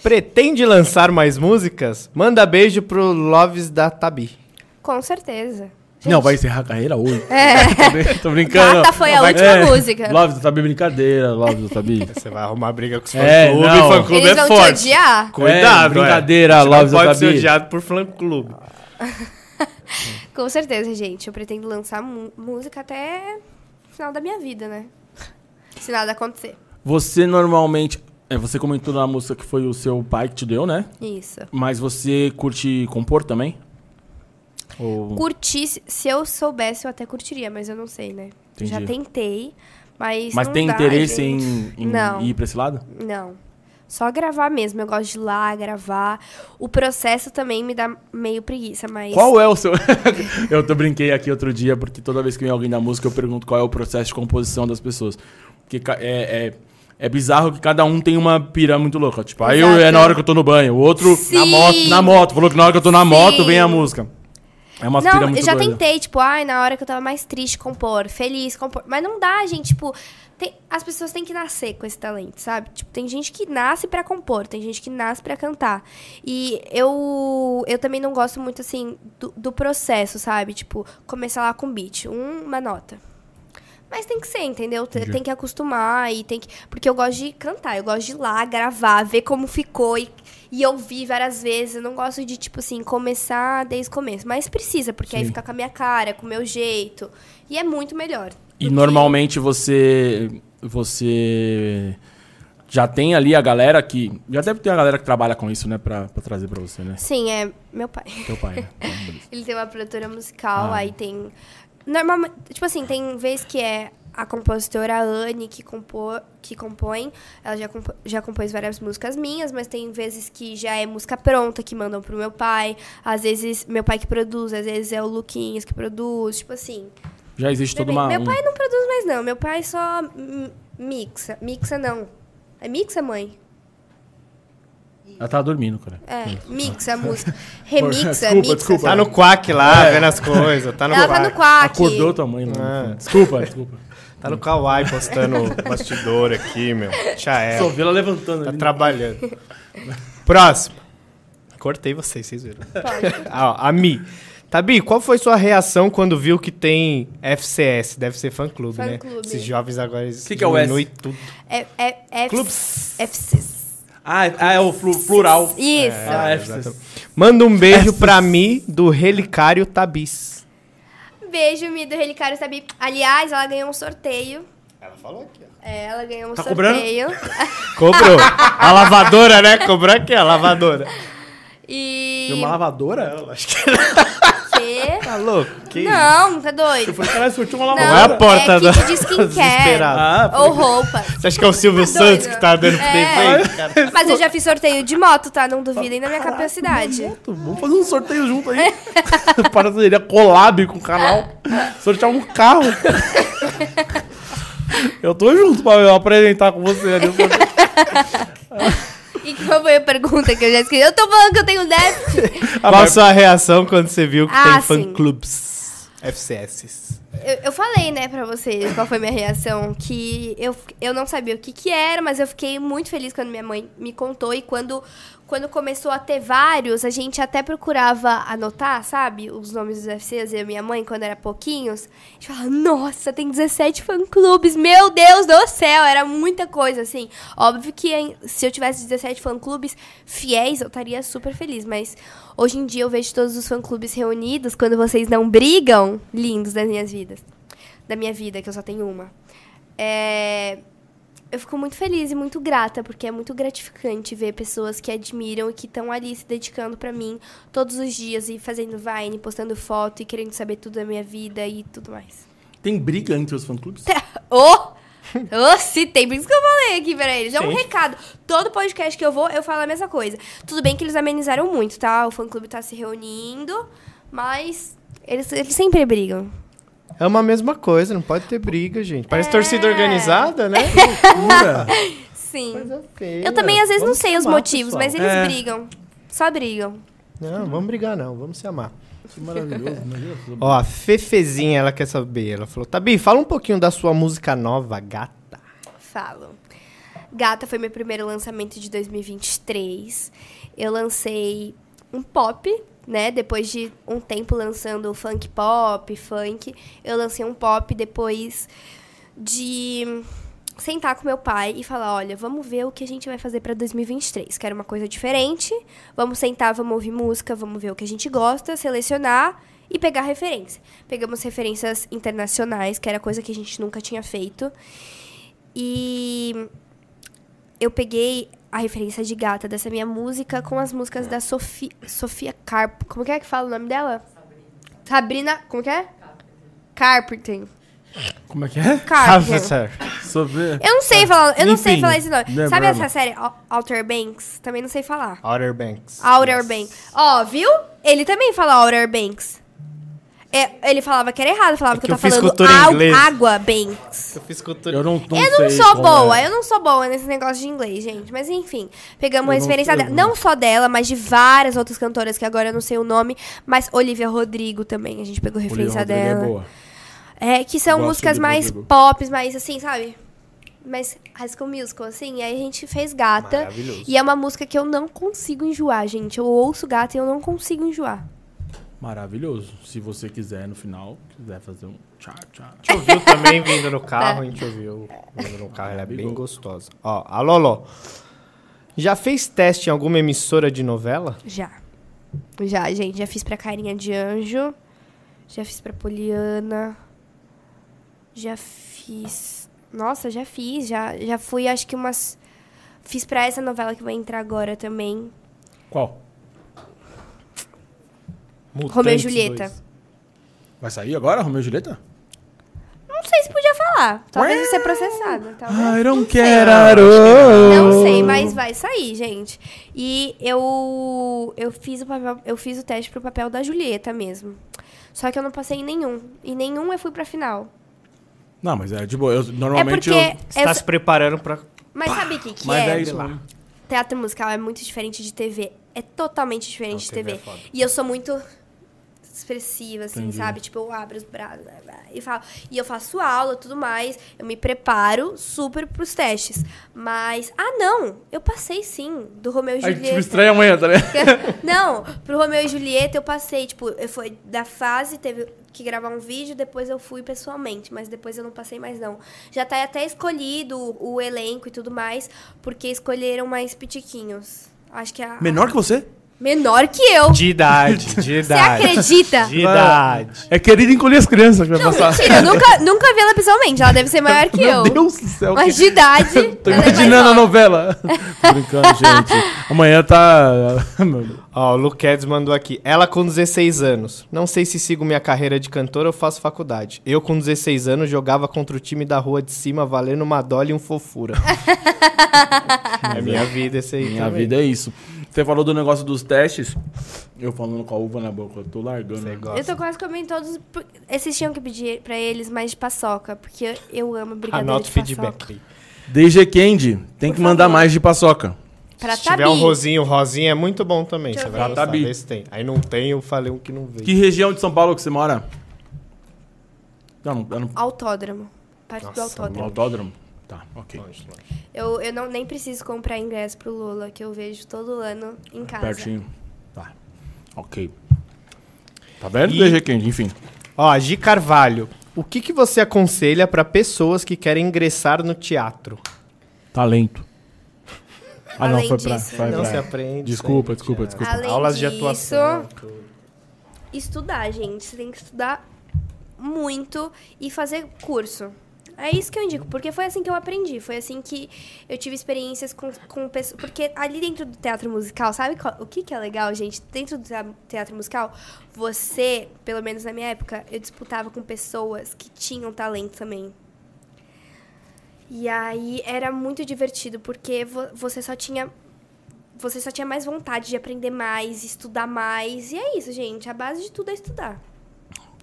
Speaker 3: Pretende lançar mais músicas? Manda beijo pro Loves da Tabi.
Speaker 2: Com certeza.
Speaker 1: Não, vai encerrar a carreira hoje.
Speaker 2: É.
Speaker 1: Tô brin- <laughs> Tô brincando.
Speaker 2: Gata foi a
Speaker 1: Vai- É.
Speaker 2: última música.
Speaker 1: Love do Tabi, brincadeira. Love do
Speaker 2: <laughs>
Speaker 1: Tabi.
Speaker 3: Você vai arrumar briga com os
Speaker 1: É,
Speaker 3: fã-clube,
Speaker 1: não.
Speaker 3: fã-clube
Speaker 2: Eles
Speaker 3: é
Speaker 2: vão
Speaker 3: forte.
Speaker 2: te odiar.
Speaker 1: É, brincadeira,
Speaker 3: Você
Speaker 1: Love
Speaker 3: não pode
Speaker 1: Zatabi.
Speaker 3: ser odiado por fã-clube.
Speaker 2: Com certeza, gente. Eu pretendo lançar mu- música até o final da minha vida, né? Se nada acontecer.
Speaker 1: Você normalmente. é, você comentou na música que foi o seu pai que te deu, né?
Speaker 2: Isso.
Speaker 1: Mas você curte compor também? Ou...
Speaker 2: Curtir, se- se eu soubesse, eu até curtiria, mas eu não sei, né? Eu Já
Speaker 1: Entendi.
Speaker 2: tentei, mas.
Speaker 1: Mas
Speaker 2: não
Speaker 1: tem
Speaker 2: dá,
Speaker 1: interesse
Speaker 2: gente.
Speaker 1: em, em
Speaker 2: Não.
Speaker 1: ir pra esse lado?
Speaker 2: Não. Só gravar mesmo. Eu gosto de ir lá, gravar. O processo também me dá meio preguiça, mas.
Speaker 1: Qual é o seu. <laughs> eu tô brinquei aqui outro dia, porque toda vez que vem alguém da música, eu pergunto qual é o processo de composição das pessoas. Porque ca- é, é, é bizarro que cada um tem uma pira muito louca. Tipo, aí eu- é
Speaker 2: Exato.
Speaker 1: na hora que eu tô no banho, o outro na
Speaker 2: Sim.
Speaker 1: moto, na moto. Falou que na hora que eu tô na moto
Speaker 2: Sim.
Speaker 1: vem a música. É uma pira
Speaker 2: Não,
Speaker 1: muito
Speaker 2: eu já
Speaker 1: doida.
Speaker 2: tentei, tipo, ai, na hora que eu tava mais triste, compor, feliz, compor. Mas não dá, gente, tipo, tem- as pessoas têm que nascer com esse talento, sabe? Tipo, tem gente que nasce pra compor, tem gente que nasce pra cantar. E eu eu também não gosto muito, assim, do, do processo, sabe? Tipo, começar lá com beat, um- uma nota. Mas tem que ser, entendeu? Te- Tem que acostumar e tem que. Porque eu gosto de cantar, eu gosto de ir lá, gravar, ver como ficou e, e ouvir várias vezes. Eu não gosto de, tipo assim, começar desde o começo. Mas precisa, porque aí
Speaker 1: Sim.
Speaker 2: fica com a minha cara, com o meu jeito. E é muito melhor.
Speaker 1: E
Speaker 2: do que-
Speaker 1: normalmente você você já tem ali a galera que já deve ter a galera que trabalha com isso, né, Pra pra trazer pra você, né?
Speaker 2: Sim, é meu pai.
Speaker 1: Teu pai.
Speaker 2: <laughs>
Speaker 1: né? Então, beleza.
Speaker 2: Ele tem uma produtora musical,
Speaker 1: Ah.
Speaker 2: aí tem. Normalmente, tipo assim, tem vez que é a compositora Anne que, compô, que compõe. Ela já, compo- já compôs várias músicas minhas, mas tem vezes que já é música pronta que mandam pro meu pai. Às vezes, meu pai que produz, às vezes é o Luquinhas que produz. Tipo assim.
Speaker 1: já existe toda uma
Speaker 2: meu
Speaker 1: um-
Speaker 2: pai não produz mais, não. Meu pai só hum, mixa. Mixa não. É mixa, mãe?
Speaker 1: Ela tá dormindo, cara.
Speaker 2: É, mixa
Speaker 1: <laughs>
Speaker 2: a música. Remixa,
Speaker 1: Desculpa,
Speaker 2: mixa.
Speaker 1: desculpa. É.
Speaker 3: Tá no quack lá, vendo as coisas. Tá no
Speaker 2: Ela tá no
Speaker 3: quack.
Speaker 2: quack.
Speaker 1: Acordou tua mãe lá. no
Speaker 3: Ah.
Speaker 1: fundo. Desculpa, desculpa.
Speaker 3: Tá no kawaii <laughs> postando bastidor aqui, meu. Já
Speaker 1: <laughs> Só
Speaker 3: é.
Speaker 1: vi ela levantando
Speaker 3: Tá
Speaker 1: ali.
Speaker 3: trabalhando. Próximo. Cortei vocês, vocês viram.
Speaker 2: Pode.
Speaker 3: Ah, ó, a Mi. Tabi, qual foi sua reação quando viu que tem FCS? Deve ser fã clube, né?
Speaker 2: Fã-clube.
Speaker 3: Esses jovens agora eles
Speaker 1: Que que é o S?
Speaker 3: diminuem tudo.
Speaker 2: É, é, é
Speaker 3: Clubes.
Speaker 2: FC.
Speaker 1: Ah, é- ah, é o flu- plural.
Speaker 2: Isso.
Speaker 1: Ah, é,
Speaker 3: exatamente. Manda um beijo pra Mi do Relicário Tabis.
Speaker 2: Beijo, Mi, do Relicário Sabi. Aliás, ela ganhou um sorteio.
Speaker 3: Ela falou aqui, ó.
Speaker 2: É, ela ganhou um
Speaker 1: Tá cobrando?
Speaker 2: sorteio.
Speaker 3: Cobrou. a lavadora, né? Cobrou aqui, a lavadora.
Speaker 2: E.
Speaker 4: Deu uma lavadora?
Speaker 3: Eu acho que ela
Speaker 2: Quê?
Speaker 4: é
Speaker 3: tá louco. Que
Speaker 2: Não, tá doido.
Speaker 4: Foi caralho, surtiu uma
Speaker 2: Não,
Speaker 4: lavadora.
Speaker 3: Vai à porta
Speaker 2: é
Speaker 3: da- <laughs>
Speaker 2: kit de skincare.
Speaker 3: desesperado.
Speaker 1: Ah,
Speaker 2: ou roupa.
Speaker 3: Você acha que é o Silvio
Speaker 2: Tá
Speaker 3: Santos
Speaker 2: doida.
Speaker 3: que tá
Speaker 2: É.
Speaker 3: dando defeito, cara?
Speaker 2: Mas eu já fiz sorteio de moto, tá? Não duvidem da minha capacidade.
Speaker 4: Pronto, Vamos fazer um sorteio junto <laughs> aí. Pareceria collab com o canal. Sortear um <laughs> carro. eu tô junto pra eu apresentar com você ali.
Speaker 2: E qual foi a pergunta que eu já esqueci? Eu tô falando que eu tenho déficit.
Speaker 3: Qual a sua reação quando você viu que
Speaker 2: Ah,
Speaker 3: tem
Speaker 2: sim.
Speaker 3: fã-clubes FCS?
Speaker 2: Eu, eu falei, né, pra vocês qual foi minha reação. Que eu, eu não sabia o que que era, mas eu fiquei muito feliz quando minha mãe me contou. E quando, quando começou a ter vários, a gente até procurava anotar, sabe? Os nomes dos UFCs e a minha mãe, quando era pouquinhos. A gente falava, nossa, tem 17 fã-clubes, meu Deus do céu! Era muita coisa, assim. Óbvio que hein, se eu tivesse 17 fã-clubes fiéis, eu estaria super feliz, mas... Hoje em dia eu vejo todos os fã-clubes reunidos quando vocês não brigam, lindos das minhas vidas. Da minha vida, que eu só tenho uma. É, Eu fico muito feliz e muito grata, porque é muito gratificante ver pessoas que admiram e que estão ali se dedicando pra mim todos os dias e fazendo Vine, postando foto e querendo saber tudo da minha vida e tudo mais.
Speaker 1: <laughs> Tem briga entre os fã-clubes?
Speaker 2: Ô! Ô, se tem, por isso que eu falei aqui pra eles. É um
Speaker 1: Gente.
Speaker 2: recado. Todo podcast que eu vou, eu falo a mesma coisa. Tudo bem que eles amenizaram muito, tá? O fã-clube tá se reunindo, mas eles, eles sempre brigam.
Speaker 3: É uma mesma coisa, não pode ter briga, gente.
Speaker 2: É.
Speaker 3: Parece torcida organizada,
Speaker 2: <laughs>
Speaker 3: né?
Speaker 1: Jura?
Speaker 2: Sim.
Speaker 3: Coisa feia.
Speaker 2: Eu também, às vezes, não
Speaker 3: é. Vamos
Speaker 2: sei
Speaker 3: se
Speaker 2: os
Speaker 3: amar,
Speaker 2: motivos,
Speaker 3: pessoal.
Speaker 2: mas eles
Speaker 1: É.
Speaker 2: brigam. Só brigam.
Speaker 3: Não, vamos brigar não, vamos se amar.
Speaker 1: que é maravilhoso. imagina só.
Speaker 3: Ó, a Fefezinha, ela quer saber. Ela falou, Tabi, fala um pouquinho da sua música nova, gata.
Speaker 2: Falo. Gata foi meu primeiro lançamento de 2023. Eu lancei um pop né? Depois de um tempo lançando funk pop, funk, eu lancei um pop depois de sentar com meu pai e falar, olha, vamos ver o que a gente vai fazer para 2023. Quero uma coisa diferente. Vamos sentar, vamos ouvir música, vamos ver o que a gente gosta, selecionar e pegar referência. Pegamos referências internacionais, que era coisa que a gente nunca tinha feito. E eu peguei a referência de gata dessa minha música com as músicas da Sofia, Sofia Carp. Como que é que fala o nome dela? Sabrina. como que é? Carpenter.
Speaker 1: Como é que é?
Speaker 2: Carpenter.
Speaker 1: Sobre...
Speaker 2: Eu não sei falar, eu não sei
Speaker 1: Enfim,
Speaker 2: falar esse nome.
Speaker 3: né,
Speaker 1: não é
Speaker 2: Sabe
Speaker 1: problema.
Speaker 2: essa série Al- Outer Banks? Também não sei falar.
Speaker 3: Outer Banks.
Speaker 2: Outer
Speaker 3: Yes.
Speaker 2: Banks. Ó, viu? Ele também fala Outer Banks. É, ele falava que era errado, falava
Speaker 3: É
Speaker 2: que,
Speaker 3: que
Speaker 2: eu
Speaker 3: eu
Speaker 2: tava
Speaker 3: fiz
Speaker 2: falando
Speaker 3: cultura em
Speaker 2: au-
Speaker 3: inglês.
Speaker 2: Água Banks.
Speaker 3: Eu fiz cultura.
Speaker 1: Eu não, não
Speaker 2: eu não
Speaker 1: sei
Speaker 2: sou
Speaker 1: como é.
Speaker 2: boa, eu não sou boa nesse negócio de inglês, gente. Mas enfim, pegamos a
Speaker 1: Eu não
Speaker 2: referência
Speaker 1: sei, é.
Speaker 2: dela.
Speaker 1: não.
Speaker 2: Não só dela, mas de várias outras cantoras que agora eu não sei o nome. Mas Olivia Rodrigo também, a gente pegou a
Speaker 1: Olivia
Speaker 2: referência
Speaker 1: Rodrigo
Speaker 2: dela.
Speaker 1: É boa.
Speaker 2: É, que são
Speaker 1: Gosto
Speaker 2: músicas
Speaker 1: de
Speaker 2: mais
Speaker 1: Rodrigo.
Speaker 2: pop, mais assim, sabe? Mais High School Musical, assim. E aí a gente fez Gata.
Speaker 3: Maravilhoso.
Speaker 2: E é uma música que eu não consigo enjoar, gente. Eu ouço Gata e eu não consigo enjoar.
Speaker 1: Maravilhoso. Se você quiser, no final, quiser fazer um tchá, tchá,
Speaker 3: A gente ouviu também
Speaker 2: <laughs>
Speaker 3: vindo no carro,
Speaker 2: Tá.
Speaker 3: a gente ouviu vindo no carro, ela é bem gostosa. Ó, a Lolo. Já fez teste em alguma emissora de novela?
Speaker 2: Já. Já, gente. Já fiz pra Carinha de Anjo. Já fiz pra Poliana. Já fiz. Nossa, já fiz. Já, já fui, acho que umas. Fiz pra essa novela que vai entrar agora também.
Speaker 1: Qual?
Speaker 2: Romeu e Julieta.
Speaker 1: Vai sair agora, Romeu e Julieta?
Speaker 2: Não sei se podia falar. Tá Talvez eu ser processada. Talvez.
Speaker 1: I don't
Speaker 2: care, Não sei, mas vai sair, gente. E eu eu fiz o papel, eu fiz o teste pro papel da Julieta mesmo. Só que eu não passei em nenhum. E nenhum eu fui pra final.
Speaker 1: Não, mas é de boa. Eu, normalmente eu...
Speaker 2: é porque.
Speaker 3: Você tá
Speaker 2: eu-
Speaker 3: se preparando pra.
Speaker 2: mas sabe o que, que
Speaker 1: Mas é,
Speaker 2: é?
Speaker 1: isso mesmo.
Speaker 2: Teatro musical é muito diferente de TV. É totalmente diferente
Speaker 3: Não,
Speaker 2: de TV.
Speaker 3: TV é foda.
Speaker 2: e eu sou muito expressiva, assim,
Speaker 1: Entendi.
Speaker 2: sabe? Tipo, eu abro os braços blá, blá, e falo. E eu faço aula, tudo mais. Eu me preparo super pros testes. Mas, ah, não! Eu passei sim, do Romeu e
Speaker 1: Aí,
Speaker 2: Julieta.
Speaker 1: tipo, estranha amanhã, tá ligado?
Speaker 2: <laughs> Não, pro Romeu e Julieta eu passei, tipo, eu fui da fase, teve que gravar um vídeo, depois eu fui pessoalmente, mas depois eu não passei mais não. Já tá até escolhido o, o elenco e tudo mais, porque escolheram mais pitiquinhos. Acho que a
Speaker 1: Menor que você?
Speaker 2: menor que eu.
Speaker 3: De
Speaker 2: <laughs>
Speaker 3: idade, de
Speaker 2: Você
Speaker 3: idade.
Speaker 2: acredita?
Speaker 3: De idade.
Speaker 1: É querida encolher as crianças que vai
Speaker 2: Não,
Speaker 1: passar.
Speaker 2: mentira, eu nunca, nunca vi ela pessoalmente, ela deve ser maior que eu.
Speaker 1: Meu Deus do céu.
Speaker 2: Mas
Speaker 1: que- <laughs>
Speaker 2: de idade.
Speaker 1: Tô
Speaker 2: ela é mais
Speaker 1: imaginando a
Speaker 2: nova.
Speaker 1: novela. Tô <laughs> brincando, gente. Amanhã tá... <laughs> Meu Deus.
Speaker 3: Ó, o Luquedes mandou aqui. Ela com 16 anos. Não sei se sigo minha carreira de cantora ou faço faculdade. Eu com 16 anos jogava contra o time da rua de cima, valendo uma dola e
Speaker 2: <laughs>
Speaker 3: um fofura. é minha vida esse aí.
Speaker 1: Minha
Speaker 3: também.
Speaker 1: vida é isso. Você falou do negócio dos testes. Eu falando com a uva na boca, eu tô largando.
Speaker 3: Você
Speaker 1: né?
Speaker 3: gosta.
Speaker 2: Eu tô quase comendo todos. por- Esses tinham que pedir pra eles mais de paçoca, porque eu, eu amo brigadeiro
Speaker 3: Anota o
Speaker 2: de
Speaker 3: feedback.
Speaker 2: paçoca.
Speaker 3: aí.
Speaker 1: DG Candy, tem que mandar mais de paçoca.
Speaker 2: Pra
Speaker 3: Se tiver
Speaker 2: Tabi.
Speaker 3: um rosinho, rosinha é muito bom também.
Speaker 2: Deixa
Speaker 3: Você
Speaker 2: eu
Speaker 3: vai
Speaker 2: ver.
Speaker 3: gostar,
Speaker 1: Tabi.
Speaker 3: vê se tem. Aí não tem, eu falei um que não veio.
Speaker 1: Que região de São Paulo que você mora? Não, não, não
Speaker 2: Autódromo. Parte do
Speaker 1: no
Speaker 3: é um
Speaker 2: autódromo.
Speaker 1: autódromo. Tá, ok.
Speaker 3: Longe, longe.
Speaker 2: Eu, eu não, nem preciso comprar ingresso pro Lula, que eu vejo todo ano em casa.
Speaker 1: Pertinho. Tá. Ok. Tá vendo,
Speaker 3: E-
Speaker 1: DG Candy? Enfim.
Speaker 3: Ó, Gi Carvalho, o que, que você aconselha pra pessoas que querem ingressar no teatro?
Speaker 1: Talento. Ah, não,
Speaker 2: Além
Speaker 1: foi pra.
Speaker 2: disso,
Speaker 1: foi
Speaker 3: não
Speaker 1: pra-
Speaker 3: se aprende.
Speaker 1: Desculpa,
Speaker 3: isso aí,
Speaker 1: desculpa,
Speaker 3: teatro.
Speaker 1: desculpa.
Speaker 2: Além
Speaker 3: Aulas de
Speaker 2: disso-
Speaker 3: atuação. tudo.
Speaker 2: Estudar, gente. Você tem que estudar muito e fazer curso. É isso que eu indico, porque foi assim que eu aprendi. Foi assim que eu tive experiências com, com pessoas. Porque ali dentro do teatro musical, sabe qual- o que, que é legal, gente? Dentro do tea- teatro musical, você, pelo menos na minha época, eu disputava com pessoas que tinham talento também. E aí era muito divertido, porque vo- você só tinha você só tinha mais vontade de aprender mais, estudar mais. E é isso, gente. A base de tudo é estudar.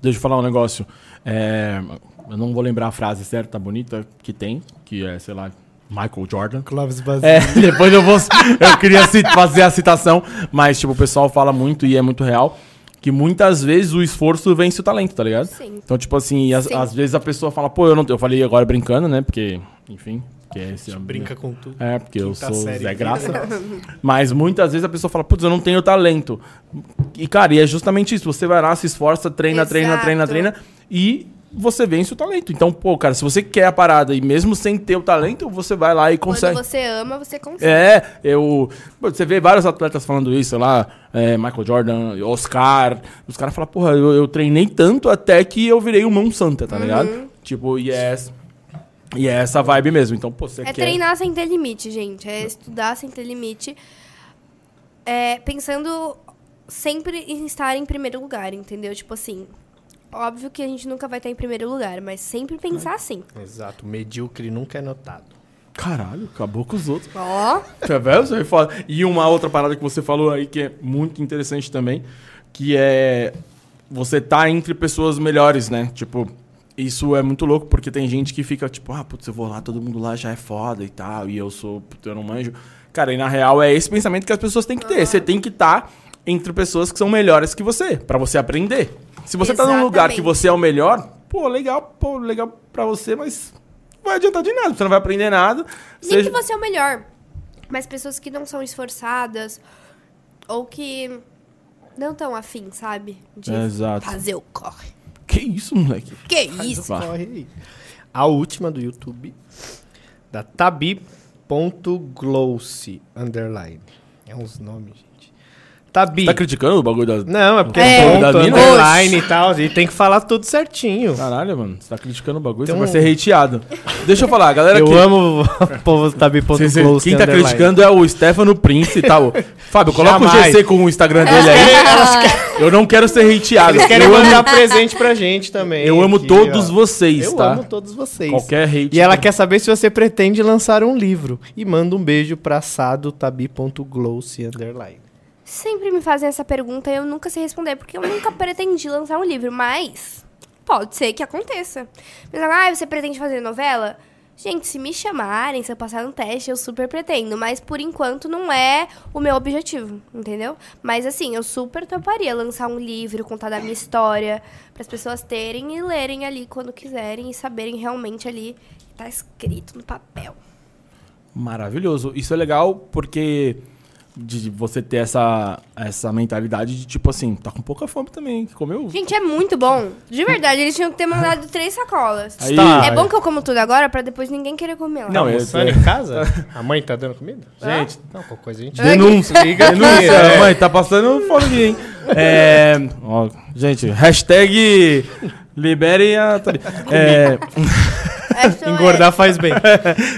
Speaker 1: Deixa eu falar um negócio. É, eu não vou lembrar a frase certa, bonita, que tem, que é, sei lá, Michael Jordan.
Speaker 3: Clóvis Bazin.
Speaker 1: É, <laughs> depois eu vou. Eu queria ci- fazer a citação, mas, tipo, o pessoal fala muito e é muito real. Que muitas vezes o esforço vence o talento, tá ligado?
Speaker 2: Sim.
Speaker 1: Então, tipo assim, e às-
Speaker 2: Sim.
Speaker 1: às vezes a pessoa fala, pô, eu não. Eu falei agora brincando, né? Porque, enfim, Que é esse âmbito.
Speaker 3: Brinca com tudo.
Speaker 1: É, porque eu
Speaker 3: Quinta
Speaker 1: sou
Speaker 3: série.
Speaker 1: Zé
Speaker 3: <laughs>
Speaker 1: Graça. Mas muitas vezes a pessoa fala, putz, eu não tenho talento. E, cara, e é justamente isso. Você vai lá, se esforça, treina, treina,
Speaker 2: Exato.
Speaker 1: treina, treina. E você vence o talento. Então, pô, cara, se você quer a parada e mesmo sem ter o talento, você vai lá e consegue.
Speaker 2: Quando você ama, você consegue.
Speaker 1: É, eu. pô, Você vê vários atletas falando isso, sei lá, é, Michael Jordan, Oscar. Os caras falam, porra, eu, eu treinei tanto até que eu virei um mão santa, tá
Speaker 2: Uhum.
Speaker 1: ligado? Tipo, yes. E é essa vibe mesmo. Então, pô, você
Speaker 2: É,
Speaker 1: quer.
Speaker 2: treinar sem ter limite, gente. É estudar sem ter limite. É, pensando sempre em estar em primeiro lugar, entendeu? Tipo assim, óbvio que a gente nunca vai estar em primeiro lugar, mas sempre pensar assim.
Speaker 3: Exato. Medíocre nunca é notado.
Speaker 1: Caralho, acabou com os outros.
Speaker 2: Ó,
Speaker 1: Tá vendo? Você fala- E uma outra parada que você falou aí que é muito interessante também, que é você tá entre pessoas melhores, né? Tipo, isso é muito louco, porque tem gente que fica tipo, ah, putz, eu vou lá, todo mudo lá já é foda e tal, e eu sou, putz, eu não manjo. Cara, e na real é esse pensamento que as pessoas têm que ter. Você tem que estar entre pessoas que são melhores que você, pra você aprender. Se você tá num lugar que
Speaker 2: Exatamente.
Speaker 1: você é o melhor, pô, legal, pô, legal pra você, mas não vai adiantar de nada, você não vai aprender nada.
Speaker 2: nem
Speaker 1: Você-
Speaker 2: que você é o melhor, mas pessoas que não são esforçadas ou que não estão afim, sabe? De
Speaker 1: É, Exato.
Speaker 2: fazer o corre.
Speaker 1: Que isso, moleque?
Speaker 2: Que isso?
Speaker 1: Vá.
Speaker 3: Corre aí. A última do YouTube, da tabi.glowse, underline. É uns nomes, gente. Tabi.
Speaker 1: Tá criticando o bagulho das.
Speaker 3: Não, é porque
Speaker 2: É.
Speaker 3: é ponto,
Speaker 1: Da mina?
Speaker 3: underline e tal, e tem que falar tudo certinho.
Speaker 1: Caralho, mano. Você tá criticando o bagulho,
Speaker 3: Tem
Speaker 1: você vai
Speaker 3: um-
Speaker 1: ser hateado. Deixa eu falar, galera.
Speaker 3: Eu
Speaker 1: que-
Speaker 3: amo o <laughs> povo do tabi.glowse,
Speaker 1: Cê- cê- Quem tá
Speaker 3: underline.
Speaker 1: criticando é o Stefano Prince e
Speaker 3: <laughs>
Speaker 1: tal. Fábio, coloca
Speaker 3: Jamais.
Speaker 1: o GC com o Instagram dele aí.
Speaker 2: Ah.
Speaker 1: Eu não quero ser hateado.
Speaker 3: Eles querem
Speaker 1: Eu amo,
Speaker 3: mandar presente pra gente também.
Speaker 1: eu amo
Speaker 3: aqui,
Speaker 1: todos
Speaker 3: ó.
Speaker 1: vocês,
Speaker 3: Eu
Speaker 1: tá?
Speaker 3: amo todos vocês.
Speaker 1: Qualquer hate.
Speaker 3: E ela quer saber se você pretende lançar um livro. E manda um beijo pra sadotabi.glowse, underline.
Speaker 2: Sempre me fazem essa pergunta e eu nunca sei responder, porque eu nunca pretendi lançar um livro, mas pode ser que aconteça. Mas, ah, você pretende fazer novela? Gente, se me chamarem, se eu passar no teste, eu super pretendo, mas por enquanto não é o meu objetivo, entendeu? Mas assim, eu super toparia lançar um livro, contar da minha história, para as pessoas terem e lerem ali quando quiserem e saberem realmente ali que tá escrito no papel.
Speaker 1: Maravilhoso. Isso é legal porque de de você ter essa, essa mentalidade de tipo assim, tá com pouca fome também, que comeu.
Speaker 2: Gente, é muito bom. De verdade, eles tinham que ter mandado três sacolas.
Speaker 1: Aí-
Speaker 2: É bom que eu como tudo agora pra depois ninguém querer comer lá.
Speaker 1: Não, é-
Speaker 3: Almoçando
Speaker 1: <laughs>
Speaker 3: em casa? A mãe tá dando comida? Ah?
Speaker 1: Gente,
Speaker 3: Não, qualquer coisa a gente...
Speaker 1: Denúncia,
Speaker 3: liga
Speaker 1: denúncia.
Speaker 3: aqui, é.
Speaker 1: Mãe, tá passando fome aqui, hein? É, ó, gente, hashtag libere a... Thalita. É,
Speaker 2: Acho
Speaker 3: <laughs>
Speaker 2: é,
Speaker 3: Engordar faz bem.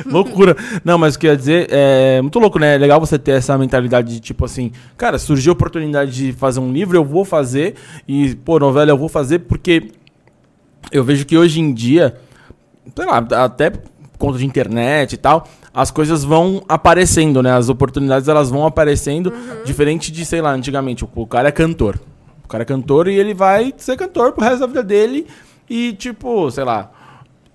Speaker 1: loucura. Não, mas o que eu ia dizer, é muito louco, né? É legal você ter essa mentalidade de tipo assim, cara, surgiu a oportunidade de fazer um livro, eu vou fazer. E, pô, novela eu vou fazer porque eu vejo que hoje em dia, sei lá, até por conta de internet e tal, as coisas vão aparecendo, né? As oportunidades elas vão aparecendo,
Speaker 2: Uhum.
Speaker 1: diferente de, sei lá, antigamente, o, o cara é cantor. O cara é cantor e ele vai ser cantor pro resto da vida dele e tipo, sei lá,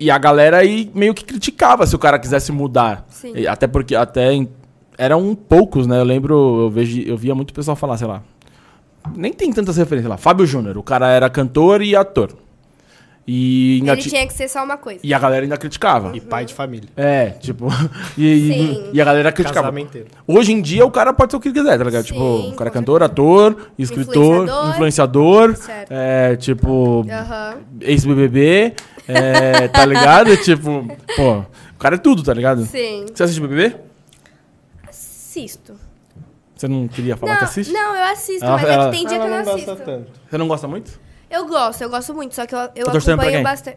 Speaker 1: e a galera aí meio que criticava se o cara quisesse mudar.
Speaker 2: Sim.
Speaker 1: E até porque até em- eram poucos, né? Eu lembro, eu vejo, eu via muito pessoal falar, sei lá, nem tem tantas referências lá. Fábio Júnior, o cara era cantor e ator. E, ainda
Speaker 2: Ele
Speaker 1: ti-
Speaker 2: tinha que ser só uma coisa.
Speaker 1: e a galera ainda criticava.
Speaker 3: E pai de família.
Speaker 1: É, tipo. <laughs> E, e-
Speaker 2: Sim.
Speaker 1: e a galera criticava.
Speaker 3: Casamenteiro.
Speaker 1: Hoje em dia o cara pode ser o que quiser, tá ligado?
Speaker 2: Sim,
Speaker 1: tipo, o cara é
Speaker 2: com Tá
Speaker 1: cantor, ator, escritor, influenciador.
Speaker 2: Certo. Tá.
Speaker 1: é, tipo,
Speaker 2: Aham.
Speaker 1: ex-BBB. é, tá ligado? <laughs> tipo, pô, o cara é tudo, tá ligado?
Speaker 2: Sim.
Speaker 1: Você assiste BBB?
Speaker 2: Assisto.
Speaker 1: Você não queria falar que assiste?
Speaker 2: Não, não, eu assisto,
Speaker 1: Ela-
Speaker 2: mas é
Speaker 1: ela-
Speaker 2: que tem dia que eu não assisto.
Speaker 3: tanto.
Speaker 1: Você não gosta muito?
Speaker 2: Eu gosto, eu gosto muito, só que eu, eu
Speaker 1: Tá torcendo pra
Speaker 2: acompanho
Speaker 1: quem?
Speaker 2: bastante.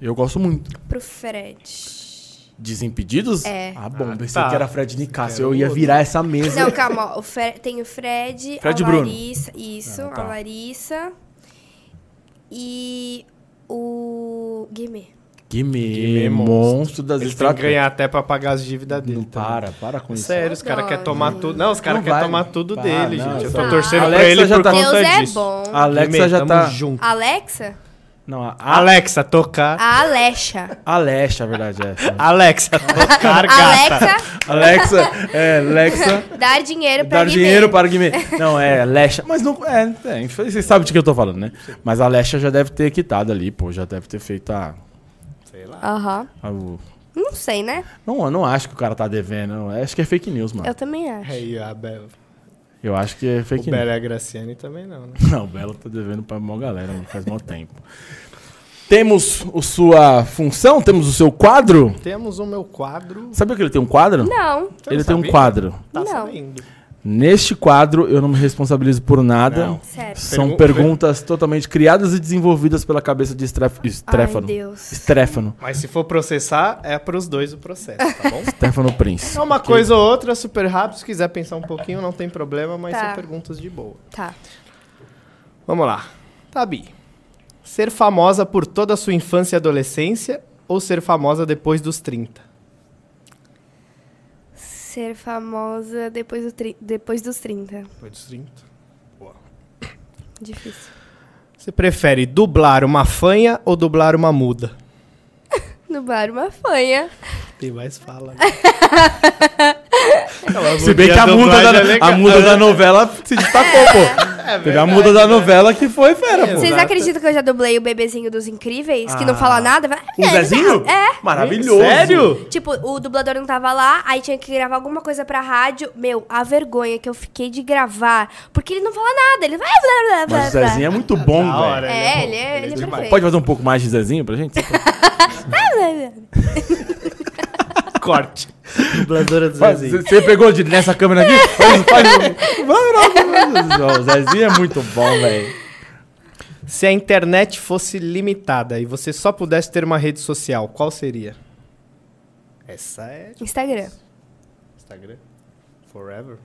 Speaker 1: Eu gosto muito.
Speaker 2: Pro Fred.
Speaker 1: Desimpedidos?
Speaker 2: É.
Speaker 1: Ah, bom,
Speaker 3: Ah,
Speaker 1: pensei
Speaker 3: tá.
Speaker 1: que era Fred Nicasso. Eu
Speaker 3: Quero
Speaker 1: ia
Speaker 3: outro.
Speaker 1: virar essa mesa.
Speaker 2: Não, calma, ó, o Fre- tem o Fred,
Speaker 1: Fred
Speaker 2: a
Speaker 1: Bruno.
Speaker 2: Larissa. Isso,
Speaker 1: Ah, tá.
Speaker 2: a Larissa. E o Guimê.
Speaker 1: Guimê,
Speaker 3: Guimê, monstro.
Speaker 1: monstro das
Speaker 3: Eles têm que
Speaker 1: estradas.
Speaker 3: ganhar até pra pagar as dívidas dele.
Speaker 1: Não
Speaker 3: tá?
Speaker 1: para, para com isso.
Speaker 3: Sério, os caras
Speaker 2: Não,
Speaker 3: querem tomar
Speaker 2: não.
Speaker 3: tudo. Não, os caras
Speaker 1: Não
Speaker 3: querem
Speaker 1: vai.
Speaker 3: tomar tudo
Speaker 1: Para,
Speaker 3: dele,
Speaker 1: não,
Speaker 3: gente. Eu
Speaker 1: para.
Speaker 3: tô torcendo
Speaker 1: Alexa
Speaker 3: pra ele
Speaker 1: já
Speaker 3: por
Speaker 1: tá-
Speaker 3: conta
Speaker 2: Deus é
Speaker 3: disso.
Speaker 2: bom.
Speaker 1: A Alexa
Speaker 3: Primeiro,
Speaker 1: já
Speaker 3: tamo
Speaker 1: tá.
Speaker 3: junto.
Speaker 2: Alexa?
Speaker 1: Não, a, a...
Speaker 3: Alexa, tocar.
Speaker 2: A Alexa.
Speaker 1: Alexa, a verdade é
Speaker 3: <laughs>
Speaker 1: essa. <laughs>
Speaker 3: Alexa, tocar, gata.
Speaker 2: Alexa,
Speaker 1: Alexa, é, Alexa.
Speaker 2: dar dinheiro pra
Speaker 1: Dar
Speaker 2: Guimê.
Speaker 1: dinheiro para o Guimê. Não, é Alexa. Mas não. É, é, enfim, vocês sabem de que eu tô falando, né? Mas a Alexa já deve ter quitado ali, pô. Já deve ter feito a.
Speaker 2: Aham.
Speaker 1: a o-
Speaker 2: Não sei, né?
Speaker 1: Não, eu não acho que o cara tá devendo. eu Acho que é fake news, mano.
Speaker 2: Eu também acho.
Speaker 3: Aí, É, a Bela.
Speaker 1: Eu acho que é
Speaker 3: O
Speaker 1: fake news.
Speaker 3: Bela e a Graciane também não, né?
Speaker 1: Não, o Belo tá devendo pra mó galera, mano, faz mó tempo. Temos o sua função, temos o seu quadro.
Speaker 3: Temos o meu quadro.
Speaker 1: Sabia que ele tem um quadro?
Speaker 2: Não.
Speaker 3: Você
Speaker 1: Ele
Speaker 3: não
Speaker 1: tem um
Speaker 3: sabia?
Speaker 1: quadro.
Speaker 3: Tá
Speaker 2: Não.
Speaker 3: sabendo.
Speaker 1: Neste quadro, eu não me responsabilizo por nada.
Speaker 3: Não.
Speaker 2: Sério.
Speaker 1: São
Speaker 3: Pergun-
Speaker 1: perguntas totalmente criadas e desenvolvidas pela cabeça de Estref...
Speaker 2: Ai,
Speaker 1: Estréfano.
Speaker 2: Deus.
Speaker 1: Estréfano.
Speaker 3: Mas se for processar, é pros dois o processo,
Speaker 1: <laughs>
Speaker 3: tá bom?
Speaker 1: Estréfano Prince.
Speaker 3: É uma coisa ou outra, super rápido. Se quiser pensar um pouquinho, não tem problema, mas
Speaker 2: Tá.
Speaker 3: são perguntas de boa.
Speaker 2: Tá.
Speaker 3: Vamos lá. Tabi. Ser famosa por toda a sua infância e adolescência ou ser famosa depois dos 30?
Speaker 2: Ser famosa depois, do tri- depois dos 30.
Speaker 3: Depois dos 30.
Speaker 2: Difícil.
Speaker 3: Você prefere dublar uma fanha ou dublar uma muda?
Speaker 2: No bar, uma fanha.
Speaker 3: Tem mais fala. né?
Speaker 1: <laughs> Se bem que a muda,
Speaker 3: é
Speaker 1: da, a muda da novela se destacou,
Speaker 2: É.
Speaker 1: pô. Teve a muda
Speaker 3: é
Speaker 1: da novela que foi fera, pô.
Speaker 2: Vocês
Speaker 3: Exato.
Speaker 2: acreditam que eu já dublei o bebezinho dos incríveis? Que não fala nada? Vai-
Speaker 1: Ah. O Zezinho?
Speaker 2: É.
Speaker 1: Maravilhoso.
Speaker 3: Sério?
Speaker 2: Tipo, o dublador não tava lá, aí tinha que gravar alguma coisa pra rádio. Meu, a vergonha que eu fiquei de gravar. Porque ele não fala nada, ele vai. Blá, blá, blá,
Speaker 1: Mas o
Speaker 2: blá.
Speaker 1: Zezinho é muito bom,
Speaker 3: Da hora, né?
Speaker 1: velho.
Speaker 2: É,
Speaker 3: bom,
Speaker 2: ele é- ele é
Speaker 3: demais.
Speaker 2: perfeito.
Speaker 1: Pode fazer um pouco mais de Zezinho pra gente?
Speaker 3: Corte. Dubladora do
Speaker 1: Faz-
Speaker 3: Zezinho.
Speaker 1: Você pegou de- nessa câmera aqui? Faz, um. faz, o Zezinho é muito bom, velho.
Speaker 3: Se a internet fosse limitada e você só pudesse ter uma rede social, qual seria? Essa é
Speaker 2: Instagram.
Speaker 3: Instagram. Forever.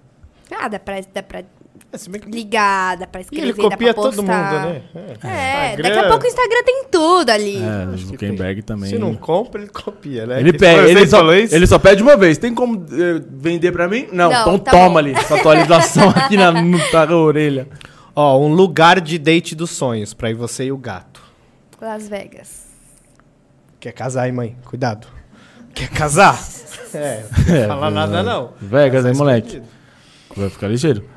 Speaker 2: Ah, dá pra, dá pra
Speaker 3: É, se bem que...
Speaker 2: ligar, dá pra
Speaker 3: E
Speaker 2: escrever,
Speaker 3: ele
Speaker 2: dá pra
Speaker 3: copia
Speaker 2: postar.
Speaker 3: todo mundo, né?
Speaker 2: É,
Speaker 3: Instagram-
Speaker 2: daqui a pouco o Instagram tem tudo ali.
Speaker 1: É, o
Speaker 3: Acho que tem.
Speaker 1: Zuckerberg também.
Speaker 3: Se não compra, ele copia, né?
Speaker 1: Ele
Speaker 3: Que-
Speaker 1: pede,
Speaker 3: Foi você
Speaker 1: ele
Speaker 3: que
Speaker 1: só,
Speaker 3: falou isso?
Speaker 1: ele só pede uma vez. Tem como eh, vender pra mim? Não,
Speaker 2: Não,
Speaker 1: então
Speaker 2: tá
Speaker 1: toma
Speaker 2: bom.
Speaker 1: ali. Essa
Speaker 2: <laughs>
Speaker 1: atualização aqui na, no, tá na orelha.
Speaker 3: Ó, um lugar de date dos sonhos pra ir você e o gato.
Speaker 2: Las Vegas.
Speaker 3: Quer casar, hein, mãe? Cuidado.
Speaker 2: <laughs>
Speaker 3: Quer casar? É, não quer
Speaker 1: É,
Speaker 3: falar nada não.
Speaker 1: Vegas,
Speaker 3: Tá
Speaker 1: hein, moleque?
Speaker 3: escondido.
Speaker 1: Vai ficar ligeiro.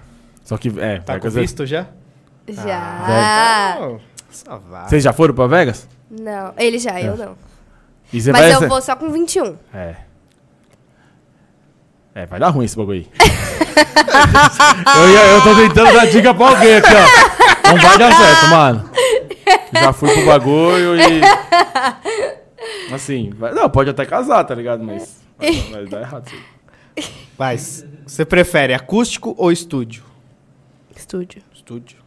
Speaker 1: Só que, é,
Speaker 3: Tá com
Speaker 1: Vegas é-
Speaker 3: visto já? Ah,
Speaker 2: Já.
Speaker 3: Não, só vai.
Speaker 1: Vocês já foram pra Vegas?
Speaker 2: Não, ele já, eu não.
Speaker 1: E É. você vai
Speaker 2: Mas
Speaker 1: essa-
Speaker 2: eu vou só com 21.
Speaker 1: É. É, vai dar ruim esse bagulho aí. eu, ia- eu tô tentando dar dica pra alguém aqui, ó. Não vai dar certo, mano. Já fui pro bagulho e. Assim, vai- não, pode até casar, tá ligado? Mas. Mas, mas dá errado. sim.
Speaker 3: Mas, você prefere acústico ou estúdio?
Speaker 2: Estúdio.
Speaker 3: Estúdio.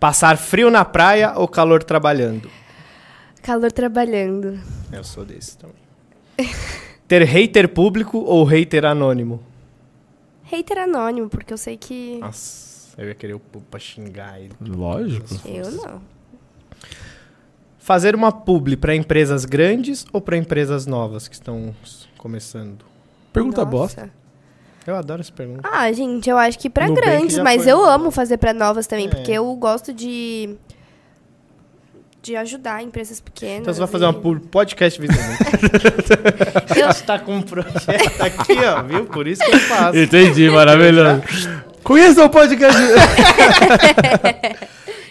Speaker 3: Passar frio na praia ou calor trabalhando?
Speaker 2: Calor trabalhando.
Speaker 3: Eu sou desse também. <laughs> Ter hater público ou hater anônimo?
Speaker 2: Hater anônimo, porque eu sei que.
Speaker 3: Ah, Nossa, eu ia querer o público pra xingar ele.
Speaker 1: Lógico.
Speaker 2: eu não.
Speaker 3: Fazer uma publi pra empresas grandes ou pra empresas novas que estão s- começando?
Speaker 1: Pergunta
Speaker 2: Nossa.
Speaker 1: bosta.
Speaker 3: Eu adoro essa pergunta.
Speaker 2: Ah, gente, eu acho que pra
Speaker 3: Nubank
Speaker 2: grandes,
Speaker 3: já
Speaker 2: mas
Speaker 3: foi-
Speaker 2: eu amo fazer pra novas também,
Speaker 3: É.
Speaker 2: porque eu gosto de. de ajudar empresas pequenas.
Speaker 3: Então você vai fazer uma
Speaker 2: e-
Speaker 3: publi
Speaker 2: <laughs>
Speaker 3: podcast visualmente.
Speaker 2: Eu-
Speaker 3: Você tá com um projeto aqui, ó, viu? Por isso que eu faço.
Speaker 1: Entendi, maravilhoso. Conheça o podcast.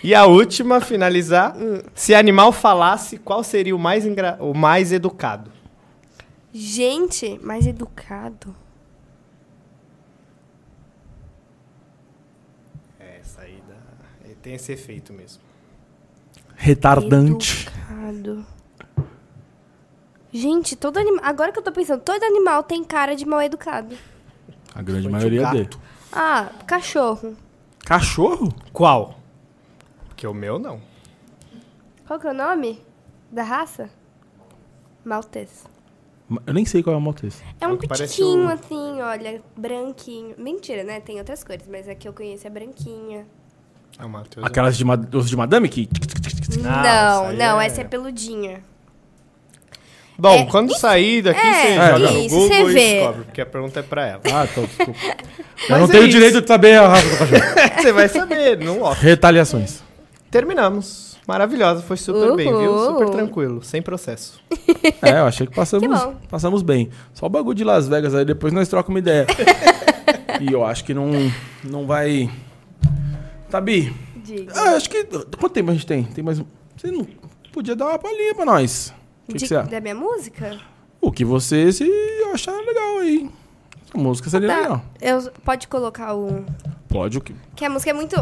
Speaker 3: E a última, finalizar. Se animal falasse, qual seria o mais, engra... o mais educado?
Speaker 2: Gente, mais educado.
Speaker 3: É, essa aí dá... tem esse efeito mesmo.
Speaker 1: Retardante.
Speaker 2: Educado. Gente, todo animal. Agora que eu tô pensando, todo animal tem cara de mal educado.
Speaker 1: A grande
Speaker 3: Foi
Speaker 1: maioria é
Speaker 3: de
Speaker 1: dele.
Speaker 2: Ah, cachorro.
Speaker 1: Cachorro?
Speaker 3: Qual? Porque o meu não.
Speaker 2: Qual que é o nome da raça? Maltês.
Speaker 1: Eu nem sei qual é o moto esse.
Speaker 2: É um
Speaker 3: que parece
Speaker 2: pitiquinho
Speaker 3: o-
Speaker 2: assim, olha, branquinho. Mentira, né? Tem outras cores, mas a que eu conheço é branquinha.
Speaker 3: É o Matheus.
Speaker 1: Aquelas de, mad... os de madame que.
Speaker 2: não,
Speaker 3: Ah, essa aí
Speaker 2: não,
Speaker 3: é-
Speaker 2: essa é peludinha.
Speaker 3: Bom,
Speaker 2: É,
Speaker 3: quando sair daqui,
Speaker 2: é,
Speaker 3: você joga
Speaker 2: isso,
Speaker 3: no
Speaker 2: você
Speaker 3: Google
Speaker 2: vê.
Speaker 3: e descobre, porque a pergunta é pra ela. <laughs>
Speaker 1: Ah, tô, desculpa. Eu
Speaker 3: Mas
Speaker 1: não
Speaker 3: é
Speaker 1: tenho
Speaker 3: isso.
Speaker 1: direito de saber ah, a raça do cachorro.
Speaker 3: você vai saber, não ó.
Speaker 1: Retaliações.
Speaker 3: Terminamos. Maravilhosa, foi super bem, viu?
Speaker 2: Uhul.
Speaker 3: Super tranquilo, sem processo.
Speaker 1: É, eu achei que passamos,
Speaker 2: Que bom.
Speaker 1: passamos bem. Só o bagulho de Las Vegas aí, depois nós trocamos uma ideia. e eu acho que não, não vai. Tabi,
Speaker 2: Diga.
Speaker 1: ah, acho que. Quanto tempo a gente tem? Tem mais um. Você não podia dar uma palhinha pra nós. O que, que
Speaker 2: De-
Speaker 1: você acha?
Speaker 2: da minha música?
Speaker 1: O o que você se achar legal aí. A música seria legal.
Speaker 2: Tá, eu, pode colocar o.
Speaker 1: Pode o que,
Speaker 2: Que a música é muito.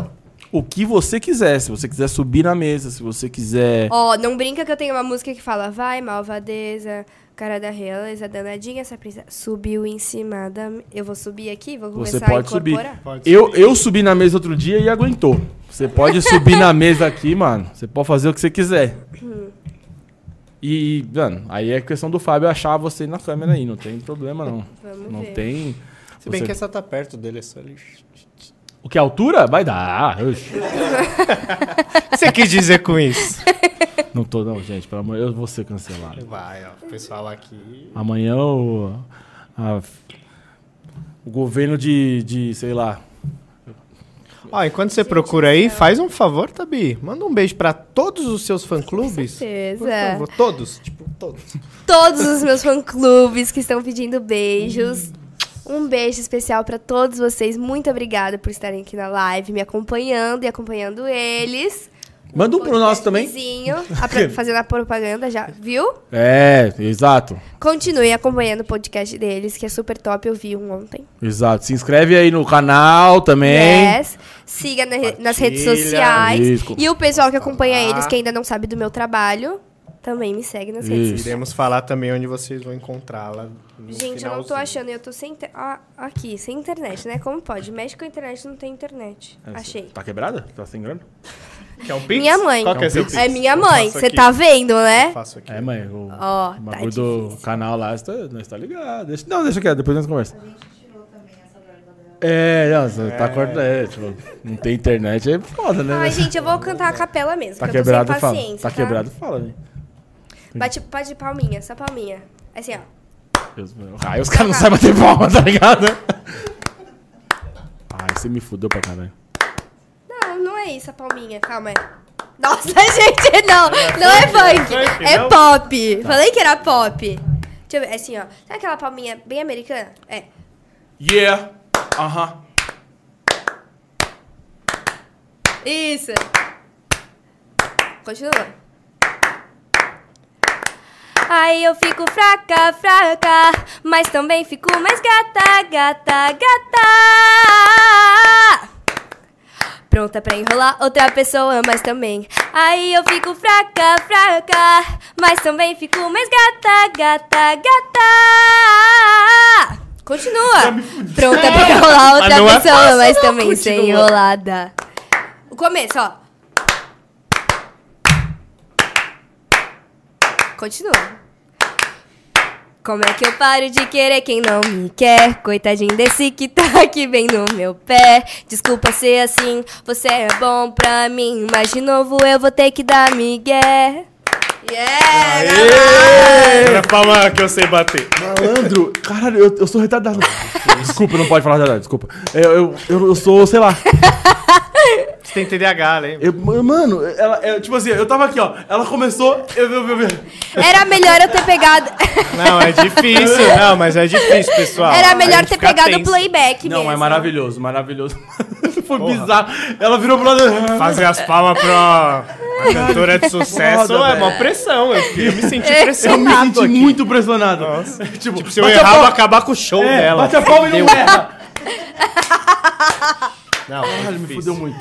Speaker 1: o que você quiser. Se você quiser subir na mesa, se você quiser.
Speaker 2: Ó, não brinca que eu tenho uma música que fala Vai, malvadeza, cara da realeza, danadinha, essa princesa. Subiu em cima da. me-" Eu vou subir aqui, vou começar
Speaker 1: Você pode
Speaker 2: a
Speaker 1: subir.
Speaker 2: incorporar.
Speaker 3: Pode
Speaker 1: Eu, eu subi na mesa outro dia e aguentou. Você
Speaker 2: <laughs>
Speaker 1: pode subir na mesa aqui, mano. Você pode fazer o que você quiser.
Speaker 2: Hum.
Speaker 1: E, mano, aí é questão do Fábio achar você na câmera aí. Não tem problema, não.
Speaker 2: Vamos
Speaker 1: Não
Speaker 2: ver.
Speaker 1: tem.
Speaker 3: Se bem
Speaker 1: Você-
Speaker 3: que essa tá perto dele, é só ele.
Speaker 1: O que? A altura? Vai dar. Oxi.
Speaker 3: O que você quis dizer com isso?
Speaker 1: Não tô, não, gente. Pelo amor de Deus, eu vou ser cancelado.
Speaker 3: Vai, ó. O pessoal aqui.
Speaker 1: Amanhã o. a- o governo de, de. sei lá.
Speaker 3: Ó, enquanto você procura aí, faz um favor, Tabi. Manda um beijo pra todos os seus fã-clubes.
Speaker 2: certeza.
Speaker 3: Por favor, todos. Tipo, todos.
Speaker 2: Todos os meus fã-clubes que estão pedindo beijos. Um beijo especial pra todos vocês. Muito obrigada por estarem aqui na live, me acompanhando e acompanhando eles.
Speaker 1: Manda um pro nosso também. <laughs>
Speaker 2: Vizinho, a pro- fazendo a propaganda já, viu?
Speaker 1: É, exato.
Speaker 2: Continuem acompanhando o podcast deles, que é super top. Eu vi um ontem.
Speaker 1: Exato. Se inscreve aí no canal também.
Speaker 2: Yes. Siga na re- nas
Speaker 1: Compartilha,
Speaker 2: redes sociais.
Speaker 1: isso.
Speaker 2: E o pessoal que acompanha
Speaker 3: lá.
Speaker 2: eles, que ainda não sabe do meu trabalho, também me segue nas redes
Speaker 1: Isso.
Speaker 2: sociais.
Speaker 3: Iremos falar também onde vocês vão encontrá-la. no
Speaker 2: Gente, eu não tô
Speaker 3: finalzinho.
Speaker 2: achando, eu tô sem. inter- Ah, aqui, sem internet, né? Como pode? Mexe com a internet, não tem internet. Achei.
Speaker 1: Tá quebrada? Tá sem grana?
Speaker 3: Quer um pix?
Speaker 2: Minha mãe.
Speaker 3: Qual que
Speaker 1: Quer
Speaker 3: é
Speaker 1: um
Speaker 3: seu
Speaker 1: pix?
Speaker 3: pix?
Speaker 2: É minha mãe,
Speaker 3: Eu faço
Speaker 2: você
Speaker 3: aqui.
Speaker 2: tá vendo, né?
Speaker 3: Eu faço aqui.
Speaker 1: É, mãe. O
Speaker 2: Ó, tá
Speaker 1: bagulho do
Speaker 2: difícil.
Speaker 1: canal lá, você tá- nós tá ligado. Deixa- não, deixa quieto, depois nós conversa. É, não, você tá cortando. É, tipo, não tem internet, é foda, né?
Speaker 2: Ai, gente, eu vou cantar a capela mesmo,
Speaker 1: tá
Speaker 2: porque eu tô sem
Speaker 1: quebrado, fala.
Speaker 2: paciência.
Speaker 1: Tá quebrado, fala, né?
Speaker 2: Bate, bate palminha, só palminha. Assim, ó.
Speaker 1: Deus, meu. Aí os caras não sabem bater palma, tá ligado? <laughs> Ai, você me fudeu pra caralho.
Speaker 2: Não, não é isso a palminha, calma. é. Nossa, <laughs> gente, não! Não é funk!
Speaker 3: funk,
Speaker 2: É
Speaker 3: não?
Speaker 2: pop! Falei que era pop! Deixa eu ver, é assim, ó. Sabe aquela palminha bem americana? É.
Speaker 1: Yeah! Aham.
Speaker 2: Isso. Continua. Aí eu fico fraca, fraca, mas também fico mais gata, gata, gata. Pronta pra enrolar outra pessoa, mas também. Aí eu fico fraca, fraca, mas também fico mais gata, gata, gata. Continua. Pronta pra enrolar outra
Speaker 3: Mas não é
Speaker 2: pessoa,
Speaker 3: fácil,
Speaker 2: mas
Speaker 3: não.
Speaker 2: também sem
Speaker 3: Continua.
Speaker 2: enrolada. O começo, ó. Continua. Como é que eu paro de querer quem não me quer? Coitadinho desse que tá aqui bem no meu pé. Desculpa ser assim, você é bom pra mim, mas de novo eu vou ter que dar migué. Yeah! galera!
Speaker 3: Era a palma que eu sei bater.
Speaker 1: Malandro, caralho, eu, eu sou <laughs> retardado. Desculpa, não pode falar retardado, desculpa. Eu, eu, eu, eu sou, sei lá.
Speaker 3: Você tem TDAH, né?
Speaker 1: Eu, mano, ela, é, tipo assim, eu tava aqui, ó. Ela começou, eu, eu, eu, eu-
Speaker 2: Era melhor eu ter pegado.
Speaker 3: <laughs> Não, é difícil. não, mas é difícil, pessoal.
Speaker 2: Era
Speaker 3: A
Speaker 2: melhor
Speaker 3: gente
Speaker 2: ter
Speaker 3: fica
Speaker 2: pegado o
Speaker 3: tenso.
Speaker 2: playback
Speaker 1: Não,
Speaker 2: mesmo.
Speaker 1: é maravilhoso, maravilhoso. <laughs> Foi bizarro. Ela virou pro lado.
Speaker 3: Fazer as palmas pra uma cantora de sucesso
Speaker 1: Foda,
Speaker 3: é
Speaker 1: velho.
Speaker 3: uma pressão. Eu, fiquei- eu me senti
Speaker 2: É.
Speaker 1: Eu me
Speaker 3: pressionado
Speaker 1: senti
Speaker 3: aqui.
Speaker 1: muito pressionado.
Speaker 3: Nossa.
Speaker 1: <laughs> Tipo,
Speaker 3: Se eu
Speaker 1: bate a
Speaker 3: errar, eu vou
Speaker 1: palma-
Speaker 3: acabar com o show
Speaker 1: é,
Speaker 3: dela.
Speaker 1: Bate a palma e não erra.
Speaker 3: Não, é
Speaker 1: Caralho, me
Speaker 3: difícil.
Speaker 1: fudeu muito.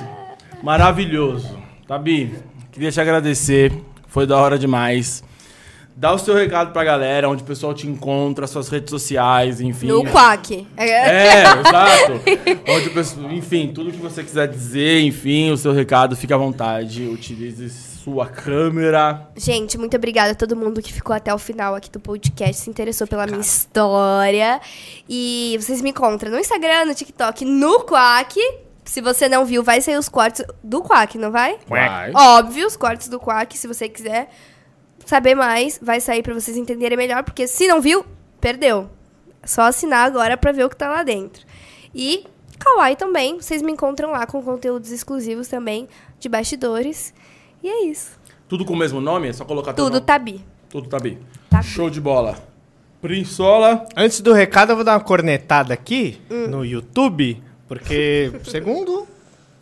Speaker 1: Maravilhoso. Tabi, queria te agradecer. Foi da hora demais. Dá o seu recado pra galera, onde o pessoal te encontra, suas redes sociais, enfim.
Speaker 2: No quack.
Speaker 4: <laughs>
Speaker 1: É, exato. Onde o pessoal- enfim, tudo que você quiser dizer, enfim, o seu recado, fica à vontade. Utilize sua câmera.
Speaker 2: Gente, muito obrigada a todo mundo que ficou até o final aqui do podcast, se interessou pela minha história. E vocês me encontram no Instagram, no TikTok, no Quack. Se você não viu, vai sair os cortes do Quack, não vai?
Speaker 1: Vai.
Speaker 2: Óbvio, os cortes do Quack, se você quiser saber mais, vai sair pra vocês entenderem melhor, porque se não viu, perdeu. É Só assinar agora pra ver o que tá lá dentro. E Kawaii também, vocês me encontram lá com conteúdos exclusivos também de bastidores. E é isso.
Speaker 1: Tudo com o mesmo nome? É só colocar teu
Speaker 2: Tudo
Speaker 1: nome.
Speaker 2: tabi.
Speaker 1: Tudo tá bem.
Speaker 2: Tabi.
Speaker 1: Show de bola. Prinsola.
Speaker 3: Antes do recado, eu vou dar uma cornetada aqui no YouTube, porque segundo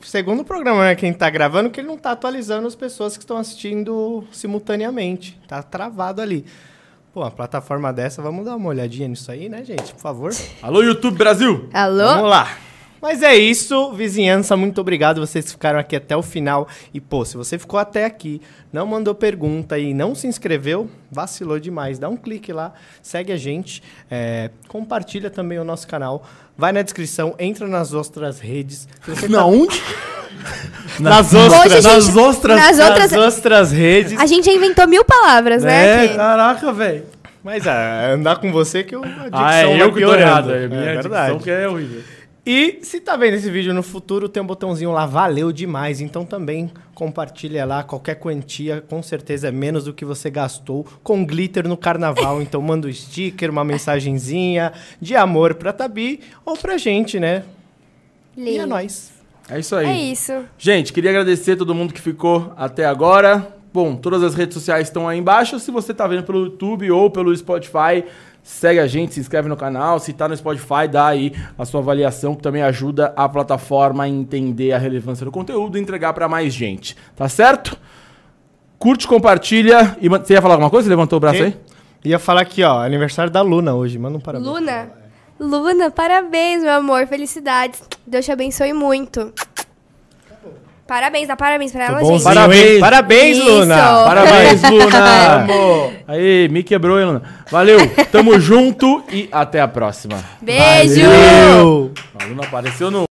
Speaker 3: segundo o programa, né, quem tá gravando, que ele não tá atualizando as pessoas que estão assistindo simultaneamente. Tá travado ali. Pô, uma plataforma dessa, vamos dar uma olhadinha nisso aí, né, gente? Por favor.
Speaker 4: Alô, YouTube Brasil!
Speaker 2: Alô?
Speaker 3: Vamos lá. Mas é isso, vizinhança, muito obrigado vocês que ficaram aqui até o final. E, pô, se você ficou até aqui, não mandou pergunta e não se inscreveu, vacilou demais. Dá um clique lá, segue a gente, é, compartilha também o nosso canal. Vai na descrição, entra nas outras redes. Se você tá-
Speaker 4: Na onde?
Speaker 3: <laughs> Nas outras,
Speaker 2: Hoje a gente-
Speaker 3: nas outras,
Speaker 2: nas
Speaker 3: nas
Speaker 2: outras-
Speaker 3: outras, redes.
Speaker 2: A gente já inventou mil palavras, né?
Speaker 4: É,
Speaker 2: Fê?
Speaker 4: caraca, velho.
Speaker 3: Mas ah, andar com você que eu, a dicção
Speaker 4: Ah, é
Speaker 3: vai
Speaker 4: eu que tô
Speaker 3: piorando.
Speaker 4: errado. É minha é
Speaker 3: verdade.
Speaker 4: que é horrível.
Speaker 3: E se tá vendo esse vídeo no futuro, tem um botãozinho lá, valeu demais. Então também compartilha lá qualquer quantia, com certeza é menos do que você gastou com glitter no <laughs> carnaval. Então manda um sticker, uma mensagenzinha de amor pra Tabi ou pra gente, né? E é
Speaker 2: Lindo.
Speaker 3: nóis.
Speaker 1: É isso aí.
Speaker 2: É isso.
Speaker 1: Gente, queria agradecer a todo mundo que ficou até agora. Bom, todas as redes sociais estão aí embaixo. Se você tá vendo pelo YouTube ou pelo Spotify, segue a gente, se inscreve no canal. Se tá no Spotify, dá aí a sua avaliação, que também ajuda a plataforma a entender a relevância do conteúdo e entregar pra mais gente. Tá certo? Curte, compartilha e man- você ia falar alguma coisa? Você levantou o braço aí?
Speaker 3: E- Ia falar aqui, ó, aniversário da Luna hoje. Manda um parabéns.
Speaker 2: Luna. Luna, parabéns, meu amor. Felicidades. Deus te abençoe muito. Parabéns, dá parabéns pra
Speaker 3: Tô
Speaker 2: ela,
Speaker 3: Tá bonzinho,
Speaker 2: gente.
Speaker 1: Parabéns.
Speaker 3: hein? Parabéns,
Speaker 2: Isso.
Speaker 3: Luna!
Speaker 1: Parabéns, Luna!
Speaker 3: Amor!
Speaker 1: Aí, me quebrou, hein, Luna? Valeu, tamo junto e até a próxima.
Speaker 2: Beijo!
Speaker 3: Eu.
Speaker 1: A Luna apareceu no.